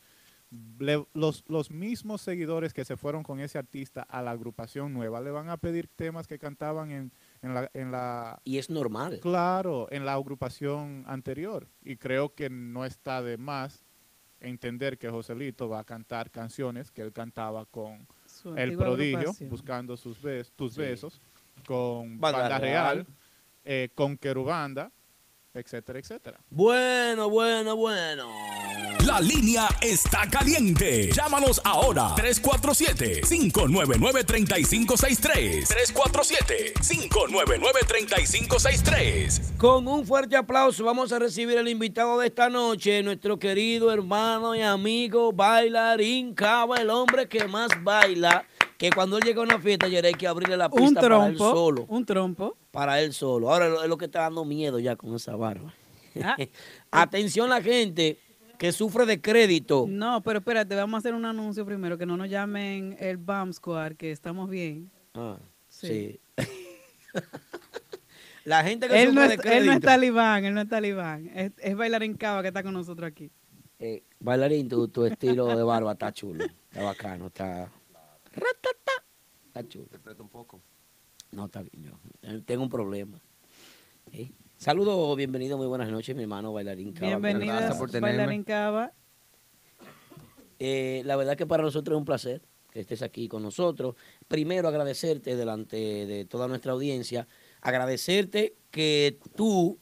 Speaker 9: le- los, los mismos seguidores que se fueron con ese artista a la agrupación nueva le van a pedir temas que cantaban en, en la, en la...
Speaker 2: Y es normal.
Speaker 9: Claro, en la agrupación anterior. Y creo que no está de más entender que Joselito va a cantar canciones que él cantaba con
Speaker 12: Su
Speaker 9: El
Speaker 12: antigua
Speaker 9: Prodigio,
Speaker 12: agrupación.
Speaker 9: Buscando sus bes- Tus
Speaker 12: Sí.
Speaker 9: Besos, con
Speaker 2: Banda
Speaker 9: Banda,
Speaker 2: Real.
Speaker 9: Real, eh, con Querubanda, etcétera, etcétera.
Speaker 2: Bueno, bueno, bueno.
Speaker 1: La línea está caliente. Llámanos ahora 347-599-3563. 347-599-3563.
Speaker 2: Con un fuerte aplauso vamos a recibir al invitado de esta noche, nuestro querido hermano y amigo bailarín Cava, el hombre que más baila, que cuando él llega a una fiesta ya hay que abrirle la pista
Speaker 3: Un
Speaker 2: para él
Speaker 3: trompo,
Speaker 2: solo,
Speaker 3: un trompo.
Speaker 2: para él solo. Ahora lo- es lo que está dando miedo ya con esa barba.
Speaker 3: Ah.
Speaker 2: Atención la gente que sufre de crédito.
Speaker 3: No, pero espérate, vamos a hacer un anuncio primero, que no nos llamen el BAM Squad, que estamos bien.
Speaker 2: Ah, sí.
Speaker 3: Sí.
Speaker 2: la gente que
Speaker 3: Él no,
Speaker 2: sufre
Speaker 3: es,
Speaker 2: de
Speaker 3: él
Speaker 2: crédito.
Speaker 3: no es talibán, él no es talibán. Es, es bailarín Cava que está con nosotros aquí.
Speaker 2: Eh, bailarín, tu, tu estilo de barba está chulo, está bacano, está... Está chulo.
Speaker 10: un poco.
Speaker 2: No, está bien, yo, eh, tengo un problema. ¿Eh? Saludos, bienvenido, muy buenas noches, mi hermano bailarín Cava.
Speaker 3: Bienvenido, bailarín Cava.
Speaker 2: Eh, la verdad que para nosotros es un placer que estés aquí con nosotros. Primero agradecerte delante de toda nuestra audiencia, agradecerte que tú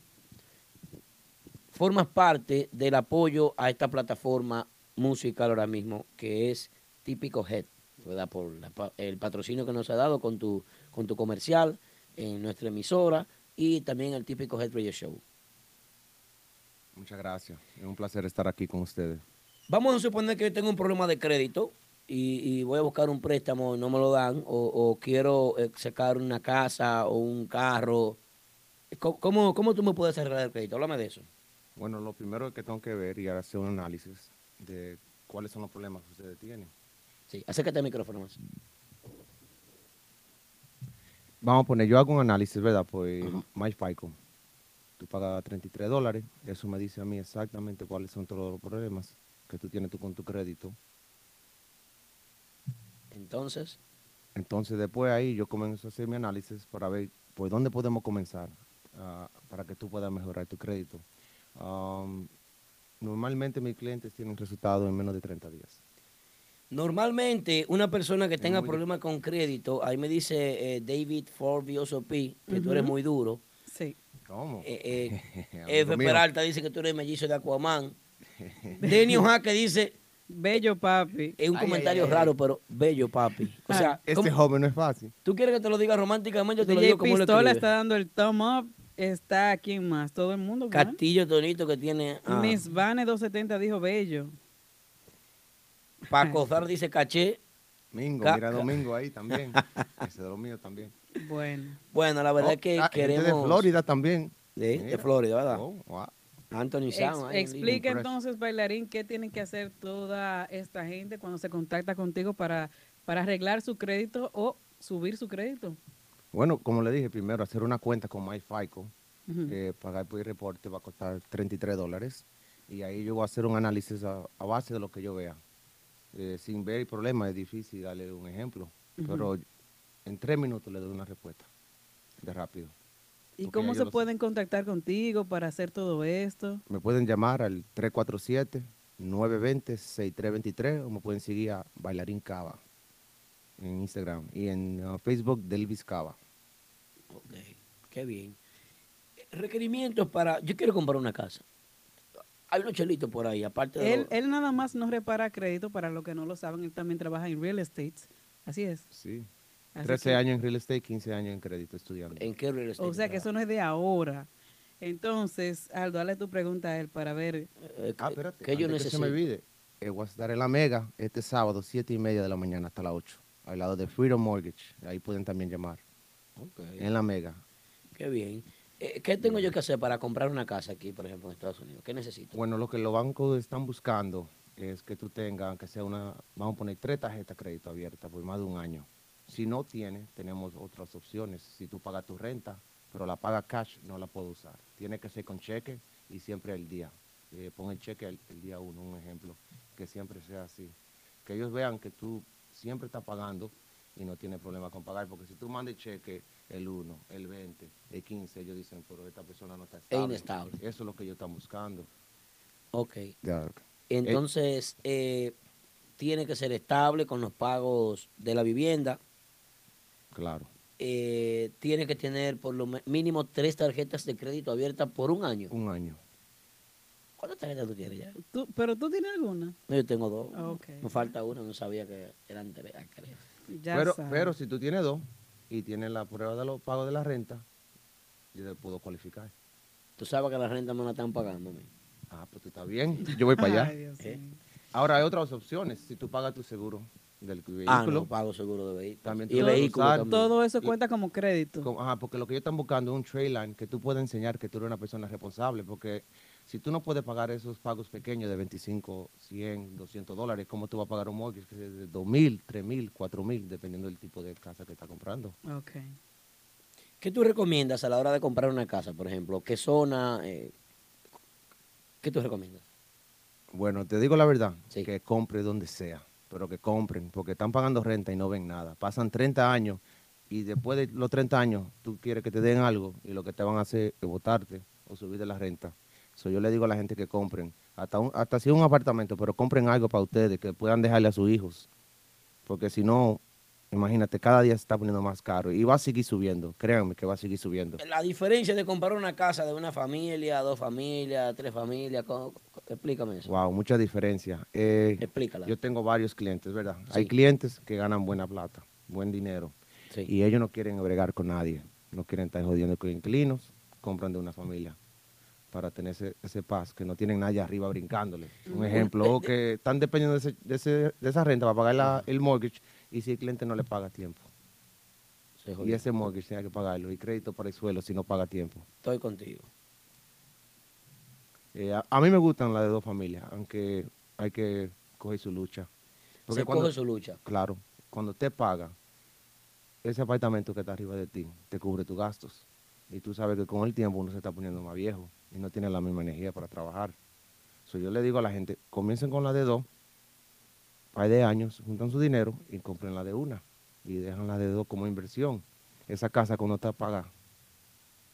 Speaker 2: formas parte del apoyo a esta plataforma musical ahora mismo, que es Típico Head, ¿verdad? Por la pa- el patrocinio que nos ha dado con tu, con tu comercial en nuestra emisora y también el Típico Head Radio Show.
Speaker 12: Muchas gracias. Es un placer estar aquí con ustedes.
Speaker 2: Vamos a suponer que yo tengo un problema de crédito y, y voy a buscar un préstamo y no me lo dan, o, o quiero eh, sacar una casa o un carro. Co- ¿Cómo, cómo tú me puedes cerrar el crédito? Háblame de eso.
Speaker 12: Bueno, lo primero que tengo que ver y hacer un análisis de cuáles son los problemas que ustedes tienen.
Speaker 2: Sí, acércate al micrófono más.
Speaker 12: Vamos a poner, yo hago un análisis, ¿verdad? Pues MyFICO. Tú pagas 33 dólares. Eso me dice a mí exactamente cuáles son todos los problemas que tú tienes tú con tu crédito.
Speaker 2: Entonces,
Speaker 12: Entonces, después ahí yo comienzo a hacer mi análisis para ver por dónde podemos comenzar ah, para que tú puedas mejorar tu crédito. Am, normalmente mis clientes tienen resultados en menos de 30 días.
Speaker 2: normalmente una persona que tenga problemas con crédito, ahí me dice eh, David Ford BOSOP, que tú eres
Speaker 12: Ujú.
Speaker 2: muy duro.
Speaker 3: Sí.
Speaker 12: ¿Cómo?
Speaker 2: Eh, eh,
Speaker 12: Amigo
Speaker 2: F.
Speaker 12: mío.
Speaker 2: Peralta dice que tú eres mellizo de Aquaman. Denio Jaque dice...
Speaker 3: Bello papi.
Speaker 2: Es un
Speaker 12: Ay,
Speaker 2: comentario
Speaker 12: ay, ay, ay.
Speaker 2: raro, pero bello papi. O sea,
Speaker 12: Este
Speaker 2: ¿cómo-
Speaker 12: joven no es fácil.
Speaker 2: ¿Tú quieres que te lo diga románticamente? o Te lo
Speaker 3: DJ
Speaker 2: digo como lo
Speaker 3: Pistola
Speaker 2: escribe?
Speaker 3: está dando el thumb up. Está aquí más, todo el mundo. ¿verdad?
Speaker 2: Castillo Tonito que tiene a
Speaker 3: Miss Vane 270 dijo bello.
Speaker 2: Paco Zar dice caché.
Speaker 12: Domingo,
Speaker 2: Ca-
Speaker 12: mira
Speaker 2: ca-
Speaker 12: Domingo ahí también. Ese de los míos también.
Speaker 3: Bueno.
Speaker 2: Bueno, la verdad
Speaker 12: Oh,
Speaker 2: es que
Speaker 12: ah, gente
Speaker 2: queremos...
Speaker 12: de Florida también.
Speaker 2: De,
Speaker 12: Mira. Oh.
Speaker 2: Florida, ¿verdad? Anthony
Speaker 3: Ex-
Speaker 2: Sam. ahí en
Speaker 3: explica
Speaker 2: línea.
Speaker 3: entonces, bailarín, qué tiene que hacer toda esta gente cuando se contacta contigo para, para arreglar su crédito o subir su crédito.
Speaker 12: Bueno, como le dije, primero hacer una cuenta con MyFICO,
Speaker 3: Ujú.
Speaker 12: que pagar por el reporte va a costar 33 dólares. Y ahí yo voy a hacer un análisis a, a base de lo que yo vea. Eh, sin ver el problema es difícil darle un ejemplo,
Speaker 3: Ujú.
Speaker 12: pero en tres minutos le doy una respuesta, de rápido.
Speaker 3: ¿Y
Speaker 12: Ok,
Speaker 3: cómo
Speaker 12: yo
Speaker 3: se
Speaker 12: lo sé.
Speaker 3: pueden contactar contigo para hacer todo esto?
Speaker 12: Me pueden llamar al 347-920-6323 o me pueden seguir a Bailarín Cava en Instagram y en uh, Facebook Delvis Cava.
Speaker 2: Ok, qué bien. Requerimientos para... Yo quiero comprar una casa. Hay unos chelitos por ahí, aparte de...
Speaker 3: Él,
Speaker 2: los-
Speaker 3: él nada más no repara crédito, para los que no lo saben, él también trabaja en real estate. Así es.
Speaker 12: Sí.
Speaker 3: Así
Speaker 12: 13
Speaker 3: que-
Speaker 12: años en real estate, 15 años en crédito estudiando.
Speaker 2: ¿En qué real
Speaker 3: O sea que eso no es de ahora. Entonces, Aldo, dale tu pregunta a él para ver.
Speaker 12: ah, espérate, antes que se me olvide, eh, voy a estar en La Mega este sábado, 7 y media de la mañana hasta las 8, al lado de Freedom Mortgage. Ahí pueden también llamar.
Speaker 2: Ok,
Speaker 12: En La Mega.
Speaker 2: Qué bien. Eh, ¿Qué tengo yo que hacer para comprar una casa aquí, por ejemplo, en Estados Unidos? ¿Qué necesito?
Speaker 12: Bueno, lo que los bancos están buscando es que tú tengas, que sea una, vamos a poner tres tarjetas de crédito abiertas por más de un año. Si no tienes, tenemos otras opciones. Si tú pagas tu renta, pero la pagas cash, no la puedo usar. Tiene que ser con cheque y siempre el día. Eh, pon el cheque el, el día uno, un ejemplo, que siempre sea así. Que ellos vean que tú siempre estás pagando y no tienes problema con pagar, porque si tú mandas el cheque el 1, el 20, el 15, ellos dicen, pero esta persona no está estable.
Speaker 2: inestable.
Speaker 12: Eso es lo que ellos están buscando.
Speaker 2: Ok. Entonces, eh, tiene que ser estable con los pagos de la vivienda.
Speaker 12: Claro.
Speaker 2: eh, tiene que tener por lo me- mínimo tres tarjetas de crédito abiertas por un año.
Speaker 12: Un año.
Speaker 2: ¿Cuántas tarjetas tú tienes ya?
Speaker 3: Tú- ¿Pero tú tienes alguna?
Speaker 2: No, yo tengo dos.
Speaker 3: Ah, ok.
Speaker 2: Me falta una, no sabía que eran tres. ah, creo.
Speaker 3: Ya
Speaker 12: pero,
Speaker 3: sabes.
Speaker 12: pero si tú tienes dos y tienes la prueba de los pagos de la renta, yo te puedo cualificar.
Speaker 2: Tú sabes que la renta me la están pagando. a mí.
Speaker 12: Ah, pues tú estás bien. Yo voy para allá.
Speaker 2: Ay, Dios
Speaker 12: ¿Eh? Ahora hay otras opciones. Si tú pagas tu seguro del vehículo.
Speaker 2: Ah, no, pago seguro de vehículo.
Speaker 12: También
Speaker 2: Y
Speaker 12: tú puedes
Speaker 2: vehículo
Speaker 12: usar-
Speaker 2: también.
Speaker 3: Todo eso cuenta como crédito.
Speaker 12: Como- ajá, porque lo que ellos están buscando es un trade line que tú puedas enseñar que tú eres una persona responsable, porque si tú no puedes pagar esos pagos pequeños de 25, 100, 200 dólares, ¿cómo tú vas a pagar un mortgage que es de 2.000, 3.000, 4.000, dependiendo del tipo de casa que estás comprando?
Speaker 3: Ok.
Speaker 2: ¿Qué tú recomiendas a la hora de comprar una casa, por ejemplo? ¿Qué zona? eh, ¿Qué tú recomiendas?
Speaker 12: Bueno, te digo la verdad, que compre donde sea, pero que compren, porque están pagando renta y no ven nada. Pasan 30 años y después de los 30 años tú quieres que te den algo y lo que te van a hacer es votarte o subir de la renta. So, yo le digo a la gente que compren, hasta, un, hasta si es un apartamento, pero compren algo para ustedes, que puedan dejarle a sus hijos, porque si no, imagínate, cada día se está poniendo más caro y va a seguir subiendo, créanme que va a seguir subiendo.
Speaker 2: La diferencia de comprar una casa de una familia, dos familias, tres familias, co- co- Explícame eso.
Speaker 12: Wow, mucha diferencia. Eh,
Speaker 2: Explícala.
Speaker 12: Yo tengo varios clientes, ¿verdad?
Speaker 2: Sí.
Speaker 12: Hay clientes que ganan buena plata, buen dinero. Y ellos no quieren bregar con nadie. No quieren estar jodiendo con inquilinos. Compran de una familia para tener ese, ese paz, que no tienen nadie arriba brincándole. Un
Speaker 13: Ujú.
Speaker 12: ejemplo, o que están dependiendo de, ese- de ese- de esa renta para pagar la- el mortgage y si el cliente no le paga a tiempo. Y
Speaker 2: jodió.
Speaker 12: ese mortgage tiene que pagarlo y crédito para el suelo si no paga a tiempo.
Speaker 2: Estoy contigo.
Speaker 12: Eh, a, a mí me gustan las de dos familias, aunque hay que coger su lucha.
Speaker 2: Se coge su lucha.
Speaker 12: Claro, cuando usted paga, ese apartamento que está arriba de ti te cubre tus gastos. Y tú sabes que con el tiempo uno se está poniendo más viejo y no tiene la misma energía para trabajar. So, yo le digo a la gente, comiencen con la de dos, par de años, juntan su dinero y compren la de una. Y dejan la de dos como inversión. Esa casa cuando está paga,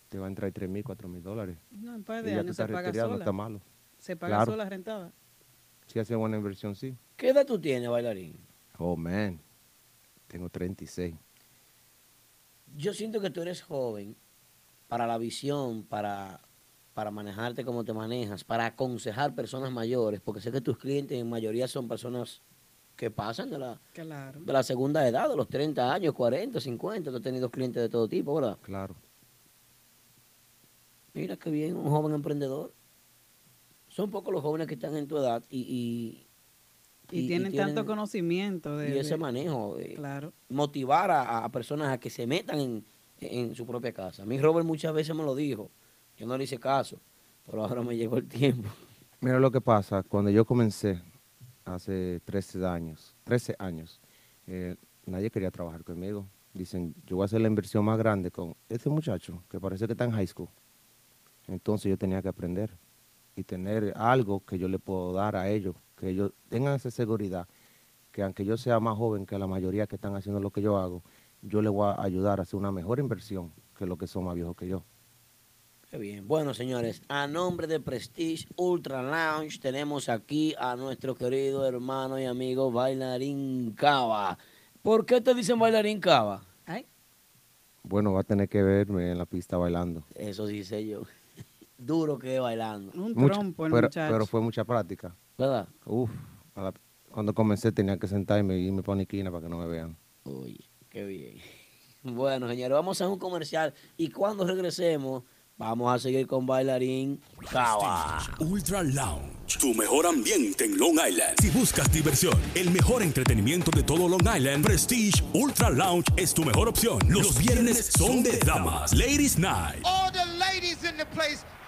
Speaker 12: te va a entrar 3 mil, 4 mil dólares.
Speaker 3: No, en par
Speaker 12: Y
Speaker 3: de
Speaker 12: ya tú
Speaker 3: años se
Speaker 12: estás
Speaker 3: paga
Speaker 12: retirado,
Speaker 3: sola.
Speaker 12: No está malo.
Speaker 3: Se paga
Speaker 12: Claro.
Speaker 3: sola rentada.
Speaker 12: Si hace buena inversión, sí.
Speaker 2: ¿Qué edad tú tienes, bailarín?
Speaker 12: Oh, man. Tengo 36.
Speaker 2: Yo siento que tú eres joven para la visión, para, para manejarte como te manejas, para aconsejar personas mayores, porque sé que tus clientes en mayoría son personas que pasan de la,
Speaker 3: Claro.
Speaker 2: de la segunda edad, de los 30 años, 40, 50. Tú has tenido clientes de todo tipo, ¿verdad?
Speaker 12: Claro.
Speaker 2: Mira qué bien, un joven emprendedor. Son pocos los jóvenes que están en tu edad y... y-
Speaker 3: Y, tienen tanto conocimiento de,
Speaker 2: y ese
Speaker 3: de-
Speaker 2: manejo. eh,
Speaker 3: Claro.
Speaker 2: Motivar a, a personas a que se metan en, en su propia casa. A mí Robert muchas veces me lo dijo. Yo no le hice caso, pero ahora me llegó el tiempo.
Speaker 12: Mira lo que pasa, cuando yo comencé hace 13 años, 13 años, eh, nadie quería trabajar conmigo. Dicen, yo voy a hacer la inversión más grande con este muchacho que parece que está en high school. Entonces yo tenía que aprender y tener algo que yo le puedo dar a ellos, que ellos tengan esa seguridad, que aunque yo sea más joven que la mayoría que están haciendo lo que yo hago, yo les voy a ayudar a hacer una mejor inversión que los que son más viejos que yo.
Speaker 2: Qué bien. Bueno, señores, a nombre de Prestige Ultra Lounge tenemos aquí a nuestro querido hermano y amigo bailarín Cava. ¿Por qué te dicen bailarín Cava?
Speaker 12: Bueno, va a tener que verme en la pista bailando.
Speaker 2: Eso sí sé yo. Duro que es bailando.
Speaker 3: Un
Speaker 12: Mucha- pero, pero fue mucha práctica.
Speaker 2: ¿Verdad?
Speaker 12: Uf, a la- cuando comencé tenía que sentarme y irme para una esquina para que no me vean.
Speaker 2: Uy, qué bien. Bueno, señores, vamos a un comercial y cuando regresemos vamos a seguir con bailarín Cava.
Speaker 1: Ultra Lounge, tu mejor ambiente en Long Island. Si buscas diversión, el mejor entretenimiento de todo Long Island, Prestige Ultra Lounge es tu mejor opción. Los viernes son de damas, Ladies Night,
Speaker 11: All the ladies in the place,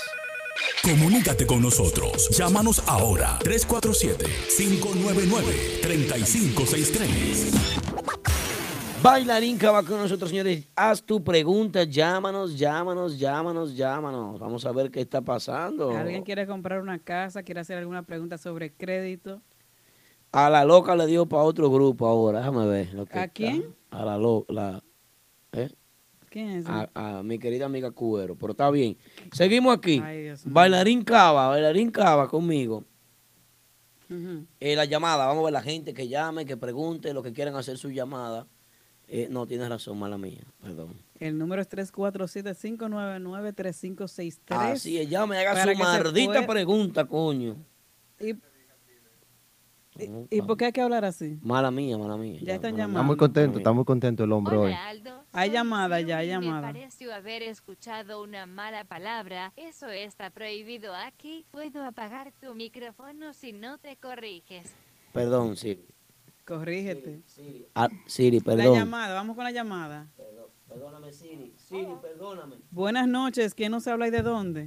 Speaker 1: Comunícate con nosotros. Llámanos ahora 347-599-3563.
Speaker 2: Bailarín Cava con nosotros, señores. Haz tu pregunta, llámanos, llámanos, llámanos, llámanos. Vamos a ver qué está pasando.
Speaker 3: Alguien quiere comprar una casa, quiere hacer alguna pregunta sobre crédito.
Speaker 2: A la loca le dio para otro grupo ahora, déjame ver. lo que
Speaker 3: ¿A
Speaker 2: está.
Speaker 3: quién?
Speaker 2: A la loca. La, ¿eh?
Speaker 3: ¿Quién es?
Speaker 2: a, a mi querida amiga Cubero, pero está bien. Seguimos aquí.
Speaker 3: Ay, Dios mío.
Speaker 2: Bailarín Cava, bailarín Cava conmigo.
Speaker 3: Ujú.
Speaker 2: Eh, la llamada, vamos a ver la gente que llame, que pregunte, los que quieran hacer su llamada. Eh, no, tienes razón, mala mía, perdón.
Speaker 3: El número es 347-599-3563.
Speaker 2: Así es, llame, haga
Speaker 3: Para
Speaker 2: su
Speaker 3: que se
Speaker 2: maldita
Speaker 3: pueda-
Speaker 2: pregunta, coño.
Speaker 3: Y ¿Y por qué hay que hablar así?
Speaker 2: Mala mía, mala mía.
Speaker 3: Ya están
Speaker 12: Está muy
Speaker 3: llamando.
Speaker 12: contento, está muy contento el hombre hoy.
Speaker 3: Hay llamada ya, hay
Speaker 5: Me
Speaker 3: llamada.
Speaker 5: pareció haber escuchado una mala palabra. Eso está prohibido aquí. Puedo apagar tu micrófono si no te corriges.
Speaker 2: Perdón, Siri.
Speaker 3: Corrígete.
Speaker 2: Ah, Siri,
Speaker 3: La
Speaker 2: perdón.
Speaker 3: llamada, vamos con la llamada.
Speaker 2: Perdóname, Siri. Siri, perdóname.
Speaker 3: Buenas noches, ¿quién nos habla y de dónde?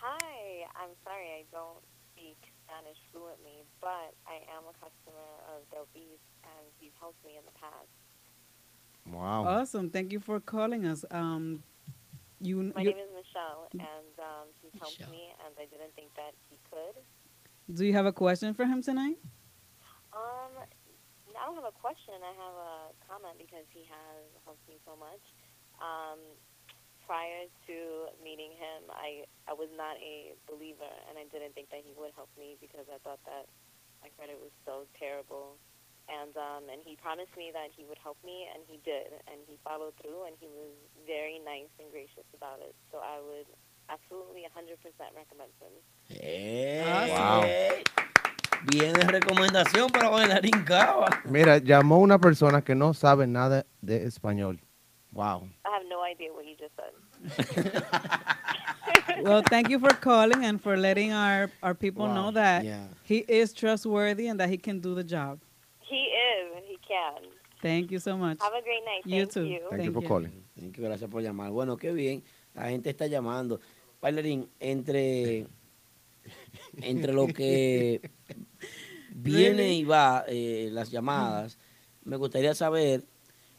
Speaker 13: Hi, I'm sorry I don't speak Spanish fluently, but I am a customer of Del Beef and you've helped me in the past.
Speaker 12: Wow.
Speaker 3: Awesome, thank you for calling us. Um, you,
Speaker 13: My
Speaker 3: you-
Speaker 13: name is Michelle and um, he's helped me and I didn't think that he could.
Speaker 3: do you have a question for him tonight?
Speaker 13: Um, I don't have a question. I have a comment because he has helped me so much. Um, prior to meeting him, I, I was not a believer, and I didn't think that he would help me because I thought that my credit was so terrible. And um, and he promised me that he would help me, and he did, and he followed through, and he was very nice and gracious about it. So I would absolutely 100% recommend him.
Speaker 3: Ah,
Speaker 2: Eh, Viene recomendación para bailarín cava.
Speaker 12: Mira, llamó una persona que no sabe nada de español. Wow.
Speaker 13: I have no idea what you just said.
Speaker 3: well, thank you for calling and for letting our, our people know that he is trustworthy and that he can do the job.
Speaker 13: He is, and he can.
Speaker 3: Thank you so much.
Speaker 13: Have a great night.
Speaker 3: You
Speaker 13: Thank
Speaker 3: too.
Speaker 13: you.
Speaker 12: Thank you for calling.
Speaker 2: Thank you, gracias por llamar. Bueno, qué bien. La gente está llamando. Bailarín, entre, entre lo que viene y va, eh, las llamadas, me gustaría saber.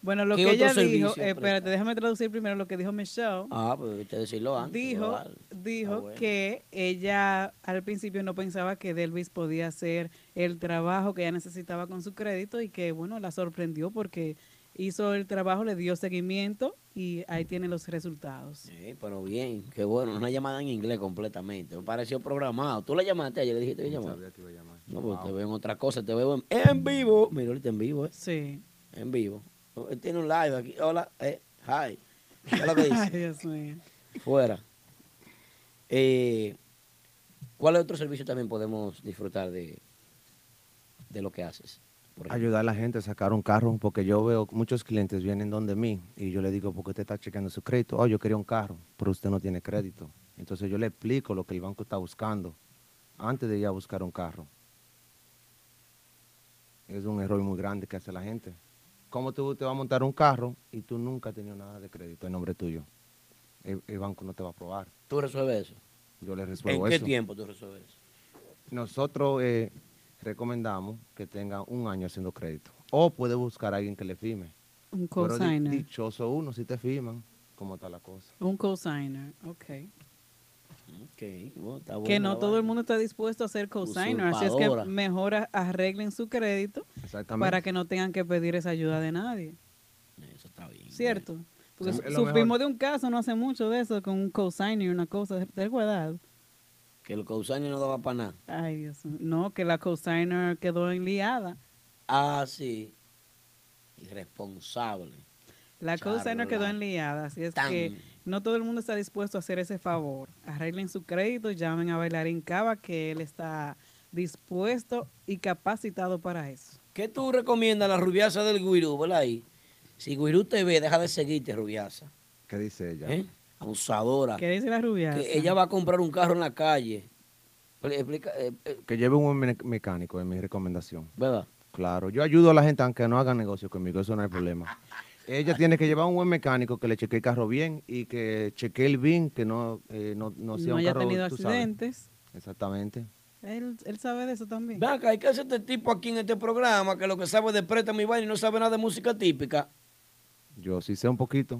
Speaker 3: Bueno, lo
Speaker 2: ¿Qué
Speaker 3: que ella
Speaker 2: otro
Speaker 3: dijo,
Speaker 2: servicio
Speaker 3: eh, espérate, déjame traducir primero lo que dijo Michelle.
Speaker 2: Ah, pues viste decirlo antes.
Speaker 3: dijo,
Speaker 2: vale.
Speaker 3: dijo
Speaker 2: Ah, bueno.
Speaker 3: que ella al principio no pensaba que Delvis podía hacer el trabajo que ella necesitaba con su crédito y que bueno, la sorprendió porque hizo el trabajo, le dio seguimiento y ahí tiene los resultados.
Speaker 2: Sí, pero bien, qué bueno. Una llamada en inglés completamente. Me pareció programado. Tú la llamaste ayer, le dijiste que llamó. No, pues te veo en otra cosa, te veo en, en vivo. Mira, ahorita en vivo, ¿eh?
Speaker 3: Sí.
Speaker 2: En vivo. Oh, él Tiene un live aquí. Hola, eh, hi. ¿Qué es lo que
Speaker 3: Ay,
Speaker 2: dice?
Speaker 3: Dios mío.
Speaker 2: Fuera. Eh, ¿Cuál otro servicio también podemos disfrutar de, de lo que haces?
Speaker 12: Ayudar a la gente a sacar un carro, porque yo veo muchos clientes vienen donde mí y yo le digo, ¿por qué usted está chequeando su crédito? Oh, yo quería un carro, pero usted no tiene crédito. Entonces yo le explico lo que el banco está buscando antes de ir a buscar un carro. Es un error muy grande que hace la gente. ¿Cómo tú te vas a montar un carro y tú nunca has tenido nada de crédito en nombre tuyo? El, el banco no te va a aprobar.
Speaker 2: ¿Tú resuelves eso?
Speaker 12: Yo le
Speaker 2: ¿En
Speaker 12: resuelvo
Speaker 2: qué
Speaker 12: eso.
Speaker 2: tiempo tú resuelves eso?
Speaker 12: Nosotros eh, recomendamos que tenga un año haciendo crédito. O puede buscar a alguien que le firme.
Speaker 3: Un
Speaker 12: Pero di-
Speaker 3: cosigner.
Speaker 12: dichoso uno si te firman, como está la cosa.
Speaker 3: Un cosigner, ok.
Speaker 2: Ok, bueno, está bueno.
Speaker 3: que no todo el mundo está dispuesto a ser cosigner, así es que
Speaker 2: Usurpadora.
Speaker 3: mejor a- arreglen su crédito
Speaker 12: Exactamente.
Speaker 3: para que no tengan que pedir esa ayuda de nadie.
Speaker 2: Eso está bien.
Speaker 3: ¿Cierto? Porque
Speaker 2: Es
Speaker 3: su-
Speaker 2: lo mejor.
Speaker 3: supimos de un caso no hace mucho de eso, con un cosigner y una cosa, del cuidado.
Speaker 2: Que el causaño no daba para nada.
Speaker 3: Ay, Dios mío. No, que la cosigner quedó enliada.
Speaker 2: Ah, sí. Irresponsable.
Speaker 3: La cosigner quedó
Speaker 2: Charlatán.
Speaker 3: enliada, así es que no todo el mundo está dispuesto a hacer ese favor. Arreglen su crédito, llamen a Bailarín Cava, que él está dispuesto y capacitado para eso.
Speaker 2: ¿Qué tú recomiendas a la rubiaza del Guirú, verdad? Ahí? Si Guirú te ve, deja de seguirte, rubiaza.
Speaker 12: ¿Qué dice ella?
Speaker 2: ¿Eh? Abusadora.
Speaker 3: ¿Qué dice la rubiaza?
Speaker 2: Que ella va a comprar un carro en la calle. Pero explica, eh, eh,
Speaker 12: Que lleve un buen mec- mecánico, es mi recomendación.
Speaker 2: ¿Verdad?
Speaker 12: Claro, yo ayudo a la gente aunque no hagan negocio conmigo, eso no hay problema. Ella tiene que llevar un buen mecánico que le chequee el carro bien y que chequee el BIN, que no, eh, no, no sea
Speaker 3: No
Speaker 12: un
Speaker 3: haya
Speaker 12: carro,
Speaker 3: tenido
Speaker 12: tú sabes.
Speaker 3: accidentes.
Speaker 12: Exactamente.
Speaker 3: Él, él sabe de eso también.
Speaker 2: Ven acá, hay que hacer este tipo aquí en este programa que lo que sabe de préstamo y vaina y no sabe nada de música típica.
Speaker 12: Yo sí sé un poquito.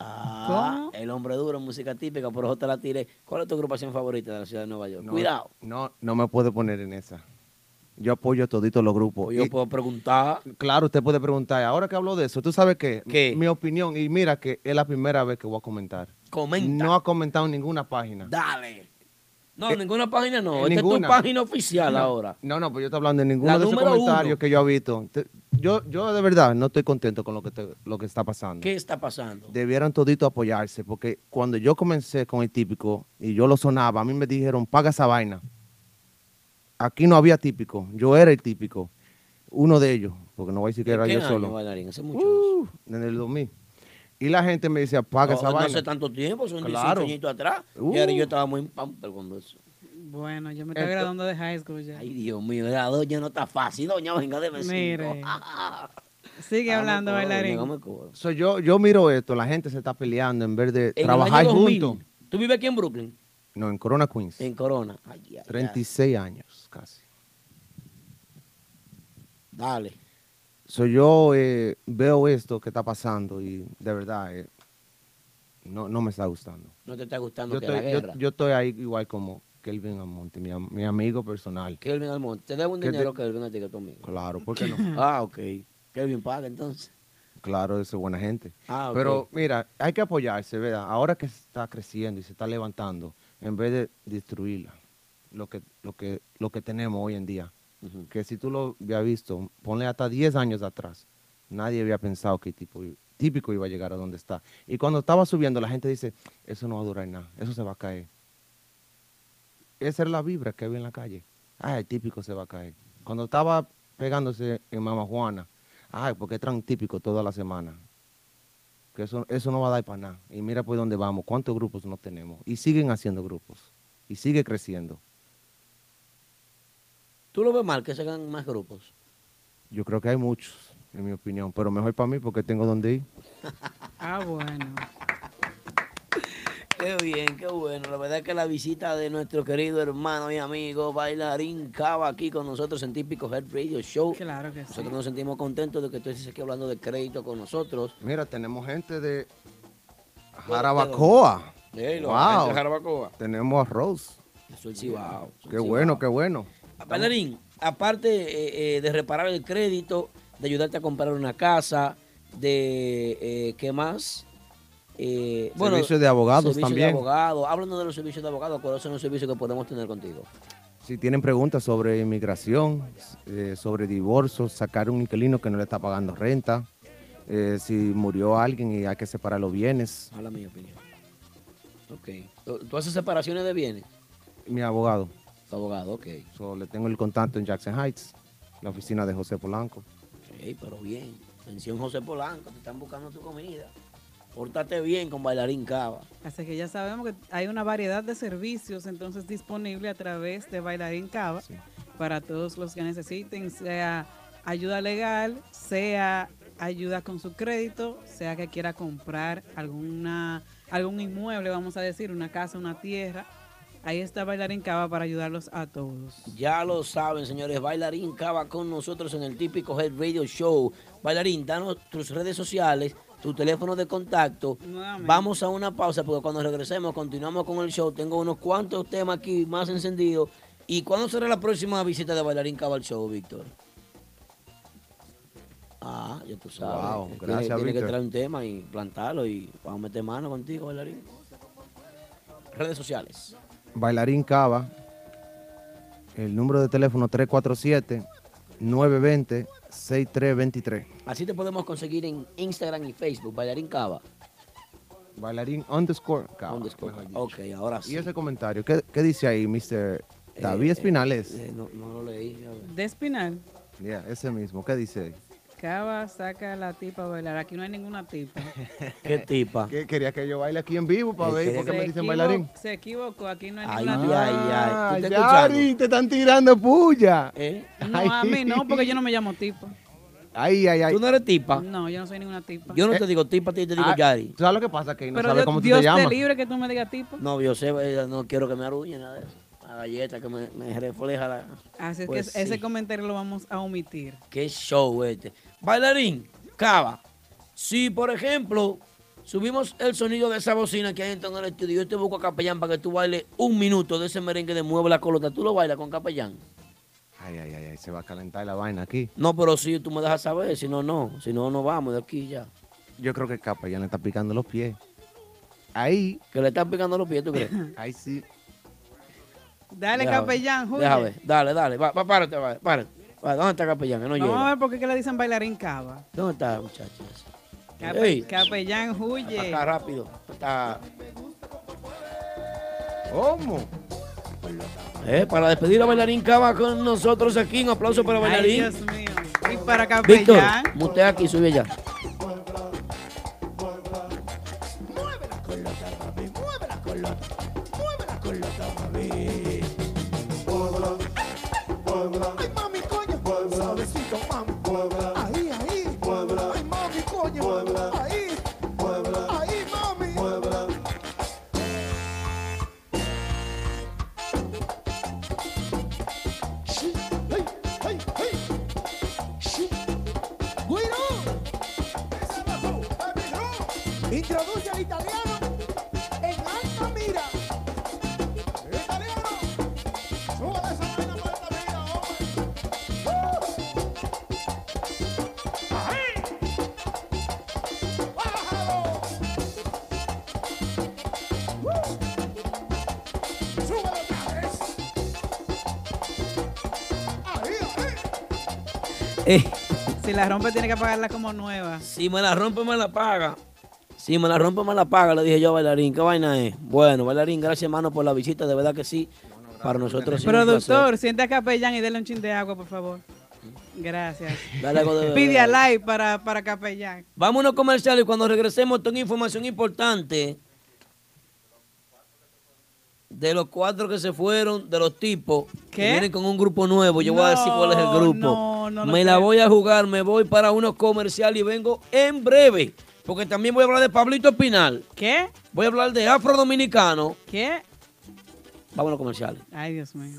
Speaker 2: Ah, el hombre duro en música típica, por eso te la tiré. ¿Cuál es tu agrupación favorita de la ciudad de Nueva York?
Speaker 12: No,
Speaker 2: Cuidado.
Speaker 12: No, no me puede poner en esa. Yo apoyo a toditos los grupos.
Speaker 2: Pues yo
Speaker 12: Oh, Y-
Speaker 2: puedo preguntar.
Speaker 12: Claro, usted puede preguntar. Ahora que hablo de eso, ¿tú sabes qué? Mi opinión, y mira que es la primera vez que voy a comentar.
Speaker 2: Comenta.
Speaker 12: No ha comentado en ninguna página.
Speaker 2: Dale. No, ninguna página no.
Speaker 12: en
Speaker 2: Esta es
Speaker 12: Eh, ninguna.
Speaker 2: tu página oficial
Speaker 12: No,
Speaker 2: ahora.
Speaker 12: No, no, pues yo estoy hablando de ninguno
Speaker 2: La
Speaker 12: de esos
Speaker 2: número
Speaker 12: comentarios
Speaker 2: uno.
Speaker 12: que yo he visto. Te- Yo, yo de verdad no estoy contento con lo que, te- lo que está pasando.
Speaker 2: ¿Qué está pasando?
Speaker 12: Debieron todito apoyarse, porque cuando yo comencé con el típico y yo lo sonaba, a mí me dijeron, paga esa vaina. aquí no había típico. Yo era el típico. Uno de ellos, porque no voy a decir que
Speaker 2: ¿En
Speaker 12: era
Speaker 2: qué
Speaker 12: yo
Speaker 2: año,
Speaker 12: solo.
Speaker 2: bailarín? Hace mucho
Speaker 12: Uh, en el 2000. Y la gente me dice, apaga
Speaker 2: no,
Speaker 12: esa
Speaker 2: no
Speaker 12: vaina.
Speaker 2: hace tanto tiempo, son 18
Speaker 12: Claro.
Speaker 2: añitos atrás.
Speaker 12: Uh.
Speaker 2: Y ahora yo estaba muy en pamper cuando eso.
Speaker 3: Bueno, yo me estoy
Speaker 2: Esto-
Speaker 3: graduando de high school ya.
Speaker 2: Ay, Dios mío, grado ya no está fácil, doña, venga de vecino. Ah,
Speaker 3: Mire. Sigue hablando, bailarín.
Speaker 12: So, yo, yo miro esto, la gente se está peleando en vez de
Speaker 2: En el
Speaker 12: trabajar
Speaker 2: año 2000,
Speaker 12: juntos.
Speaker 2: ¿Tú vives aquí en Brooklyn?
Speaker 12: No, en Corona Queens.
Speaker 2: En Corona. Ay, ay, ay.
Speaker 12: 36 años casi.
Speaker 2: Dale.
Speaker 12: So, yo eh, veo esto que está pasando y de verdad eh, no, no me está gustando.
Speaker 2: No te está gustando
Speaker 12: Yo
Speaker 2: que la
Speaker 12: estoy, yo-
Speaker 2: guerra.
Speaker 12: yo estoy ahí igual como Kelvin Almonte, mi, am- mi amigo personal.
Speaker 2: Kelvin Almonte, te debo un
Speaker 12: ¿Qué te-
Speaker 2: dinero, Kelvin, a ti que tú mismo.
Speaker 12: Claro, ¿por qué no?
Speaker 2: Ah, ok. Kelvin paga entonces.
Speaker 12: Claro, eso es buena gente.
Speaker 2: Ah, ok.
Speaker 12: Pero mira, hay que apoyarse, ¿verdad? Ahora que se está creciendo y se está levantando, en vez de destruirla, lo que, lo que, lo que tenemos hoy en día, que si tú lo habías visto, ponle hasta 10 años atrás, nadie había pensado que tipo, típico iba a llegar a donde está. Y cuando estaba subiendo, la gente dice, eso no va a durar nada, eso se va a caer. Esa era la vibra que había en la calle. Ah, el típico se va a caer. Cuando estaba pegándose en Mama Juana, ay, porque es tan típico toda la semana. Que eso, eso no va a dar para nada. Y mira por dónde vamos, cuántos grupos no tenemos. Y siguen haciendo grupos. Y sigue creciendo.
Speaker 2: ¿Tú lo ves mal que se hagan más grupos?
Speaker 12: Yo creo que hay muchos, en mi opinión. Pero mejor para mí porque tengo donde ir.
Speaker 3: Ah, bueno.
Speaker 2: Qué bien, qué bueno. La verdad es que la visita de nuestro querido hermano y amigo bailarín Cava aquí con nosotros en típico Head Radio Show.
Speaker 3: Claro que sí.
Speaker 2: Nosotros nos sentimos contentos de que tú estés aquí hablando de crédito con nosotros.
Speaker 12: Mira, tenemos gente de Jarabacoa.
Speaker 2: Ey, los
Speaker 12: Wow.
Speaker 2: gente de Jarabacoa.
Speaker 12: Tenemos a Rose.
Speaker 2: Eso es Cibao. eso es
Speaker 12: Qué
Speaker 2: Cibao.
Speaker 12: bueno, qué bueno.
Speaker 2: Bailarín, aparte eh, eh, de reparar el crédito, de ayudarte a comprar una casa, de eh, qué más. Eh,
Speaker 12: Servicio de abogados
Speaker 2: servicio
Speaker 12: también.
Speaker 2: De abogados. Háblanos de los servicios de abogados, cuáles son los servicios que podemos tener contigo.
Speaker 12: Si tienen preguntas sobre inmigración, eh, sobre divorcio, sacar un inquilino que no le está pagando renta, eh, si murió alguien y hay que separar los bienes,
Speaker 2: Habla mi opinión. Ok. ¿Tú- ¿Tú haces separaciones de bienes?
Speaker 12: mi abogado.
Speaker 2: Tu abogado, ok.
Speaker 12: So, le tengo el contacto en Jackson Heights, la oficina de José Polanco.
Speaker 2: Ok, pero bien. Mención José Polanco, te están buscando tu comida. Pórtate bien con Bailarín Cava.
Speaker 3: Así que ya sabemos que hay una variedad de servicios entonces disponible a través de Bailarín Cava para todos los que necesiten, sea ayuda legal, sea ayuda con su crédito, sea que quiera comprar alguna algún inmueble, vamos a decir, una casa, una tierra. Ahí está Bailarín Cava para ayudarlos a todos.
Speaker 2: Ya lo saben, señores. Bailarín Cava con nosotros en el típico Head Radio Show. Bailarín, danos tus redes sociales, tu teléfono de contacto. Vamos a una pausa porque cuando regresemos continuamos con el show. Tengo unos cuantos temas aquí más encendidos. ¿Y cuándo será la próxima visita de Bailarín Cava al show, Víctor? Ah, ya tú sabes.
Speaker 12: Wow,
Speaker 2: Tiene-
Speaker 12: gracias,
Speaker 2: Tiene que
Speaker 12: Víctor.
Speaker 2: traer un tema y plantarlo y vamos a meter mano contigo, Bailarín. Redes sociales.
Speaker 12: Bailarín Cava, el número de teléfono 347-920-6323.
Speaker 2: Así te podemos conseguir en Instagram y Facebook, Bailarín Cava.
Speaker 12: Bailarín underscore Cava.
Speaker 2: Ok, ahora sí.
Speaker 12: Y ese comentario, ¿qué, qué dice ahí, Mr. David
Speaker 2: eh,
Speaker 12: Espinales?
Speaker 2: eh, no, no lo leí. a ver.
Speaker 3: De Espinal,
Speaker 12: Yeah, ese mismo, ¿qué dice?
Speaker 3: Cava saca a la tipa a bailar. Aquí no hay ninguna tipa.
Speaker 2: ¿Qué tipa?
Speaker 12: Que quería que yo baile aquí en vivo
Speaker 2: Eh,
Speaker 12: para ver por qué me dicen
Speaker 3: equivo-
Speaker 12: bailarín.
Speaker 3: se equivocó, aquí no hay
Speaker 2: Ay,
Speaker 3: ninguna
Speaker 2: ay,
Speaker 3: tipa.
Speaker 2: ay. ¿Tú estás
Speaker 12: Yari, te están tirando puya.
Speaker 2: Eh,
Speaker 3: No, a mí no, porque yo no me llamo tipa.
Speaker 12: Ay, ay, ay.
Speaker 2: ¿Tú no eres tipa?
Speaker 3: No, yo no soy ninguna tipa.
Speaker 2: Yo no te digo tipa, a ti te digo
Speaker 12: ah,
Speaker 2: Yari.
Speaker 12: ¿Sabes lo que pasa? Que no
Speaker 3: Pero
Speaker 12: sabes
Speaker 3: Dios,
Speaker 12: cómo tú
Speaker 3: Dios
Speaker 12: te llamas.
Speaker 3: libre que tú me digas tipa.
Speaker 2: No, yo sé, eh, no quiero que me arruñe nada de eso. La galleta que me, me refleja la...
Speaker 3: Así Ah, es
Speaker 2: Pues
Speaker 3: que ese
Speaker 2: sí.
Speaker 3: comentario lo vamos a omitir.
Speaker 2: Qué show este. Bailarín, cava. Si, por ejemplo, subimos el sonido de esa bocina que hay en todo el estudio, yo te busco a Capellán para que tú bailes un minuto de ese merengue de Mueve la Colota. ¿Tú lo bailas con Capellán?
Speaker 12: Ay, ay, ay, ay, se va a calentar la vaina aquí.
Speaker 2: No, pero sí, tú me dejas saber. Si no, no. Si no, no vamos de aquí ya.
Speaker 12: Yo creo que Capa ya le está picando los pies. Ahí.
Speaker 2: Que le están picando los pies, ¿tú crees?
Speaker 12: Ahí sí.
Speaker 3: Dale,
Speaker 2: Deja ver,
Speaker 3: capellán, Julio.
Speaker 2: Deja ver, dale, dale. Va, va, párate, va, párate. Va, ¿Dónde está Capellán? Que no
Speaker 3: Vamos a
Speaker 2: llega.
Speaker 3: ver por qué que le dicen bailarín cava.
Speaker 2: ¿Dónde está, muchachos?
Speaker 3: Cape-
Speaker 2: Ey.
Speaker 3: Capellán, huye.
Speaker 2: Acá rápido. Está...
Speaker 12: ¿Cómo?
Speaker 2: Eh, para despedir a Bailarín Cava con nosotros aquí, un aplauso para
Speaker 3: Ay,
Speaker 2: Bailarín.
Speaker 3: Dios mío. Y para
Speaker 2: Víctor,
Speaker 3: Capellán.
Speaker 2: mutea aquí, sube allá.
Speaker 11: Ay, mami, coño. Suavecito, mami. Ahí, ahí. Ay, mami, coño. Ahí. Ahí, mami. Sí. Ay, ay, ay. Sí. Guiro. Introduce al italiano en alta mira. Italiano, súbale esa vaina para alta mira, hombre. ¡Uh! ¡Ahí! ¡Bájalo! ¡Uh! ¡Súbelo otra vez! ¡Ahí, ahí!
Speaker 3: Si la rompe, tiene que pagarla como nueva.
Speaker 2: Si me la rompe, me la paga. Si me la rompe, me la paga, le dije yo a Bailarín. ¿Qué vaina es? Bueno, Bailarín, gracias hermano por la visita, de verdad que sí. Para nosotros sí.
Speaker 3: Productor, siente a Capellán y dele un chin de agua, por favor. Gracias.
Speaker 2: Dale algo de beber.
Speaker 3: Pide a like para, para Capellán.
Speaker 2: Vámonos comerciales y cuando regresemos tengo información importante de los cuatro que se fueron, de los tipos
Speaker 3: ¿Qué?
Speaker 2: que vienen con un grupo nuevo. Yo voy a decir cuál es el grupo.
Speaker 3: no lo
Speaker 2: me la
Speaker 3: creo.
Speaker 2: voy a jugar, me voy para unos comerciales y vengo en breve. Porque también voy a hablar de Pablito Espinal.
Speaker 3: ¿Qué?
Speaker 2: Voy a hablar de Afro Dominicano.
Speaker 3: ¿Qué?
Speaker 2: Vámonos comerciales.
Speaker 3: Ay, Dios mío.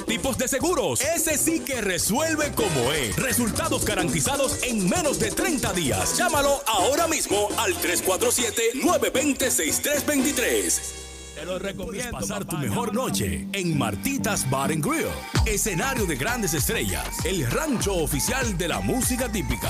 Speaker 1: tipo de seguros. Ese sí que resuelve como es. Resultados garantizados en menos de 30 días. Llámalo ahora mismo al 347-920-6323. Te lo recomiendo. Pasar tu mejor noche en Martitas Bar and Grill. Escenario de grandes estrellas. El rancho oficial de la música típica.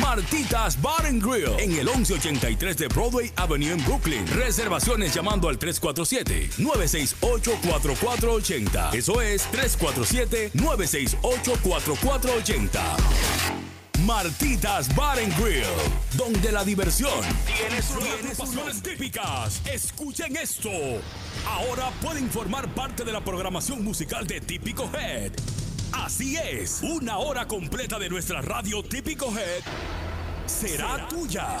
Speaker 1: Martitas Bar and Grill en el 1183 de Broadway Avenue en Brooklyn. Reservaciones llamando al 347-968-4480. Eso es 347-968-4480. Martitas Bar and Grill, donde la diversión tiene sus pasiones típicas. Escuchen esto. Ahora pueden formar parte de la programación musical de Típico Head. Así es, una hora completa de nuestra radio Típico Head será, tuya.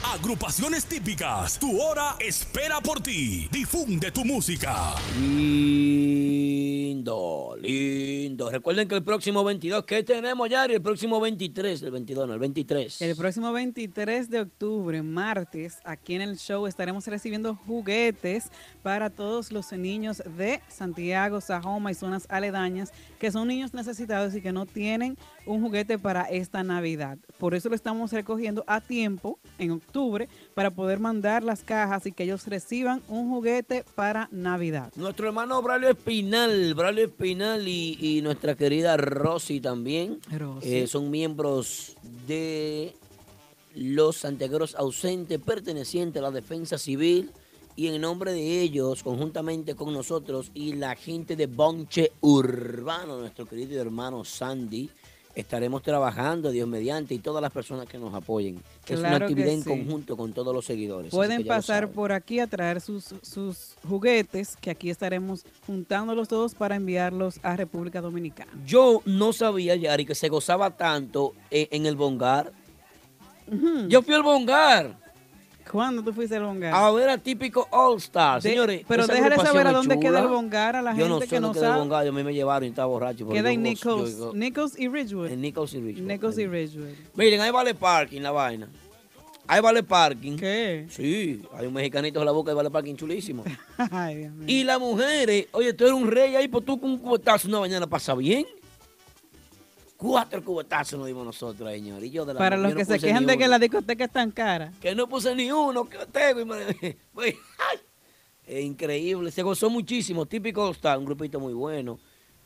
Speaker 1: Agrupaciones típicas. Tu hora espera por ti. Difunde tu música.
Speaker 2: Lindo, lindo. Recuerden que el próximo 22, ¿qué tenemos, Yari? El próximo 23, el 22, no, el 23.
Speaker 3: El próximo 23 de octubre, martes, aquí en el show estaremos recibiendo juguetes para todos los niños de Santiago, Sajoma y zonas aledañas que son niños necesitados y que no tienen un juguete para esta Navidad. Por eso lo estamos recogiendo a tiempo en octubre para poder mandar las cajas y que ellos reciban un juguete para Navidad.
Speaker 2: Nuestro hermano Braulio Espinal, Braulio Espinal y, y nuestra querida Rosy también
Speaker 3: Rosy.
Speaker 2: eh, son miembros de los santiagueros ausentes pertenecientes a la defensa civil y en nombre de ellos, conjuntamente con nosotros y la gente de Bonche Urbano, nuestro querido hermano Sandy, estaremos trabajando, Dios mediante, y todas las personas que nos apoyen. es una
Speaker 3: Claro que
Speaker 2: actividad en
Speaker 3: sí.
Speaker 2: conjunto con todos los seguidores. así
Speaker 3: Pueden
Speaker 2: que ya lo
Speaker 3: pasar
Speaker 2: saben.
Speaker 3: por aquí a traer sus, sus juguetes, que aquí estaremos juntándolos todos para enviarlos a República Dominicana.
Speaker 2: Yo no sabía, Yari, que se gozaba tanto e- en, el bongar. Yo fui al bongar.
Speaker 3: ¿Cuándo tú fuiste al bongar?
Speaker 2: A ver a típico All Star,
Speaker 3: De-
Speaker 2: Ah, señores.
Speaker 3: pero
Speaker 2: esa
Speaker 3: déjale
Speaker 2: agrupación
Speaker 3: saber a
Speaker 2: es
Speaker 3: dónde queda
Speaker 2: chula.
Speaker 3: el bongar a la
Speaker 2: Yo no
Speaker 3: gente
Speaker 2: sé
Speaker 3: que no
Speaker 2: dónde queda el
Speaker 3: sabe.
Speaker 2: bongar. Yo a mí me llevaron y estaba borracho. pero
Speaker 3: Queda en
Speaker 2: yo gozo-
Speaker 3: Nichols,
Speaker 2: yo-
Speaker 3: Nichols y Ridgewood.
Speaker 2: En Nichols y Richmond.
Speaker 3: Nichols y Ridgewood.
Speaker 2: Miren, ahí vale parking la vaina. Ahí vale parking. ¿Qué? Sí, hay un mexicanito en la boca y vale parking chulísimo.
Speaker 3: Ay, Dios mío.
Speaker 2: y las mujeres, oye, tú eres un rey ahí, pues tú con un cubetazo una mañana pasa bien. Cuatro cubetazos nos dimos nosotros, señor. Y yo de la
Speaker 3: Para
Speaker 2: yo
Speaker 3: los
Speaker 2: no
Speaker 3: que se
Speaker 2: puse
Speaker 3: quejan
Speaker 2: ni
Speaker 3: de que
Speaker 2: uno.
Speaker 3: la discoteca es tan cara.
Speaker 2: Que no puse ni uno, que tengo. y me- pues, ay, eh, increíble, se gozó muchísimo. Típico está un grupito muy bueno.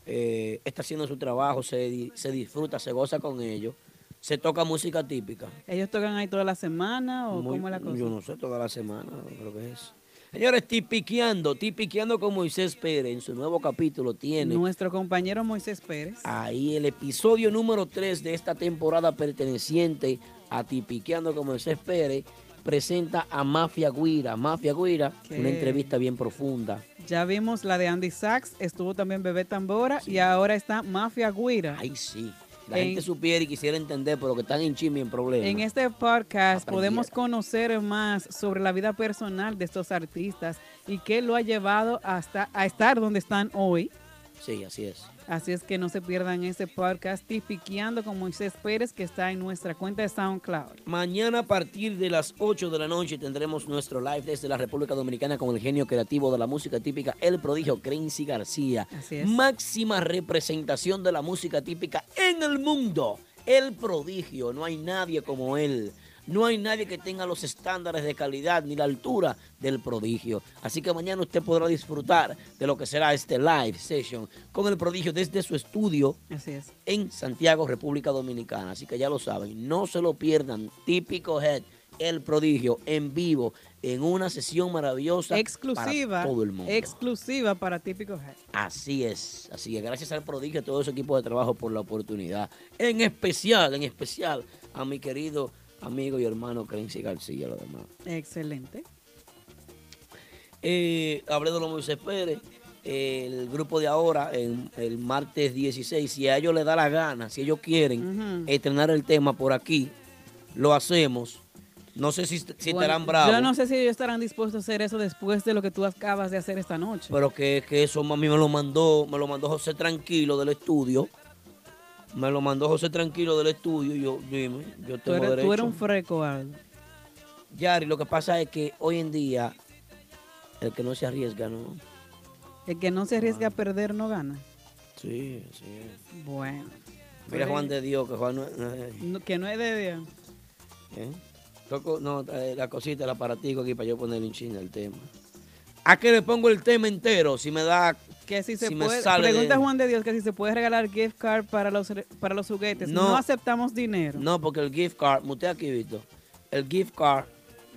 Speaker 2: eh, está haciendo su trabajo, se, di- se disfruta, se goza con ellos. Se toca música típica.
Speaker 3: ¿Ellos tocan ahí toda la semana o
Speaker 2: Muy-
Speaker 3: cómo es la cosa?
Speaker 2: Yo no sé, toda la semana, creo que es. Señores, tipiqueando, tipiqueando con Moisés Pérez en su nuevo capítulo tiene
Speaker 3: Nuestro compañero Moisés Pérez.
Speaker 2: ahí el episodio número 3 de esta temporada perteneciente a Tipiqueando con Moisés Pérez presenta a Mafia Guira. Mafia Guira,
Speaker 3: ¿Qué?
Speaker 2: una entrevista bien profunda.
Speaker 3: Ya vimos la de Andy Sachs, estuvo también Bebé Tambora y ahora está Mafia Guira.
Speaker 2: Ay, sí. La
Speaker 3: En-
Speaker 2: gente supiera y quisiera entender, pero que están en chisme y en problemas.
Speaker 3: En este podcast podemos conocer más sobre la vida personal de estos artistas y qué lo ha llevado hasta a estar donde están hoy.
Speaker 2: Sí, así es.
Speaker 3: Así es que no se pierdan ese podcast tipiqueando con Moisés Pérez que está en nuestra cuenta de SoundCloud.
Speaker 2: Mañana a partir de las 8 de la noche tendremos nuestro live desde la República Dominicana con el genio creativo de la música típica, el prodigio Crency García.
Speaker 3: es.
Speaker 2: Máxima representación de la música típica en el mundo. El prodigio, no hay nadie como él. No hay nadie que tenga los estándares de calidad ni la altura del prodigio. Así que mañana usted podrá disfrutar de lo que será este live session con el prodigio desde su estudio
Speaker 3: Así es.
Speaker 2: en Santiago, República Dominicana. Así que ya lo saben, no se lo pierdan. Típico Head, el prodigio, en vivo, en una sesión maravillosa
Speaker 3: Exclusiva.
Speaker 2: para todo el mundo.
Speaker 3: Exclusiva para Típico Head.
Speaker 2: Así es, así es. Gracias al prodigio, a todo ese equipo de trabajo por la oportunidad. En especial, en especial a mi querido amigo y hermano Crency García, lo demás.
Speaker 3: Excelente.
Speaker 2: Eh, hablé de los Moisés Pérez, eh, el grupo de ahora, en- el martes 16, si a ellos les da la gana, si ellos quieren estrenar el tema por aquí, lo hacemos. No sé si, si
Speaker 3: Bueno,
Speaker 2: estarán bravos,
Speaker 3: Yo no sé si ellos estarán dispuestos a hacer eso después de lo que tú acabas de hacer esta noche.
Speaker 2: pero que, que eso mami me lo mandó, me lo mandó José Tranquilo del estudio. Me lo mandó José Tranquilo del estudio. y Yo, dime, yo
Speaker 3: Tú
Speaker 2: tengo
Speaker 3: eres, tú
Speaker 2: derecho.
Speaker 3: eres un freco, ah. Aldo.
Speaker 2: Yari, lo que pasa es que hoy en día, el que no se arriesga, ¿no?
Speaker 3: El que no se arriesga a
Speaker 2: Ah.
Speaker 3: perder no gana.
Speaker 2: Sí, sí.
Speaker 3: Bueno.
Speaker 2: Mira
Speaker 3: Pero-
Speaker 2: Juan de Dios, que Juan no, no es-
Speaker 3: No- que no es de Dios.
Speaker 2: ¿eh? Toco- no, eh, la cosita, el aparatico aquí para yo ponerle un chin al tema. ¿A qué le pongo el tema entero? Si me da.
Speaker 3: Que si se
Speaker 2: Si me
Speaker 3: puede,
Speaker 2: sale
Speaker 3: pregunta
Speaker 2: de-
Speaker 3: Juan de Dios que si se puede regalar gift card para los re- para los juguetes. No,
Speaker 2: No.
Speaker 3: aceptamos dinero.
Speaker 2: No, porque el gift card, usted aquí, Vito. El gift card,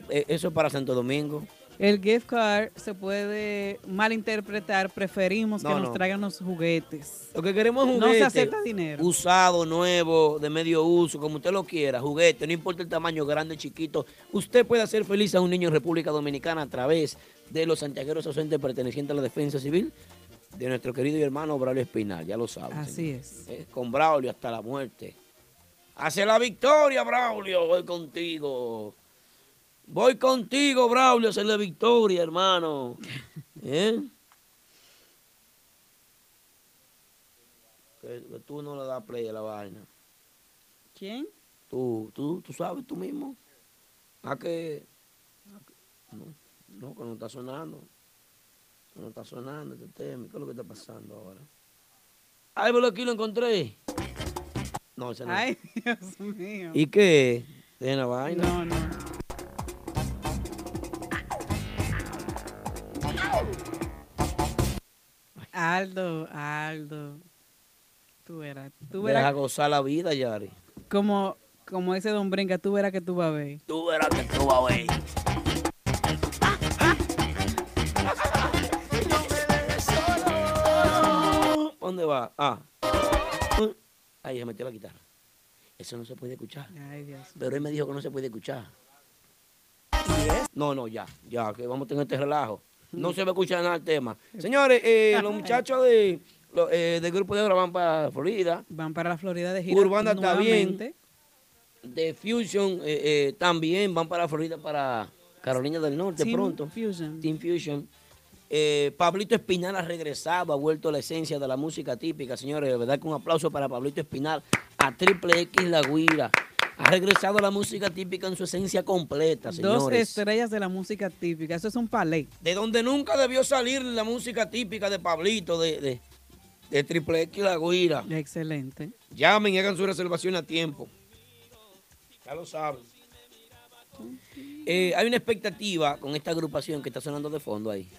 Speaker 2: eh, eso es para Santo Domingo.
Speaker 3: El gift card se puede malinterpretar. Preferimos
Speaker 2: No,
Speaker 3: que
Speaker 2: no.
Speaker 3: nos traigan los juguetes.
Speaker 2: Lo que queremos es
Speaker 3: No
Speaker 2: juguete.
Speaker 3: se acepta dinero.
Speaker 2: Usado, nuevo, de medio uso, como usted lo quiera, juguete, no importa el tamaño, grande, chiquito. Usted puede hacer feliz a un niño en República Dominicana a través de los santiagueros ausentes pertenecientes a la defensa civil de nuestro querido y hermano Braulio Espinal, ya lo saben. Eh,
Speaker 3: Así es.
Speaker 2: Con Braulio hasta la muerte. Hacia la victoria, Braulio, voy contigo. Voy contigo, Braulio, hacia la victoria, hermano. ¿Eh? que, que tú no le das play a la vaina.
Speaker 3: ¿Quién?
Speaker 2: Tú, tú, tú sabes tú mismo. ¿A que No, no, que no está sonando. Que no está sonando este tema. ¿Qué es lo que está pasando ahora? Ay, pero aquí lo encontré. No, ese no.
Speaker 3: Ay, Dios mío.
Speaker 2: ¿Y qué? ¿Tiene la vaina?
Speaker 3: No, no. Aldo, Aldo. Tú verás. Tú verás.
Speaker 2: Deja gozar la vida, Yari.
Speaker 3: Como, como ese don Brinca, tú verás que tú vas a ver.
Speaker 2: Tú verás que tú vas a ver. ¿Dónde va? Ah. Ahí se metió la guitarra. Eso no se puede escuchar.
Speaker 3: Ay, Dios.
Speaker 2: Pero él me dijo que no se puede escuchar. No, no, ya, ya, que vamos a tener este relajo. No se va a escuchar nada el tema. Señores, eh, los muchachos de, lo- eh, del grupo de ahora van para Florida.
Speaker 3: Van para la Florida de gira.
Speaker 2: Urbana está bien.
Speaker 3: nuevamente.
Speaker 2: De Fusion eh, eh, también van para Florida, para Carolina del Norte
Speaker 3: Team
Speaker 2: pronto.
Speaker 3: Fusion.
Speaker 2: Team Fusion. Eh, Pablito Espinal ha regresado, ha vuelto a la esencia de la música típica, señores. De verdad que un aplauso para Pablito Espinal, a Triple X La Guira. Ha regresado a la música típica en su esencia completa, señores.
Speaker 3: Dos estrellas de la música típica. Eso es un palé.
Speaker 2: de donde nunca debió salir la música típica de Pablito, de, de, de Triple X La Guira.
Speaker 3: Excelente.
Speaker 2: Llamen y hagan su reservación a tiempo. Ya lo saben. Eh, hay una expectativa con esta agrupación que está sonando de fondo ahí.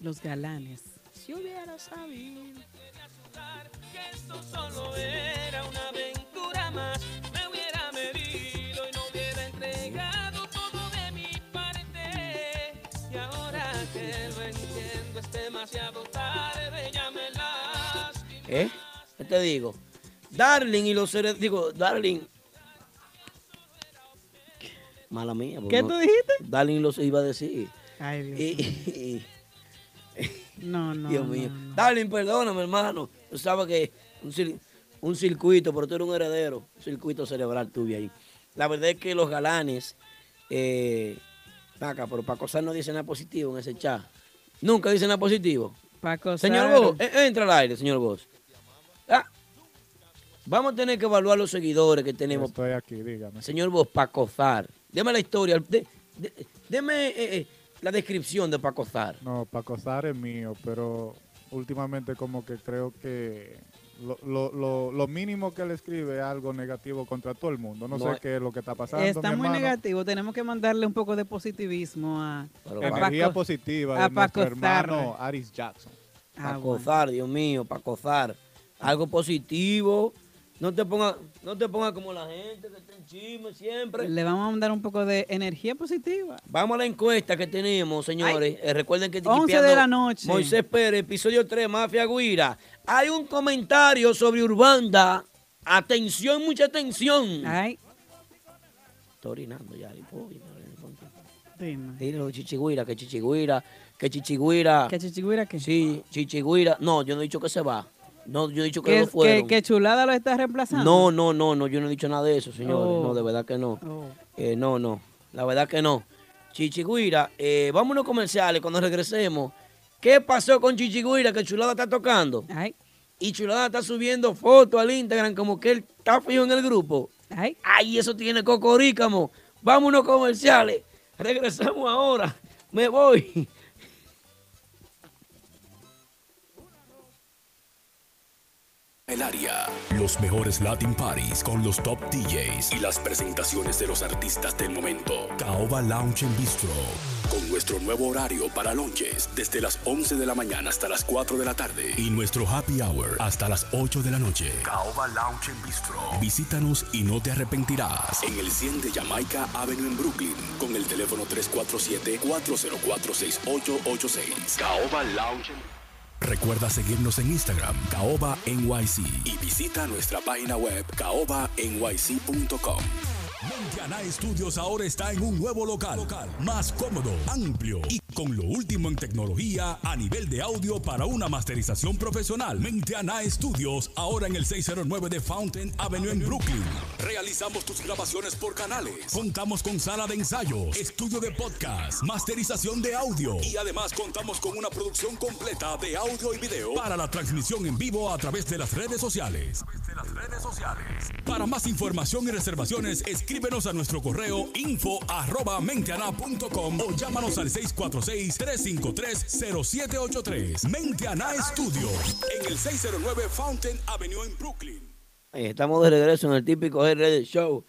Speaker 3: Los galanes.
Speaker 14: Si hubiera sabido que esto solo era una aventura más, me hubiera medido y no hubiera entregado todo de mi parte. Y ahora que lo entiendo es demasiado tarde, ya me las
Speaker 2: ¿Eh? ¿Qué te digo? Darling y los seres. Digo, Darling. Mala mía.
Speaker 3: ¿Qué tú dijiste?
Speaker 2: Darling los iba a decir.
Speaker 3: Ay, Dios.
Speaker 2: Y-
Speaker 3: No, no.
Speaker 2: Dios
Speaker 3: no,
Speaker 2: mío. Darling, perdóname, hermano. Tú sabes que un, cir- un circuito, pero tú eres un heredero. Un circuito cerebral tuyo ahí. La verdad es que los galanes. Eh, Paca, pero Paco Sá no dice nada positivo en ese chat. Nunca dice nada positivo.
Speaker 3: Paco
Speaker 2: Señor
Speaker 3: Saro.
Speaker 2: Vos, e- entra al aire, señor Vos. Ah, vamos a tener que evaluar los seguidores que tenemos.
Speaker 9: Estoy aquí, dígame.
Speaker 2: Señor Vos, Paco Zar. Deme la historia. de- de- deme eh, eh, la descripción de Paco Zar.
Speaker 9: No, Paco Zar es mío, pero últimamente como que creo que lo, lo- lo- lo mínimo que él escribe es algo negativo contra todo el mundo. No,
Speaker 3: No,
Speaker 9: sé qué es lo que está pasando,
Speaker 3: Está
Speaker 9: mi
Speaker 3: muy
Speaker 9: hermano.
Speaker 3: negativo. Tenemos que mandarle un poco de positivismo a, a
Speaker 9: Energía
Speaker 3: Paco-
Speaker 9: positiva
Speaker 3: a
Speaker 9: de nuestro
Speaker 3: Paco Zarra.
Speaker 9: hermano Aris Jackson.
Speaker 3: Ah,
Speaker 2: Para cozar, Dios mío, para cozar. Algo positivo. No te pongas no te ponga como la gente que está en chisme siempre.
Speaker 3: Le vamos a mandar un poco de energía positiva.
Speaker 2: Vamos a la encuesta que tenemos, señores. Eh, recuerden que
Speaker 3: 11
Speaker 2: Tiquipeando-
Speaker 3: de la noche.
Speaker 2: Moisés Pérez, episodio 3, Mafia Guira. Hay un comentario sobre Urbanda. Atención, mucha atención.
Speaker 3: Ay.
Speaker 2: Estoy orinando ya. y voy, madre, ponte. Dile lo de Chichiguira, que Chichiguira, que Chichiguira.
Speaker 3: ¿Que Chichiguira qué?
Speaker 2: Sí, Chichiguira. No, yo no he dicho que se va. No, yo he dicho que
Speaker 3: Que,
Speaker 2: no
Speaker 3: que-
Speaker 2: fueron.
Speaker 3: que chulada lo está reemplazando.
Speaker 2: No, no, no, no, yo no he dicho nada de eso, señores.
Speaker 3: Oh.
Speaker 2: No, de verdad que no.
Speaker 3: Oh.
Speaker 2: Eh, no, no, la verdad que no. Chichiguira, eh, vámonos comerciales cuando regresemos. ¿Qué pasó con Chichiguira que Chulada está tocando? Y Chulada está subiendo fotos al Instagram como que él está fijo en el grupo.
Speaker 3: Ay,
Speaker 2: eso tiene cocorícamo. Vámonos comerciales. Regresamos ahora. Me voy.
Speaker 1: El área. Los mejores Latin Parties con los top DJs y las presentaciones de los artistas del momento. Caoba Lounge en Bistro. Con nuestro nuevo horario para lunches desde las 11 de la mañana hasta las 4 de la tarde. Y nuestro happy hour hasta las 8 de la noche. Caoba Lounge en Bistro. Visítanos y no te arrepentirás. En el 100 de Jamaica Avenue en Brooklyn. Con el teléfono 347-404-6886. Caoba Lounge en Recuerda seguirnos en Instagram, Caoba NYC, y visita nuestra página web caobanyc.com. Montiana Studios ahora está en un nuevo local, más cómodo, amplio y con lo último en tecnología a nivel de audio para una masterización profesional. Montiana Studios ahora en el 609 de Fountain Avenue en Brooklyn. Realizamos tus grabaciones por canales. Contamos con sala de ensayos, estudio de podcast, masterización de audio y además contamos con una producción completa de audio y video para la transmisión en vivo a través de las redes sociales. Para más información y reservaciones, escríbenos a nuestro correo info arroba menteana.com o llámanos al 646-353-0783. Menteana Studios, en el 609 Fountain Avenue en Brooklyn.
Speaker 2: Eh, Estamos de regreso en el típico RD Show.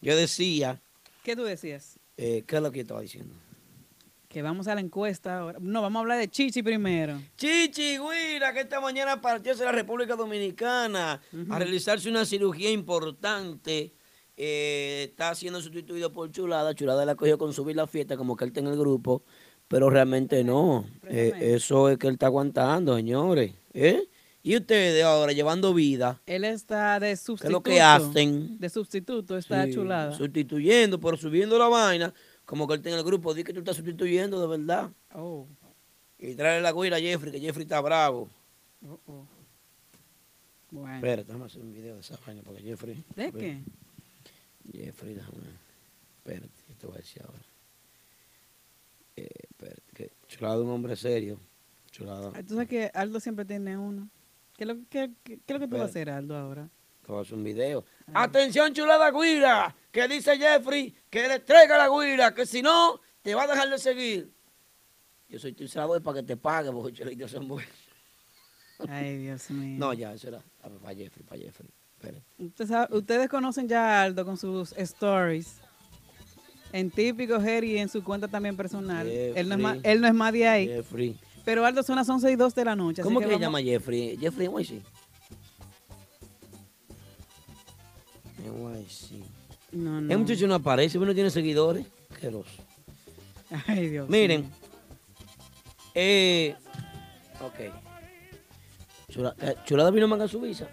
Speaker 2: Yo decía,
Speaker 3: ¿Qué tú decías?
Speaker 2: eh, ¿qué es lo que yo estaba diciendo?
Speaker 3: Que vamos a la encuesta ahora. No, vamos a hablar de Chichi primero.
Speaker 2: Chichi Guira, que esta mañana partió hacia la República Dominicana a realizarse una cirugía importante. Eh, está siendo sustituido por Chulada. Chulada la cogió con subir la fiesta, como que él está en el grupo, pero realmente no. Eh, eso es que él está aguantando, señores. ¿Eh? Y ustedes ahora llevando vida,
Speaker 3: Él está de
Speaker 2: ¿qué
Speaker 3: sustituto.
Speaker 2: es lo que hacen?
Speaker 3: De sustituto, está
Speaker 2: Sí,
Speaker 3: chulada.
Speaker 2: Sustituyendo, pero subiendo la vaina, como que él está en el grupo, di que tú estás sustituyendo de verdad.
Speaker 3: Oh.
Speaker 2: Y trae la guira a Jeffrey, que Jeffrey está bravo.
Speaker 3: Oh, oh. Bueno.
Speaker 2: Espérate, déjame hacer un video de esa vaina, porque Jeffrey.
Speaker 3: ¿De qué?
Speaker 2: Jeffrey, déjame. ver. Espérate, yo te voy a decir ahora. Eh, espérate, que chulada de un hombre serio. Chulada.
Speaker 3: Ay, Ah, Tú sabes que Aldo siempre tiene uno. ¿Qué es lo, qué- qué- qué es lo que tú vas a hacer,
Speaker 2: Espérate.
Speaker 3: Aldo, ahora?
Speaker 2: Te voy a hacer un video. Atención, chulada guira, que dice Jeffrey que le traiga la guira, que si no, te va a dejar de seguir. Yo soy tu sabor para que te pague, porque los chulitos son buenos.
Speaker 3: Ay, Dios mío.
Speaker 2: No, ya, eso era a ver, para Jeffrey, para Jeffrey. Espérate.
Speaker 3: Usted sabe- ustedes conocen ya a Aldo con sus stories. En típico Jerry y en su cuenta también personal. Él no, es más,
Speaker 2: Jeffrey.
Speaker 3: él no es más de ahí.
Speaker 2: Jeffrey.
Speaker 3: Pero Aldo son las 11 y 2 de la noche. así
Speaker 2: ¿Cómo que se
Speaker 3: vamos-
Speaker 2: llama Jeffrey? Jeffrey NYC. NYC.
Speaker 3: No,
Speaker 2: Es
Speaker 3: no.
Speaker 2: muchacho no aparece, pero no tiene seguidores. Asqueroso.
Speaker 3: Ay, Dios.
Speaker 2: Miren. Eh, ok. Chula- eh, Chulada vino a mangar su visa.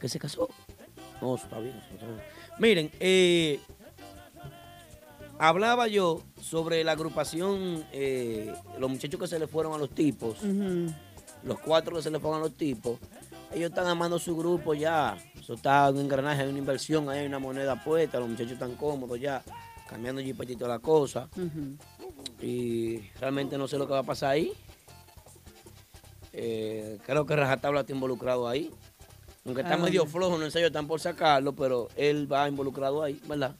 Speaker 2: Que se casó. No, está bien. eso está bien. Miren, eh, hablaba yo sobre la agrupación, eh, los muchachos que se le fueron a los tipos,
Speaker 3: Ujú.
Speaker 2: los cuatro que se le fueron a los tipos. Ellos están armando su grupo ya. Eso está en un engranaje, hay una inversión, hay una moneda puesta, los muchachos están cómodos ya, cambiando jipetito la cosa.
Speaker 3: Ujú.
Speaker 2: Y realmente no sé lo que va a pasar ahí. Eh, creo que Rajatabla está involucrado ahí. Aunque está
Speaker 3: Ah,
Speaker 2: medio
Speaker 3: bueno.
Speaker 2: flojo en el ensayo, están por sacarlo, pero él va involucrado ahí, ¿verdad?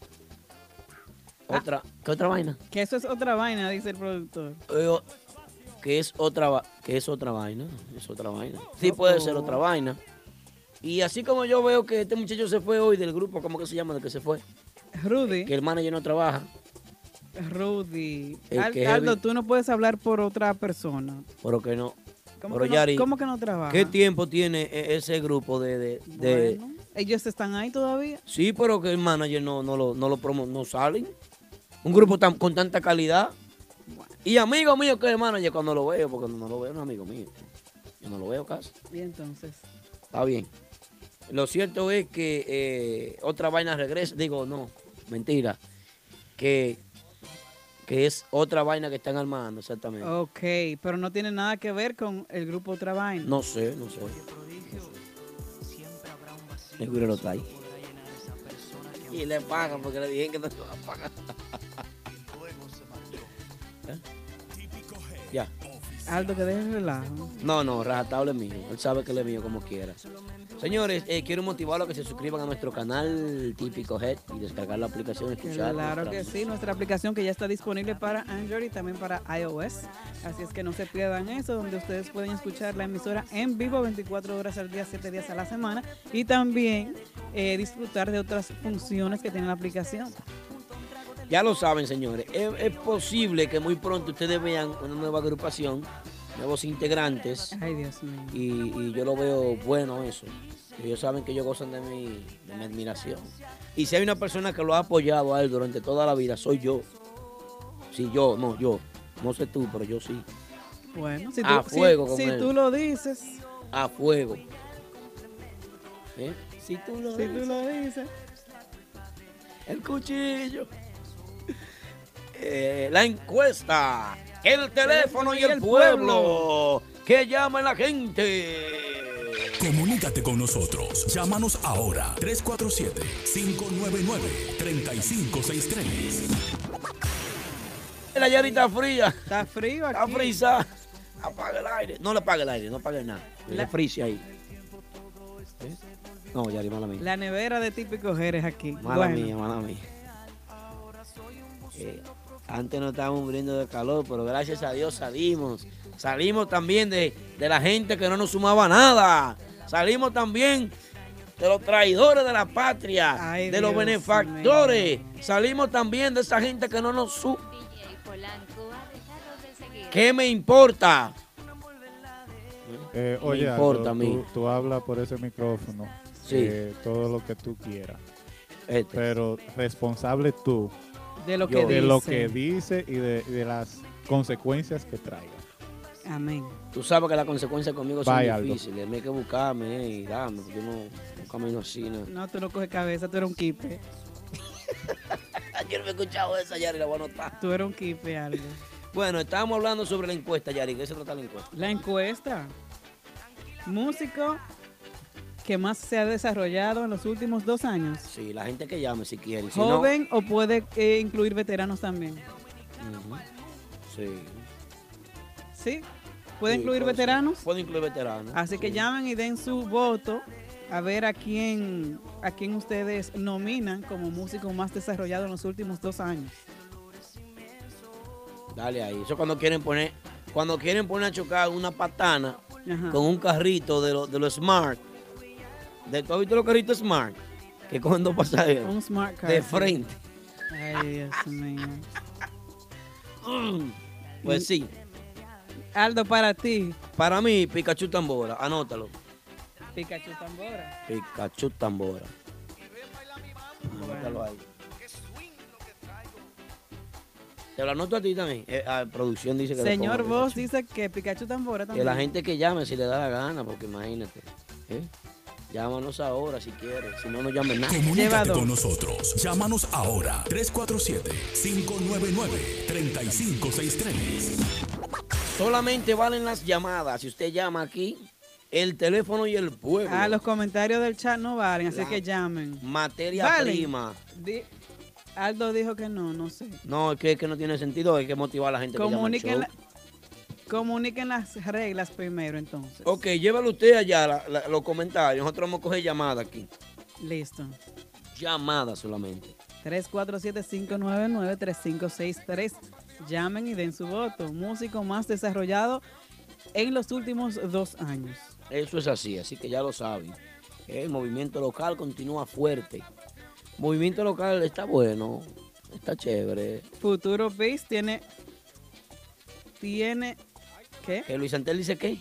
Speaker 2: Otra, ¿Qué otra vaina?
Speaker 3: Que eso es otra vaina, dice el productor.
Speaker 2: Eh, o- que es otra va- que es otra vaina, es otra vaina. Sí puede ser otra vaina. Y así como yo veo que este muchacho se fue hoy del grupo, ¿cómo que se llama? ¿De que se fue?
Speaker 3: Rudy.
Speaker 2: Que el manager no trabaja.
Speaker 3: Rudy.
Speaker 2: El
Speaker 3: Al-
Speaker 2: que
Speaker 3: Aldo,
Speaker 2: heavy.
Speaker 3: tú no puedes hablar por otra persona.
Speaker 2: Pero que no.
Speaker 3: ¿Cómo,
Speaker 2: Pero
Speaker 3: que, no,
Speaker 2: Yari,
Speaker 3: cómo que no trabaja?
Speaker 2: ¿Qué tiempo tiene e- ese grupo de, de- de-
Speaker 3: Ellos están ahí todavía.
Speaker 2: Sí, pero que el manager no, no lo, no lo promo, no salen. Un grupo tan, con tanta calidad. Y amigo mío que es el manager cuando lo veo, porque no lo veo, no es amigo mío. Yo no lo veo casi.
Speaker 3: Y entonces.
Speaker 2: Está bien. Lo cierto es que eh, otra vaina regresa. Digo, no, mentira. Que, que es otra vaina que están armando, exactamente.
Speaker 3: Ok, pero no tiene nada que ver con el grupo otra vaina.
Speaker 2: No sé, no sé. El güiro lo trae. Y le pagan porque le dije que no se va a pagar. ¿Eh? Ya.
Speaker 3: Aldo, que deje el relajo.
Speaker 2: No, no, Rajatable es mío. Él sabe que él es mío como quiera. Señores, eh, quiero motivarlos a que se suscriban a nuestro canal Típico Head y descargar la aplicación. Escuchar
Speaker 3: Claro que
Speaker 2: nuestras-
Speaker 3: sí, nuestra aplicación que ya está disponible para Android y también para iOS. Así es que no se pierdan eso, donde ustedes pueden escuchar la emisora en vivo 24 horas al día, 7 días a la semana y también eh, disfrutar de otras funciones que tiene la aplicación.
Speaker 2: Ya lo saben, señores. Es, es posible que muy pronto ustedes vean una nueva agrupación, nuevos integrantes.
Speaker 3: Ay, Dios mío.
Speaker 2: Y, y yo lo veo bueno eso. Ellos saben que ellos gozan de mi, de mi admiración. Y si hay una persona que lo ha apoyado a él durante toda la vida, soy yo. Sí, yo, no, yo. No sé tú, pero yo sí.
Speaker 3: Bueno, si tú,
Speaker 2: A
Speaker 3: si-
Speaker 2: fuego con
Speaker 3: si
Speaker 2: él.
Speaker 3: tú lo dices,
Speaker 2: A fuego. ¿Eh? Si tú lo
Speaker 3: si tú lo dices.
Speaker 2: El cuchillo. Eh, la encuesta, el teléfono y el pueblo. Que llame la gente.
Speaker 1: Comunícate con nosotros. Llámanos ahora 347-599-3563.
Speaker 2: La Yari está fría.
Speaker 3: Está frío
Speaker 2: Está frisa. Apaga el aire. No le apague el aire, no apague nada. Que
Speaker 3: La-
Speaker 2: Le frise ahí. ¿Eh? No, Yari, mala mía.
Speaker 3: La nevera de típicos eres aquí.
Speaker 2: Mala
Speaker 3: Bueno,
Speaker 2: mía, mala mía. Eh, antes no estábamos muriendo de calor, pero gracias a Dios salimos. Salimos también de, de la gente que no nos sumaba nada. Salimos también de los traidores de la patria, de los
Speaker 5: Dios
Speaker 2: benefactores. Salimos también de esa gente que no nos su...
Speaker 5: DJ Polanco ha dejado de seguir.
Speaker 2: ¿Qué me importa?
Speaker 9: Eh,
Speaker 2: Me
Speaker 9: oye,
Speaker 2: importa
Speaker 9: Aldo,
Speaker 2: a mí.
Speaker 9: Tú, tú hablas por ese micrófono.
Speaker 2: Sí. Este.
Speaker 9: eh, todo lo que tú quieras. Pero responsable tú.
Speaker 3: De lo que
Speaker 9: De lo
Speaker 3: dice.
Speaker 9: que dice y de, y de las consecuencias que traiga.
Speaker 3: Amén.
Speaker 2: Tú sabes que las consecuencias conmigo son
Speaker 9: Vaya, Aldo.
Speaker 2: difíciles. Me hay que buscarme eh, y dame, porque yo no, no camino así. ¿no?
Speaker 3: No, tú lo coges cabeza, tú eres un kipe.
Speaker 2: Yo no me he escuchado esa, Yari, la voy a anotar.
Speaker 3: Tú eres un kipe, algo.
Speaker 2: Bueno, estábamos hablando sobre la encuesta, Yari. ¿Qué se trata la encuesta?
Speaker 3: La encuesta. Músico que más se ha desarrollado en los últimos dos años.
Speaker 2: Sí, la gente que llame si quiere. Si no-
Speaker 3: Joven o puede eh, incluir veteranos también.
Speaker 2: Ujú. Sí.
Speaker 3: ¿Sí? ¿Puede
Speaker 2: Sí,
Speaker 3: incluir
Speaker 2: puede ser.
Speaker 3: veteranos?
Speaker 2: Puede incluir veteranos.
Speaker 3: Así que
Speaker 2: sí.
Speaker 3: llamen y den su voto a ver a quién, a quién ustedes nominan como músico más desarrollado en los últimos dos años.
Speaker 2: Dale ahí. Eso cuando quieren poner, cuando quieren poner a chocar una patana
Speaker 3: Ajá.
Speaker 2: con un carrito de los de lo smart. De, ¿Tú has visto los carritos smart? Que cuando pasa
Speaker 3: Un smart car.
Speaker 2: eh, de
Speaker 3: sí.
Speaker 2: frente.
Speaker 3: Ay, Dios mío.
Speaker 2: Pues sí.
Speaker 3: Aldo, para ti.
Speaker 2: Para mí, Pikachu Tambora. Anótalo.
Speaker 3: Pikachu Tambora.
Speaker 2: Pikachu Tambora. Anótalo ahí. Te lo anoto a ti también. Eh, ah, producción dice que lo
Speaker 3: Señor
Speaker 2: ponga.
Speaker 3: Vos dice que Pikachu Tambora
Speaker 2: Que
Speaker 3: también.
Speaker 2: la gente que llame si le da la gana, porque imagínate. ¿eh? Llámanos ahora si quieres, si no, no llamen nada.
Speaker 1: Comunícate con nosotros. Llámanos ahora. 347-599-3563.
Speaker 2: Solamente valen las llamadas. Si usted llama aquí, el teléfono y el pueblo.
Speaker 3: Ah, los comentarios del chat no valen, así que llamen.
Speaker 2: Materia
Speaker 3: Valen.
Speaker 2: prima.
Speaker 3: Di- Aldo dijo que no, no sé.
Speaker 2: No, es que, es que no tiene sentido. Hay que motivar a la gente. que llama al
Speaker 3: Comuniquen,
Speaker 2: show.
Speaker 3: la- comuniquen las reglas primero, entonces.
Speaker 2: Ok, llévalo usted allá la- la- los comentarios. Nosotros vamos a coger llamadas aquí.
Speaker 3: Listo.
Speaker 2: Llamadas solamente.
Speaker 3: 347-599-3563. Llamen y den su voto. Músico más desarrollado en los últimos dos años.
Speaker 2: Eso es así, así que ya lo saben. El movimiento local continúa fuerte. Movimiento local está bueno, está chévere.
Speaker 3: Futuro Beast tiene. Tiene. ¿Qué?
Speaker 2: ¿Que Luis Antel dice qué?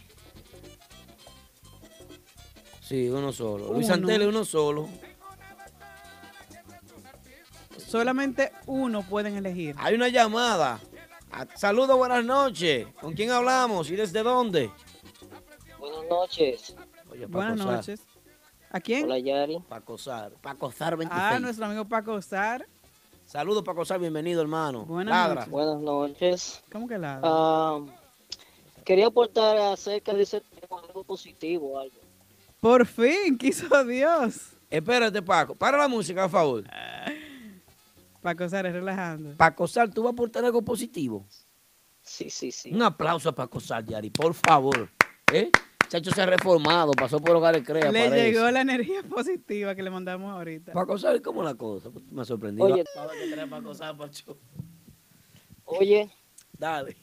Speaker 2: Sí, uno solo. Luis
Speaker 3: Uno.
Speaker 2: Antel es uno solo.
Speaker 3: Solamente uno pueden elegir.
Speaker 2: Hay una llamada. Ah, Saludos, buenas noches. ¿Con quién hablamos y desde dónde?
Speaker 15: Buenas noches.
Speaker 2: Oye, Paco
Speaker 3: Buenas
Speaker 2: Sar.
Speaker 3: noches. ¿A quién?
Speaker 15: Hola, Yari.
Speaker 2: Paco Sar. Paco Sar 26.
Speaker 3: Ah, nuestro amigo Paco Sar.
Speaker 2: Saludos, Paco Sar. Bienvenido, hermano.
Speaker 3: Buenas
Speaker 2: Ladra.
Speaker 15: Buenas noches.
Speaker 3: ¿Cómo que la?
Speaker 15: Ah, quería aportar acerca de ese tema algo positivo, algo.
Speaker 3: Por fin, quiso Dios.
Speaker 2: Espérate, Paco. Para la música, por favor.
Speaker 3: Paco Sar es relajando.
Speaker 2: Paco Sal, ¿tú vas a aportar algo positivo?
Speaker 15: Sí, sí, sí.
Speaker 2: Un aplauso a Paco Sal, Yari, por favor. ¿Eh? Chacho se ha reformado, pasó por hogares crea,
Speaker 3: Le
Speaker 2: parece.
Speaker 3: llegó la energía positiva que le mandamos ahorita.
Speaker 2: Paco Sal, ¿cómo la cosa? pues, Me ha sorprendido.
Speaker 15: Oye, oye,
Speaker 2: Dale.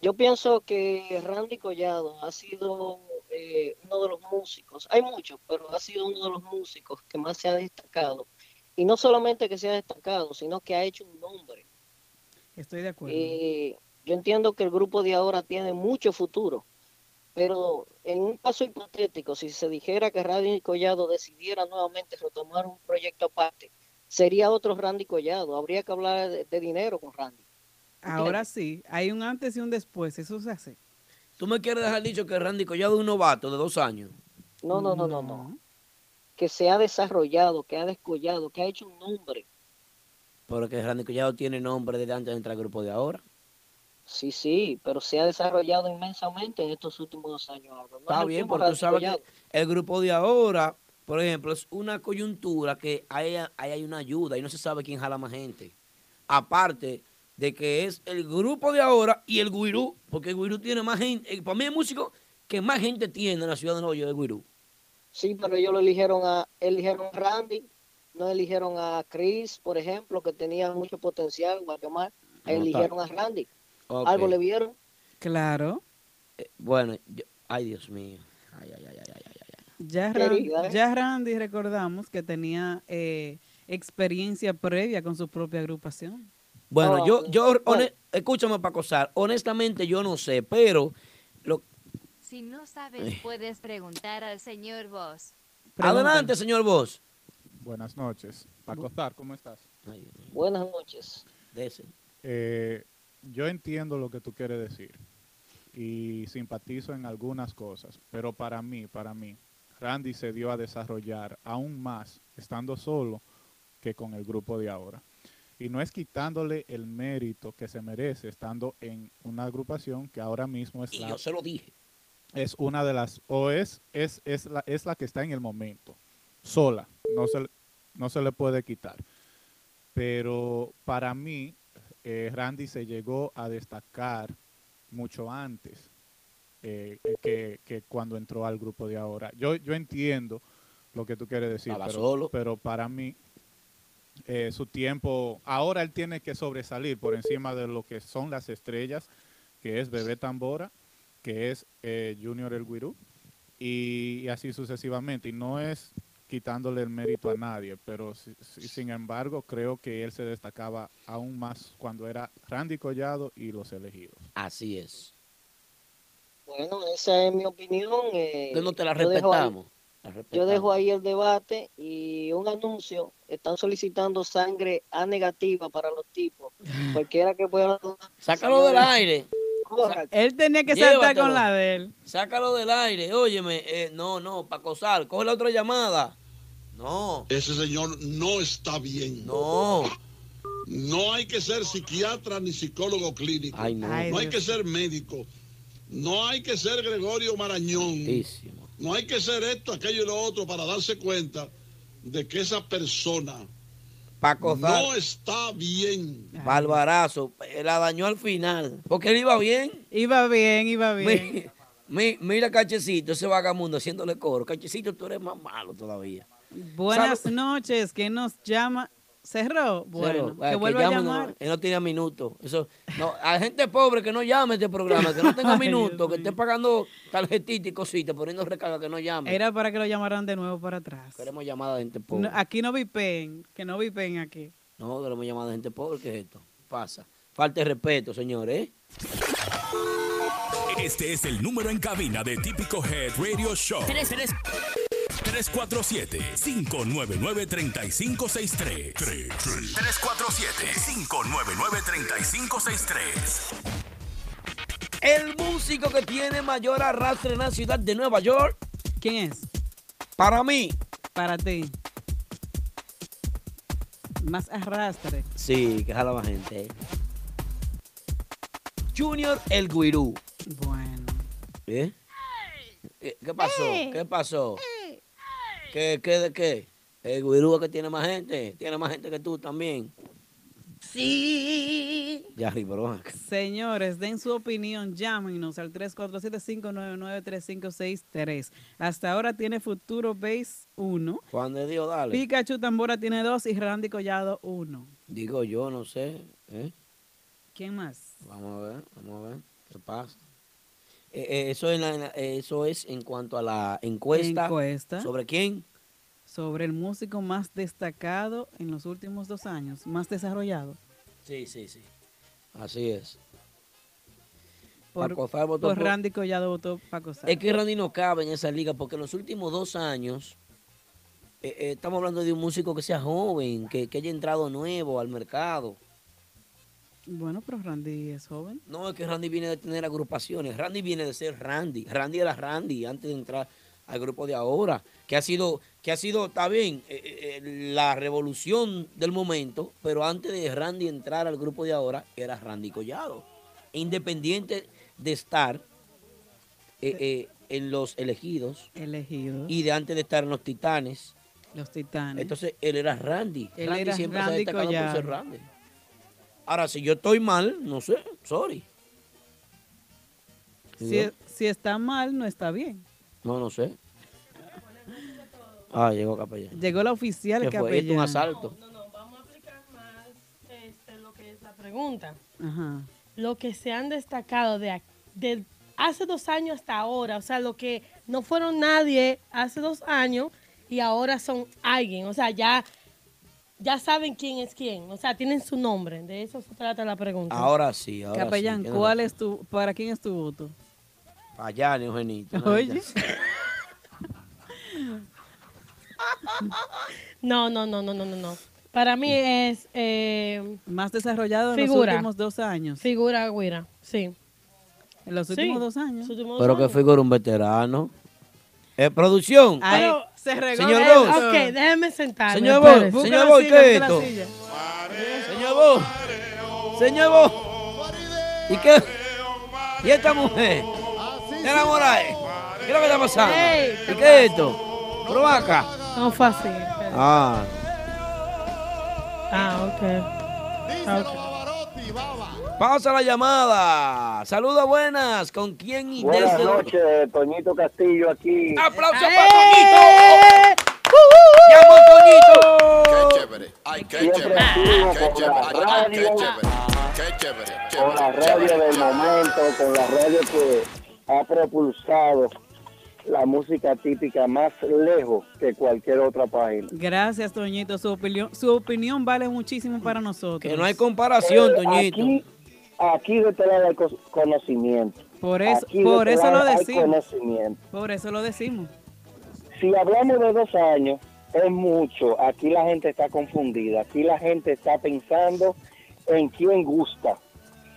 Speaker 15: yo pienso que Randy Collado ha sido eh, uno de los músicos, hay muchos, pero ha sido uno de los músicos que más se ha destacado. Y no solamente que se ha destacado, sino que ha hecho un nombre.
Speaker 3: Estoy de acuerdo.
Speaker 15: Eh, yo entiendo que el grupo de ahora tiene mucho futuro, pero en un caso hipotético, si se dijera que Randy Collado decidiera nuevamente retomar un proyecto aparte, sería otro Randy Collado. Habría que hablar de, de dinero con Randy.
Speaker 3: Ahora sí, hay un antes y un después, eso se hace.
Speaker 2: ¿Tú me quieres dejar dicho que Randy Collado es un novato de dos años?
Speaker 15: No, no, no, no, no. Que se ha desarrollado, que ha descollado, que ha hecho un nombre.
Speaker 2: Porque Randy Collado tiene nombre desde antes de entrar al grupo de ahora.
Speaker 15: Sí, sí, pero se ha desarrollado inmensamente en estos últimos dos años. Álvaro. No
Speaker 2: Está
Speaker 15: es
Speaker 2: bien,
Speaker 15: último
Speaker 2: porque tú
Speaker 15: Randy
Speaker 2: sabes
Speaker 15: Collado.
Speaker 2: que el grupo de ahora, por ejemplo, es una coyuntura que ahí ahí hay una ayuda y no se sabe quién jala más gente. Aparte de que es el grupo de ahora y el Guirú, porque el Guirú tiene más gente. eh, Para mí es músico que más gente tiene en la ciudad de Nueva York, el Guirú.
Speaker 15: Sí, pero ellos lo eligieron a, eligieron a Randy, no eligieron a Chris, por ejemplo, que tenía mucho potencial, Guatemala, eligieron a Randy.
Speaker 2: Ok. Eh,
Speaker 15: Algo le vieron.
Speaker 3: Claro.
Speaker 2: Bueno, yo- ay Dios mío. Ay, ay, ay, ay, ay, ay.
Speaker 3: Ya,
Speaker 15: Qué
Speaker 3: Ran-
Speaker 15: herida, ¿eh?
Speaker 3: ya Randy recordamos que tenía eh, experiencia previa con su propia agrupación.
Speaker 2: Bueno,
Speaker 3: Ah,
Speaker 2: yo, yo, hone- escúchame para acosar. Honestamente, yo no sé, pero lo,
Speaker 5: Si no
Speaker 2: Eh.
Speaker 5: sabes, puedes preguntar al señor Vos.
Speaker 2: adelante, señor Vos.
Speaker 9: Buenas noches. Paco Zar, ¿cómo estás?
Speaker 15: Buenas noches.
Speaker 9: Eh, yo entiendo lo que tú quieres decir. y simpatizo en algunas cosas, pero para mí, para mí, Randy se dio a desarrollar aún más estando solo que con el grupo de ahora. Y no es quitándole el mérito que se merece estando en una agrupación que ahora mismo es
Speaker 2: Y
Speaker 9: la-
Speaker 2: yo se lo dije.
Speaker 9: es una de las, o es, es, es, la, es la que está en el momento, sola, no se, le- no se le puede quitar. Pero para mí, eh, Randy se llegó a destacar mucho antes eh, que, que cuando entró al grupo de ahora. Yo, yo entiendo lo que tú quieres decir,
Speaker 2: Estaba
Speaker 9: pero,
Speaker 2: solo.
Speaker 9: pero para mí, eh, su tiempo, ahora él tiene que sobresalir por encima de lo que son las estrellas, que es Bebé Tambora, que es eh, Junior El Guirú, y, y así sucesivamente. Y no es quitándole el mérito a nadie, pero si- si- sin embargo creo que él se destacaba aún más cuando era Randy Collado y los elegidos.
Speaker 2: Así es.
Speaker 15: Bueno, esa es mi opinión. eh,
Speaker 2: Que no te la
Speaker 15: yo dejo ahí-
Speaker 2: respetamos. La
Speaker 15: Yo
Speaker 2: respetamos.
Speaker 15: dejo ahí el debate y un anuncio. Están solicitando sangre A negativa para los tipos. Cualquiera que pueda. donar,
Speaker 2: Ah. Sácalo
Speaker 15: señores,
Speaker 2: del aire.
Speaker 15: corran.
Speaker 3: Él tenía que saltar
Speaker 2: Llévatelo.
Speaker 3: con la de él.
Speaker 2: Sácalo del aire. Óyeme, eh, no, no, para acosar. Coge la otra llamada. No.
Speaker 16: Ese señor no está bien.
Speaker 2: No.
Speaker 16: No hay que ser psiquiatra ni psicólogo clínico.
Speaker 2: no.
Speaker 16: no.
Speaker 2: Ay,
Speaker 16: hay
Speaker 2: Dios.
Speaker 16: que ser médico. No hay que ser Gregorio Marañón. No hay que ser esto, aquello y lo otro para darse cuenta de que esa persona
Speaker 2: acosar.
Speaker 16: no está bien.
Speaker 2: Barbarazo. eh, La dañó al final. Porque él iba bien.
Speaker 3: Iba bien, iba
Speaker 2: bien. Mira, Cachecito, ese vagamundo haciéndole coro. Cachecito, tú eres más malo todavía.
Speaker 15: Oh.
Speaker 3: Buenas noches, ¿quién nos llama? Cerró. Bueno,
Speaker 2: Cero, eh,
Speaker 3: que
Speaker 2: que
Speaker 3: vuelva a
Speaker 2: llame, no,
Speaker 3: llamar.
Speaker 2: él no tenía minutos. Eso, no, a gente pobre que no llame este programa, que no tenga
Speaker 3: Ay,
Speaker 2: minutos, que esté pagando tarjetitas y cositas, poniendo recarga, que no llame.
Speaker 3: Era para que lo llamaran de nuevo para atrás.
Speaker 2: Queremos llamada de gente
Speaker 3: No,
Speaker 2: pobre.
Speaker 3: aquí no vipen, que no vipen aquí.
Speaker 2: No, queremos llamada de gente pobre, ¿qué es esto? Pasa. Falta de respeto, señores. ¿eh?
Speaker 1: Este es el número en cabina de Típico Head Radio Show. 347-599-3563. 347-599-3563.
Speaker 2: El músico que tiene mayor arrastre en la ciudad de Nueva York.
Speaker 3: ¿Quién es?
Speaker 2: Para mí.
Speaker 3: Para ti. Más arrastre.
Speaker 2: Sí, que jala más gente. ¿eh? Junior El Guirú.
Speaker 3: Bueno.
Speaker 2: ¿Eh? ¿Qué qué pasó?
Speaker 3: Eh.
Speaker 2: ¿Qué pasó? ¿Qué, qué de qué? El Guirú es que tiene más gente. Tiene más gente que tú también.
Speaker 3: Sí.
Speaker 2: Ya, Riborón.
Speaker 3: Señores, den su opinión, llámenos al 347-599-3563. Hasta ahora tiene Futuro Base 1,
Speaker 2: Juan de Dios, dale.
Speaker 3: Pikachu Tambora tiene 2 y Randy Collado 1.
Speaker 2: Digo yo, no sé. ¿eh?
Speaker 3: ¿Quién más?
Speaker 2: Vamos a ver, vamos a ver qué pasa. Eh, eh, eso, en la- en la- eh, eso es en cuanto a la encuesta.
Speaker 3: Encuesta.
Speaker 2: ¿Sobre quién?
Speaker 3: Sobre el músico más destacado en los últimos dos años, más desarrollado.
Speaker 2: Sí, sí, sí. Así es.
Speaker 3: Por,
Speaker 2: Paco Sá votó
Speaker 3: por
Speaker 2: por-
Speaker 3: Randy Collado votó Paco Sá.
Speaker 2: Es que Randy no cabe en esa liga porque en los últimos dos años eh, eh, estamos hablando de un músico que sea joven, que, que haya entrado nuevo al mercado.
Speaker 3: Bueno, pero Randy es joven.
Speaker 2: No, es que Randy viene de tener agrupaciones. Randy viene de ser Randy. Randy era Randy antes de entrar al grupo de ahora. Que ha sido, que ha sido, está bien, eh, eh, eh, la revolución del momento, pero antes de Randy entrar al grupo de ahora, era Randy Collado. Independiente de estar eh, eh, en los elegidos.
Speaker 3: Elegidos.
Speaker 2: Y de antes de estar en los titanes.
Speaker 3: Los titanes.
Speaker 2: Entonces, él era Randy.
Speaker 3: Él
Speaker 2: Randy
Speaker 3: era
Speaker 2: siempre se ha
Speaker 3: Randy
Speaker 2: destacado por ser
Speaker 3: Collado.
Speaker 2: Randy. Ahora, si yo estoy mal, no sé, sorry.
Speaker 3: Si, es- si está mal, no está bien.
Speaker 2: No, no sé. Ah, llegó capellán.
Speaker 3: Llegó la oficial
Speaker 2: ¿Qué fue? ¿Esto es
Speaker 3: capellana.
Speaker 2: un asalto?
Speaker 17: No, no, vamos a aplicar más este, lo que es la pregunta.
Speaker 3: Ajá.
Speaker 17: Lo que se han destacado de, ac- de hace dos años hasta ahora, o sea, lo que no fueron nadie hace dos años y ahora son alguien, o sea, ya, ya saben quién es quién, o sea, tienen su nombre, de eso se trata la pregunta.
Speaker 2: Ahora sí, ahora sí,
Speaker 3: Capellán,
Speaker 2: tienes
Speaker 3: ¿cuál es tu, ¿para quién es tu voto?
Speaker 2: Allá, Eugenito. ¿no?
Speaker 3: Oye.
Speaker 17: No, no, no, no, no, no, no. Para mí es... eh,
Speaker 3: Más desarrollado en los
Speaker 17: Figura.
Speaker 3: últimos dos años.
Speaker 17: Figura Guira, sí.
Speaker 3: En los últimos dos años.
Speaker 2: Pero que figura un veterano. Eh, producción.
Speaker 3: Ay, se regó
Speaker 2: Señor
Speaker 3: eso.
Speaker 2: Bosch.
Speaker 17: Ok, déjeme sentarme.
Speaker 2: Señor
Speaker 17: espere.
Speaker 2: Bosch, señor Bosch, ¿qué es esto? Señor Bosch. Señor Bosch. ¿Y qué? ¿Y esta mujer? ¿Te enamorada es? ¿Qué es lo que está pasando?
Speaker 17: Ey.
Speaker 2: ¿Y qué es esto? Pero ven acá.
Speaker 17: No fácil.
Speaker 2: Ah,
Speaker 17: Ah, ok. Ah, ok.
Speaker 2: pausa la llamada. Saludos buenas. ¿Con quién y
Speaker 18: Buenas
Speaker 2: desde dónde?
Speaker 18: noches, Toñito Castillo aquí.
Speaker 2: ¡Aplauso para
Speaker 17: ¡Eh!
Speaker 2: Toñito! ¡Llamó Toñito!
Speaker 19: ¡Qué chévere! ¡Ay, qué chévere! ¡Qué chévere! ¡Ay, qué chévere! ¡Qué chévere!
Speaker 18: Con la radio del momento, con la radio que ha propulsado la música típica más lejos que cualquier otra página.
Speaker 3: Gracias, Toñito. Su opinión, su opinión vale muchísimo para nosotros.
Speaker 2: Que no hay comparación,
Speaker 18: Eh,
Speaker 2: Toñito.
Speaker 18: Aquí, aquí de este lado hay cos- conocimiento.
Speaker 3: Por eso-
Speaker 18: Aquí de
Speaker 3: por
Speaker 18: este
Speaker 3: eso lo
Speaker 18: lado hay
Speaker 3: decimos.
Speaker 18: conocimiento.
Speaker 3: Por eso lo decimos.
Speaker 18: Si hablamos de dos años, es mucho. Aquí la gente está confundida. Aquí la gente está pensando en quién gusta,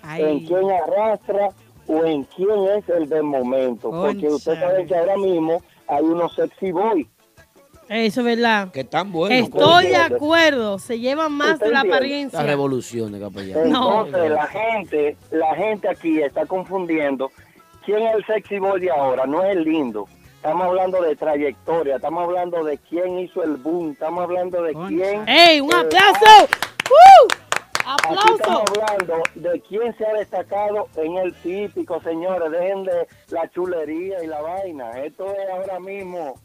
Speaker 3: Ay.
Speaker 18: en quién arrastra o en quién es el del momento. Porque usted sabe que ahora mismo hay unos sexy boy.
Speaker 17: Eso es verdad. Este,
Speaker 2: Que tan bueno.
Speaker 17: Estoy de acuerdo. Se llevan más de la apariencia.
Speaker 2: La revolución de capellán.
Speaker 18: Entonces la gente, la gente aquí está confundiendo quién es el sexy boy de ahora, no es el lindo. Estamos hablando de trayectoria, estamos hablando de quién hizo el boom, estamos hablando de quién.
Speaker 17: ¡Ey, un
Speaker 18: eh,
Speaker 17: aplauso! ¡Woo!
Speaker 18: Aquí
Speaker 17: ¡Aplauso!
Speaker 18: estamos hablando de quién se ha destacado en el típico, señores. Dejen de la chulería y la vaina. Esto es ahora mismo.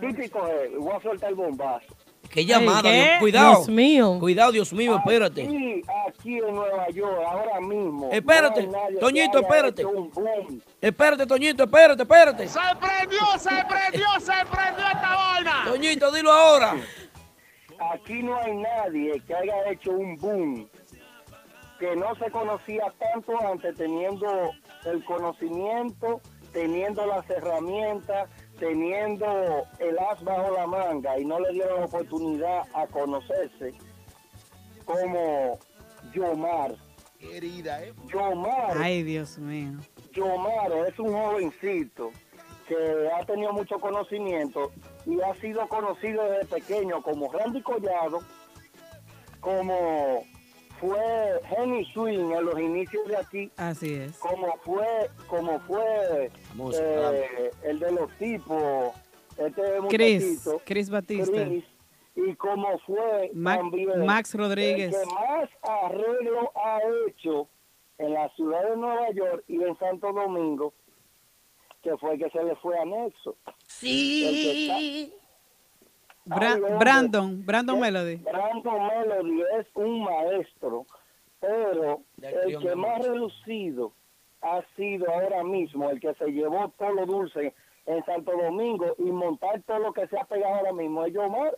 Speaker 18: Típico es, voy a soltar el bombazo.
Speaker 2: ¡Qué llamada!
Speaker 18: ¿qué?
Speaker 2: Dios- ¡Cuidado!
Speaker 18: Dios
Speaker 17: mío!
Speaker 2: ¡Cuidado, Dios mío! Espérate.
Speaker 18: Aquí, aquí en Nueva York, ahora mismo.
Speaker 2: Espérate,
Speaker 18: no hay nadie que
Speaker 2: Toñito,
Speaker 18: haya
Speaker 2: espérate.
Speaker 18: hecho un boom.
Speaker 2: Espérate, Toñito, espérate, espérate.
Speaker 14: Se prendió, se prendió, se prendió esta vaina.
Speaker 2: Toñito, dilo ahora.
Speaker 18: Aquí no hay nadie que haya hecho un boom que no se conocía tanto antes teniendo el conocimiento, teniendo las herramientas, teniendo el as bajo la manga y no le dieron la oportunidad a conocerse como Yomar. Querida, Yomar.
Speaker 3: Ay, Dios mío.
Speaker 18: Yomaro es un jovencito que ha tenido mucho conocimiento y ha sido conocido desde pequeño como Randy Collado, como fue Henry Swing en los inicios de aquí,
Speaker 3: Así es.
Speaker 18: como fue, como fue
Speaker 3: Famoso,
Speaker 18: eh,
Speaker 3: claro.
Speaker 18: el de los tipos, este
Speaker 3: Chris,
Speaker 18: muchachito,
Speaker 3: Chris Batista.
Speaker 18: Chris, y como fue
Speaker 3: Ma-
Speaker 18: también
Speaker 3: Max Rodríguez.
Speaker 18: el que más arreglo ha hecho en la ciudad de Nueva York y en Santo Domingo, que fue el que se le fue a Nexo.
Speaker 14: Sí.
Speaker 3: Bra-
Speaker 18: Ay, hombre.
Speaker 3: Brandon, Brandon Melody.
Speaker 18: Brandon Melody es un maestro, pero el
Speaker 3: acción,
Speaker 18: que
Speaker 3: mi amor.
Speaker 18: más relucido ha sido ahora mismo, el que se llevó todo lo dulce en Santo Domingo y montar todo lo que se ha pegado ahora mismo es Yomar.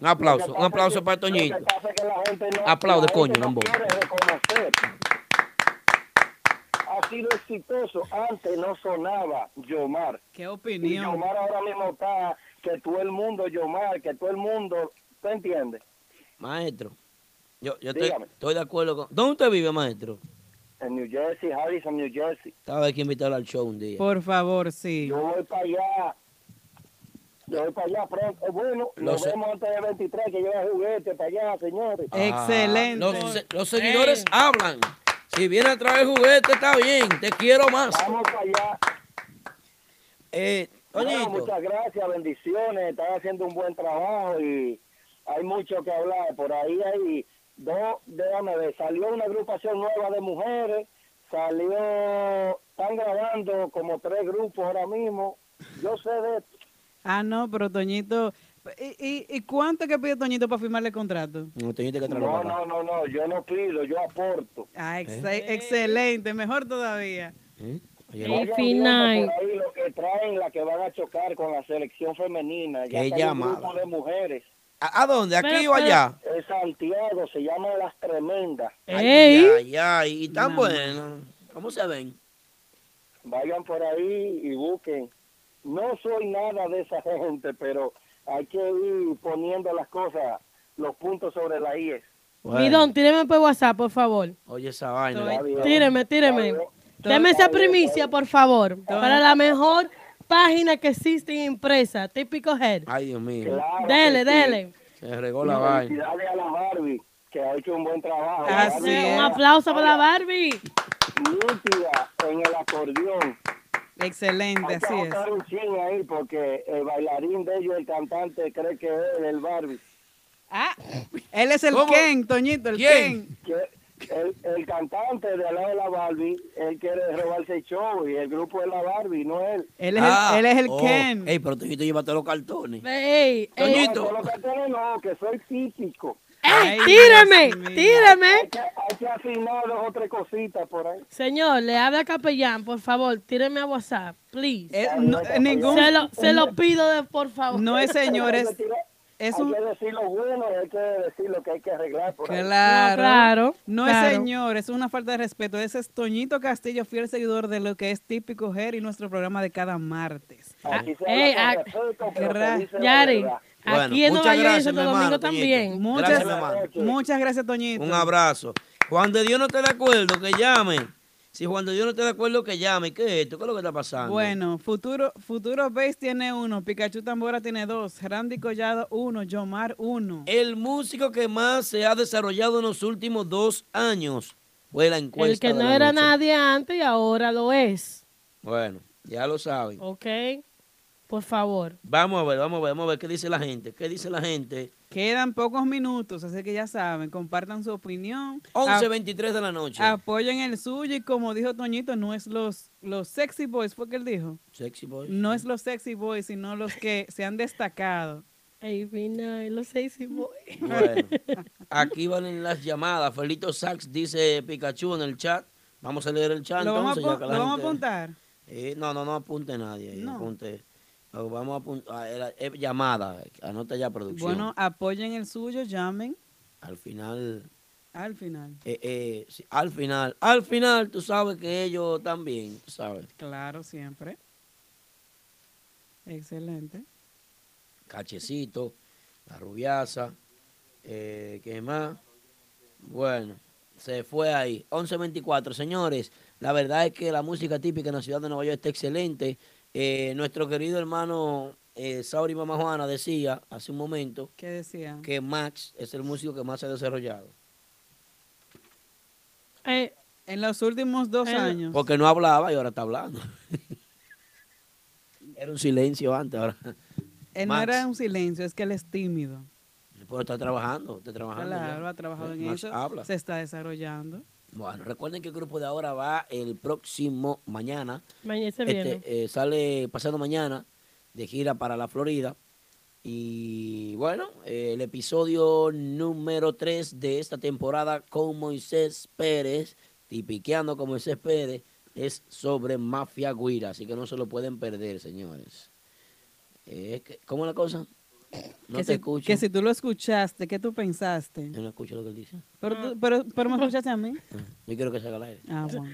Speaker 2: Un aplauso, un aplauso para Toñito. Aplaude, coño, Lambón.
Speaker 18: reconocer. Ha sido exitoso. Antes no sonaba Yomar.
Speaker 3: ¿Qué
Speaker 18: Y
Speaker 3: opinión?
Speaker 18: Yomar ahora mismo está que todo el mundo, Yomar, que todo el mundo. ¿Tú entiendes?
Speaker 2: Maestro, yo, yo estoy,
Speaker 18: Dígame.
Speaker 2: estoy de acuerdo con... ¿Dónde usted vive, maestro?
Speaker 18: En New Jersey, Harrison, New Jersey.
Speaker 2: Estaba aquí invitarlo al show un día.
Speaker 3: Por favor, sí.
Speaker 18: Yo voy para allá. Yo voy para allá pronto. Eh, Bueno,
Speaker 2: Los-
Speaker 18: nos vemos antes de 23 que lleva juguete para allá, señores.
Speaker 2: Excelente. Ah, Los, se- los seguidores hablan. Si viene a traer juguete, está bien. Te quiero más.
Speaker 18: Vamos para allá.
Speaker 2: Eh,
Speaker 18: Bueno,
Speaker 2: Toñito,
Speaker 18: muchas gracias, bendiciones. Están haciendo un buen trabajo y hay mucho que hablar. Por ahí hay dos, déjame ver, salió una agrupación nueva de mujeres, salió, están grabando como tres grupos ahora mismo. Yo sé de esto.
Speaker 3: Ah, no, pero Toñito. ¿Y, y, y cuánto es que pide Toñito para firmarle el contrato?
Speaker 2: no, Toñito hay que traerlo
Speaker 18: No,
Speaker 2: para acá.
Speaker 18: no, no, no, yo no pido, yo aporto.
Speaker 3: Ah, ex- Excelente, mejor todavía.
Speaker 2: Oye,
Speaker 3: Ey,
Speaker 18: Vayan
Speaker 3: fina.
Speaker 18: viendo por ahí lo que traen, la que van a chocar con la selección femenina. Ya
Speaker 2: Qué
Speaker 18: está hay un
Speaker 2: llamada.
Speaker 18: grupo de mujeres.
Speaker 2: ¿A, a dónde? ¿Aquí o allá?
Speaker 18: En Santiago, se llama Las Tremendas.
Speaker 17: Eh.
Speaker 2: Ay, ay, ay. Y tan
Speaker 18: No.
Speaker 2: bueno. ¿Cómo se ven?
Speaker 18: Vayan por ahí y busquen. No soy nada de esa gente, pero hay que ir poniendo las cosas, los puntos sobre E las IES.
Speaker 2: Bueno.
Speaker 17: Mi don, tíreme por WhatsApp, por favor.
Speaker 2: Oye, esa vaina.
Speaker 17: Tíreme, tíreme. Deme esa primicia, por favor. Para la mejor página que existe en impresa, típico head.
Speaker 2: Ay, Dios mío.
Speaker 17: Dele, dele.
Speaker 2: Se regó la vaina.
Speaker 18: Felicidades a la Barbie, que ha hecho un buen trabajo.
Speaker 17: Así
Speaker 18: Barbie.
Speaker 17: Un aplauso para la Barbie.
Speaker 18: Nítida en el acordeón.
Speaker 3: Excelente,
Speaker 18: Hay que
Speaker 3: así es.
Speaker 18: botar un 100 ahí porque el bailarín de ellos, el cantante, cree que es el Barbie.
Speaker 3: Ah, él es el
Speaker 18: ¿Cómo?
Speaker 3: Ken, Toñito, el Ken.
Speaker 18: Que el, el cantante de al lado de la Barbie, él quiere robarse el show y el grupo es la Barbie, no él.
Speaker 2: Ah,
Speaker 3: él es el
Speaker 2: oh.
Speaker 3: Ken.
Speaker 2: Ey, pero Toñito lleva todos los cartones.
Speaker 17: Ey,
Speaker 2: Toñito.
Speaker 18: No, solo que tiene no, que soy típico.
Speaker 17: Ey, tíreme,
Speaker 18: Hay
Speaker 17: tíreme.
Speaker 18: que, hay que afinar dos o tres cositas por ahí.
Speaker 17: Señor, le habla capellán, por favor, tíreme a WhatsApp, please.
Speaker 3: no, eh, ningún-
Speaker 17: se, lo, se lo pido, de, por favor.
Speaker 3: No es señor, es,
Speaker 18: Hay
Speaker 3: es un...
Speaker 18: que decir lo bueno y hay que decir lo que hay que arreglar por ahí.
Speaker 3: Claro. No
Speaker 17: claro.
Speaker 3: es señor, es una falta de respeto. Ese es Toñito Castillo, fiel seguidor de lo que es típico Her y nuestro programa de cada martes.
Speaker 18: Aquí se
Speaker 17: Ah, Ey,
Speaker 18: habla con
Speaker 17: ac-
Speaker 18: respeto, pero se
Speaker 3: Gra-
Speaker 18: dice la
Speaker 17: Yari,
Speaker 18: verdad.
Speaker 17: aquí en Nueva York
Speaker 2: muchas
Speaker 17: y en
Speaker 2: gracias,
Speaker 17: Santo
Speaker 2: mi
Speaker 17: Domingo
Speaker 2: hermano,
Speaker 17: también.
Speaker 2: Toñito. Muchas- Gracias, mi hermano.
Speaker 3: muchas gracias, Toñito.
Speaker 2: Un abrazo. Juan de Dios no está de acuerdo, que llame. Si Juan de Dios no está de acuerdo, que llame. ¿Qué es esto? ¿Qué es lo que está pasando?
Speaker 3: Bueno, Futuro, Futuro Base tiene uno, Pikachu Tambora tiene dos, Randy Collado uno, Yomar uno.
Speaker 2: El músico que más se ha desarrollado en los últimos dos años fue la encuesta.
Speaker 17: El que
Speaker 2: de
Speaker 17: no
Speaker 2: la
Speaker 17: era
Speaker 2: noche.
Speaker 17: nadie antes y ahora lo es.
Speaker 2: Bueno, ya lo saben.
Speaker 17: ¿Ok? Por favor.
Speaker 2: Vamos a ver, vamos a ver, vamos a ver qué dice la gente. ¿Qué dice la gente?
Speaker 3: Quedan pocos minutos, así que ya saben, compartan su opinión.
Speaker 2: 11.23 de la noche.
Speaker 3: A- Apoyen el suyo y como dijo Toñito, no es los, los sexy boys, fue que él dijo.
Speaker 2: Sexy boy.
Speaker 3: No es los sexy boys, sino los que se han destacado.
Speaker 17: los sexy boys.
Speaker 2: Bueno, aquí valen las llamadas. Felito Sax dice Pikachu en el chat. Vamos a leer el chat.
Speaker 3: ¿Lo vamos a
Speaker 2: entonces,
Speaker 3: pon-
Speaker 2: ya que
Speaker 3: lo
Speaker 2: la
Speaker 3: vamos a
Speaker 2: gente-
Speaker 3: apuntar?
Speaker 2: Eh, no, no, no apunte nadie. ahí,
Speaker 3: No.
Speaker 2: apunte. Lo Vamos a apuntar. llamada. Anota ya producción.
Speaker 3: Bueno, apoyen el suyo, llamen
Speaker 2: al final.
Speaker 3: al final.
Speaker 2: eh, eh, sí, al final. Al final, tú sabes que ellos también, tú sabes.
Speaker 3: Claro, siempre. Excelente.
Speaker 2: Cachecito, la rubiaza, eh, ¿qué más? Bueno, se fue ahí. 11.24, señores. La verdad es que la música típica en la ciudad de Nueva York está excelente. Eh, nuestro querido hermano eh, Sauri Mamá Juana decía hace un momento
Speaker 3: ¿Qué decía?
Speaker 2: que Max es el músico que más se ha desarrollado.
Speaker 3: en los últimos dos años.
Speaker 2: Eh, Porque no hablaba y ahora está hablando. Era un silencio antes, ahora.
Speaker 3: Él
Speaker 2: Max.
Speaker 3: eh, no era un silencio, es que él es tímido.
Speaker 2: Pero está trabajando, está trabajando. ya. Eh,
Speaker 3: Claro, ha trabajado en
Speaker 2: Max
Speaker 3: eso.
Speaker 2: habla.
Speaker 3: Se está desarrollando.
Speaker 2: Bueno, recuerden que el grupo de ahora va el próximo mañana.
Speaker 17: Mañana se
Speaker 2: Este,
Speaker 17: viene.
Speaker 2: eh, sale pasado mañana de gira para la Florida. Y bueno, eh, el episodio número 3 de esta temporada con Moisés Pérez, tipiqueando con Moisés Pérez, es sobre Mafia Guira. Así que no se lo pueden perder, señores. Eh, que- ¿Cómo es la cosa? No
Speaker 3: que
Speaker 2: te
Speaker 3: si,
Speaker 2: escucho.
Speaker 3: Que si tú lo escuchaste, ¿qué tú pensaste?
Speaker 2: Yo no escucho lo que él dice.
Speaker 3: Pero,
Speaker 17: Ah.
Speaker 3: tú- pero, pero me escuchaste a mí.
Speaker 2: Yo quiero que salga al aire.
Speaker 3: Ah, bueno.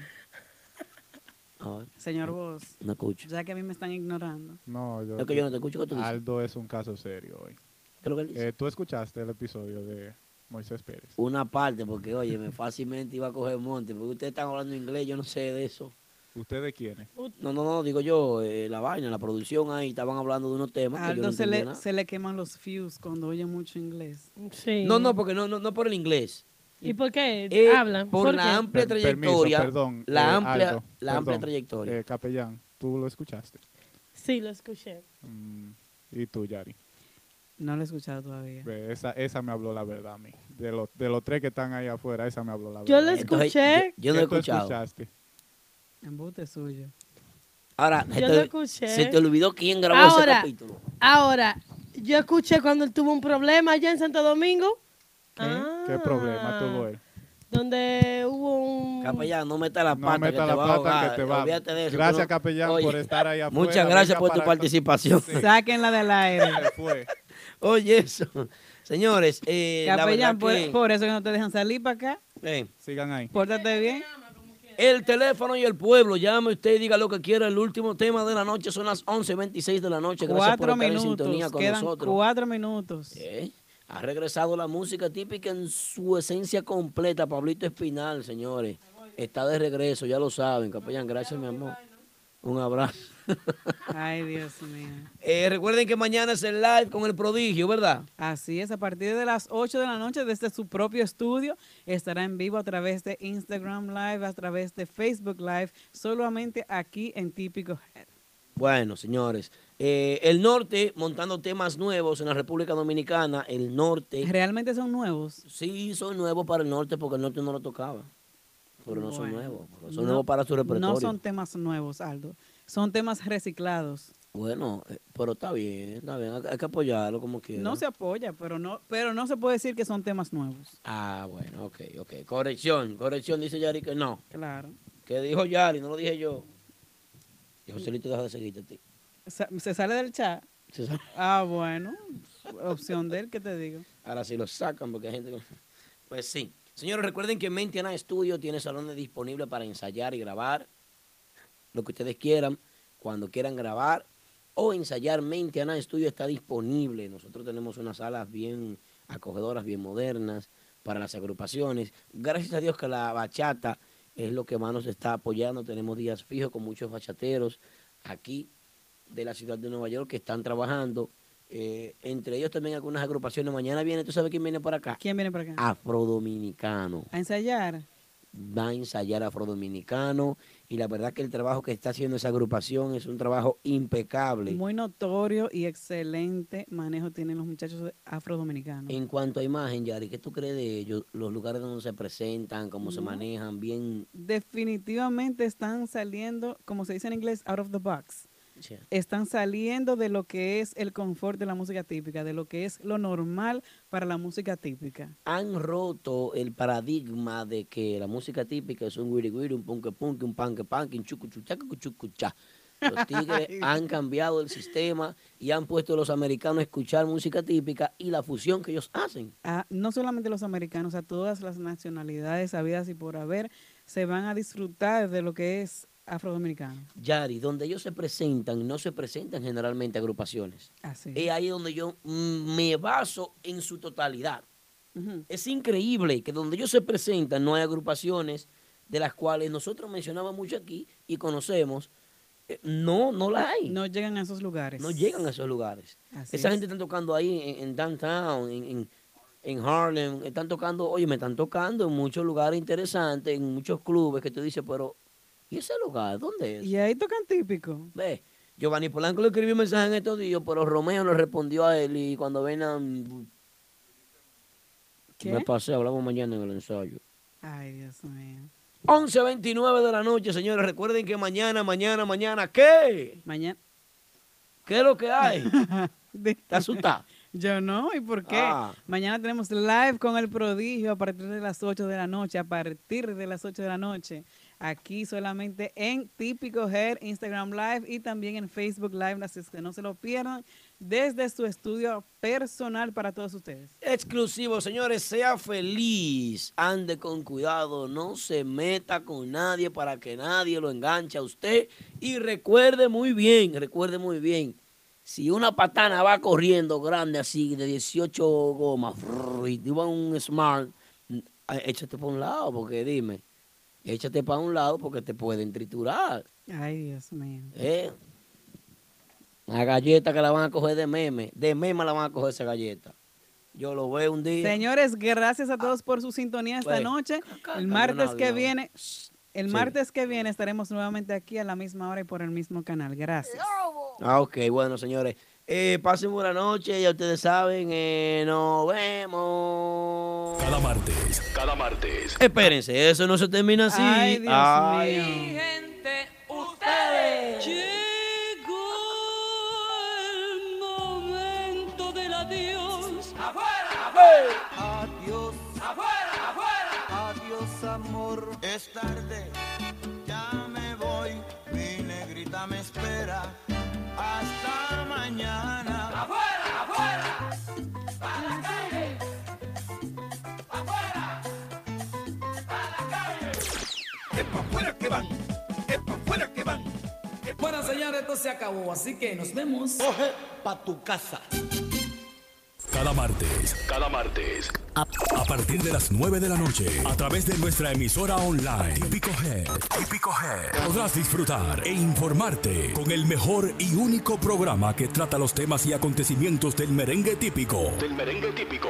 Speaker 2: A ver.
Speaker 3: Señor Vos.
Speaker 2: No escucho.
Speaker 3: Ya que a mí me están ignorando.
Speaker 9: No, yo,
Speaker 2: Es que yo no te escucho, ¿qué tú dices?
Speaker 9: Aldo es un caso serio hoy. Eh, Tú escuchaste el episodio de Moisés Pérez.
Speaker 2: Una parte, porque oye, me fácilmente iba a coger monte, porque ustedes están hablando inglés, yo no sé de eso.
Speaker 9: ¿Ustedes quiénes?
Speaker 2: No, no, no, digo yo, eh, la vaina, la producción ahí, estaban hablando de unos temas
Speaker 3: A
Speaker 2: que yo no
Speaker 3: Aldo se
Speaker 2: entendía
Speaker 3: le,
Speaker 2: nada.
Speaker 3: se le queman los fuse cuando oye mucho inglés.
Speaker 17: Sí.
Speaker 2: No, no, porque no, no, no por el inglés.
Speaker 17: ¿Y por qué
Speaker 2: Eh,
Speaker 17: hablan?
Speaker 2: por
Speaker 17: ¿Por
Speaker 2: la
Speaker 17: qué?
Speaker 2: amplia
Speaker 9: Per-
Speaker 2: trayectoria,
Speaker 9: Permiso, perdón, eh,
Speaker 2: la amplia-
Speaker 9: Aldo,
Speaker 2: la amplia trayectoria.
Speaker 9: Eh, capellán, tú lo escuchaste.
Speaker 17: Sí, lo escuché.
Speaker 9: Mm, y tú, Yari.
Speaker 3: No lo he escuchado todavía.
Speaker 9: Ve, Esa, esa me habló la verdad a mí. De, los de los tres que están ahí afuera, esa me habló la
Speaker 17: Yo
Speaker 9: verdad.
Speaker 17: la Entonces, escuché. yo- yo no
Speaker 9: ¿Qué
Speaker 17: he
Speaker 9: tú
Speaker 2: escuchado.
Speaker 9: escuchaste?
Speaker 3: Embuste suyo.
Speaker 2: Ahora,
Speaker 17: Yo
Speaker 2: se
Speaker 17: lo
Speaker 2: te,
Speaker 17: escuché.
Speaker 2: se te olvidó quién grabó ese
Speaker 17: Ahora,
Speaker 2: capítulo.
Speaker 17: ahora, yo escuché cuando él tuvo un problema allá en Santo Domingo,
Speaker 9: ¿Qué, ¿Qué
Speaker 3: Ah,
Speaker 9: problema tuvo él?
Speaker 17: donde hubo un...
Speaker 2: Capellán, no meta la
Speaker 9: No
Speaker 2: pata
Speaker 9: meta
Speaker 2: que
Speaker 9: la
Speaker 2: te va a
Speaker 9: pata que
Speaker 2: ahogar.
Speaker 9: te va-
Speaker 2: Olvídate de eso.
Speaker 9: Gracias,
Speaker 2: tú no-
Speaker 9: capellán,
Speaker 2: Oye,
Speaker 9: por estar ahí afuera.
Speaker 2: Muchas gracias
Speaker 9: Venga
Speaker 2: por tu
Speaker 9: para acá.
Speaker 2: participación.
Speaker 3: Sáquenla del aire.
Speaker 2: Oye, eso. Señores, eh, la
Speaker 3: Capellán,
Speaker 2: verdad
Speaker 3: por,
Speaker 2: que... eh,
Speaker 3: por eso que no te dejan salir para acá.
Speaker 9: Sigan ahí.
Speaker 3: Pórtate bien.
Speaker 2: El teléfono y el pueblo. Llame usted y diga lo que quiera. El último tema de la noche son las 11.26 de la noche. Gracias por
Speaker 3: Cuatro
Speaker 2: estar en
Speaker 3: minutos.
Speaker 2: sintonía con
Speaker 3: Quedan
Speaker 2: nosotros.
Speaker 3: cuatro minutos.
Speaker 2: Eh, Ha regresado la música típica en su esencia completa. Pablito Espinal, señores. Está de regreso, ya lo saben. Capellán, gracias, mi amor. Un abrazo.
Speaker 3: Ay, Dios mío.
Speaker 2: Eh, recuerden que mañana es el live con el prodigio, ¿verdad?
Speaker 3: Así es, a partir de las 8 de la noche desde su propio estudio estará en vivo a través de Instagram Live, a través de Facebook Live, solamente aquí en Típico Head.
Speaker 2: Bueno, señores, eh, el norte montando temas nuevos en la República Dominicana, el norte.
Speaker 3: ¿Realmente son nuevos?
Speaker 2: Sí, son nuevos para el norte porque el norte no lo tocaba. Pero no son
Speaker 3: Bueno,
Speaker 2: nuevos, pero son
Speaker 3: no-
Speaker 2: nuevos para su repertorio.
Speaker 3: No son temas nuevos, Aldo. Son temas reciclados.
Speaker 2: Bueno, eh, pero está bien, está bien, hay hay que apoyarlo como quiera.
Speaker 3: No se apoya, pero no, pero no se puede decir que son temas nuevos.
Speaker 2: Ah, bueno, ok, ok. Corrección, corrección, dice Yari que no.
Speaker 3: Claro.
Speaker 2: Que dijo Yari, no lo dije yo. Y Joselito deja de seguirte a ti.
Speaker 3: Sa- ¿Se sale del chat?
Speaker 2: Se sale.
Speaker 3: Ah, bueno. Opción de él, ¿qué te digo?
Speaker 2: Ahora sí lo sacan porque hay gente Ah, que... Pues sí. Señores, recuerden que Mentiana Studio tiene salones disponibles para ensayar y grabar lo que ustedes quieran, cuando quieran grabar o ensayar. Mentiana Studio está disponible. Nosotros tenemos unas salas bien acogedoras, bien modernas para las agrupaciones. Gracias a Dios que la bachata es lo que más nos está apoyando. Tenemos días fijos con muchos bachateros aquí de la ciudad de Nueva York que están trabajando. Eh, entre ellos también algunas agrupaciones. Mañana viene, ¿tú sabes quién viene por acá?
Speaker 3: ¿Quién viene para acá?
Speaker 2: Afrodominicano.
Speaker 3: ¿A ensayar?
Speaker 2: Va a ensayar Afrodominicano. Y la verdad que el trabajo que está haciendo esa agrupación es un trabajo impecable.
Speaker 3: Muy notorio y excelente manejo tienen los muchachos de- afrodominicanos.
Speaker 2: En cuanto a imagen, Yari, ¿qué tú crees de ellos? Los lugares donde se presentan, cómo se
Speaker 3: No.
Speaker 2: manejan, bien.
Speaker 3: Definitivamente están saliendo, como se dice en inglés, out of the box.
Speaker 2: Sí.
Speaker 3: Están saliendo de lo que es el confort de la música típica, de lo que es lo normal para la música típica.
Speaker 2: Han roto el paradigma de que la música típica es un wiri wiri, un punke punke, un panque panque, un chucu chucha, cucu, chucu, cha. Los tigres han cambiado el sistema y han puesto a los americanos a escuchar música típica y la fusión que ellos hacen.
Speaker 3: a- Ah, no solamente los americanos, a todas las nacionalidades habidas y por haber, se van a disfrutar de lo que es afrodominicano.
Speaker 2: Yari, donde ellos se presentan, no se presentan generalmente agrupaciones.
Speaker 3: Así.
Speaker 2: Es ahí donde yo mm, me baso en su totalidad. Es increíble que donde ellos se presentan no hay agrupaciones de las cuales nosotros mencionamos mucho aquí y conocemos. Eh, No, no las hay.
Speaker 3: No llegan a esos lugares.
Speaker 2: No llegan a esos lugares.
Speaker 3: Así
Speaker 2: Esa
Speaker 3: es.
Speaker 2: gente está tocando ahí en, en downtown, en, en- en Harlem, están tocando, oye, me están tocando en muchos lugares interesantes, en muchos clubes que tú dices, pero ¿y ese lugar? ¿Dónde es?
Speaker 3: Y ahí tocan típico.
Speaker 2: Ve, Giovanni Polanco le escribió un mensaje en estos días, pero Romeo le respondió a él y cuando vengan...
Speaker 3: ¿Qué?
Speaker 2: Me pasé, hablamos mañana en el ensayo.
Speaker 3: Ay, Dios mío.
Speaker 2: 11.29 de la noche, señores. Recuerden que mañana, mañana, mañana, ¿qué?
Speaker 3: Mañana.
Speaker 2: ¿Qué es lo que hay?
Speaker 3: ¿Te
Speaker 2: asustas?
Speaker 3: Yo no, ¿y por qué?
Speaker 2: Ah.
Speaker 3: Mañana tenemos live con el prodigio a partir de las 8 de la noche, a partir de las 8 de la noche, aquí solamente en Típico Head, Instagram Live y también en Facebook Live, así es que no se lo pierdan, desde su estudio personal para todos ustedes.
Speaker 2: Exclusivo, señores, sea feliz, ande con cuidado, no se meta con nadie para que nadie lo enganche a usted. Y recuerde muy bien, recuerde muy bien, si una patana va corriendo grande así de 18 gomas frrr, y tú vas a un smart, mm, ah, échate para un lado, porque dime, échate para un lado porque te pueden triturar.
Speaker 3: Ay, Dios mío.
Speaker 2: ¿eh? La galleta que la van a coger de meme, de meme la van a coger esa galleta. Yo lo veo un día. Pues,
Speaker 3: Señores, gracias a todos por su sintonía esta
Speaker 2: Güey.
Speaker 3: noche. El
Speaker 2: no
Speaker 3: martes que
Speaker 2: habla.
Speaker 3: viene, el
Speaker 2: Sí.
Speaker 3: martes que viene estaremos nuevamente aquí a la misma hora y por el mismo canal. Gracias.
Speaker 2: Ah, ok, bueno, señores. Eh, pasen buena noche, ya ustedes saben, eh, nos vemos.
Speaker 1: Cada martes, cada martes.
Speaker 2: Espérense, eso no se termina así.
Speaker 1: Ay, Dios
Speaker 2: Ay.
Speaker 1: mío.
Speaker 14: gente, ustedes. Llegó el momento del adiós. ¡Afuera!
Speaker 11: Adiós,
Speaker 14: ¡Afuera!
Speaker 11: adiós amor. Es tarde, ya me voy. Mi negrita me espera. Hasta mañana.
Speaker 14: ¡Afuera! ¡Afuera! ¡Para la calle! ¡Afuera! ¡Para la calle! ¡Es para afuera que van! ¡Es para afuera que van! Bueno, señores, esto se acabó, así que nos vemos. Coge pa' tu casa.
Speaker 1: Cada Cada martes, cada martes. A, a partir de las 9 de la noche, a través de nuestra emisora online, Típico Head, Típico Head, podrás disfrutar e informarte con el mejor y único programa que trata los temas y acontecimientos del merengue típico. Del merengue típico.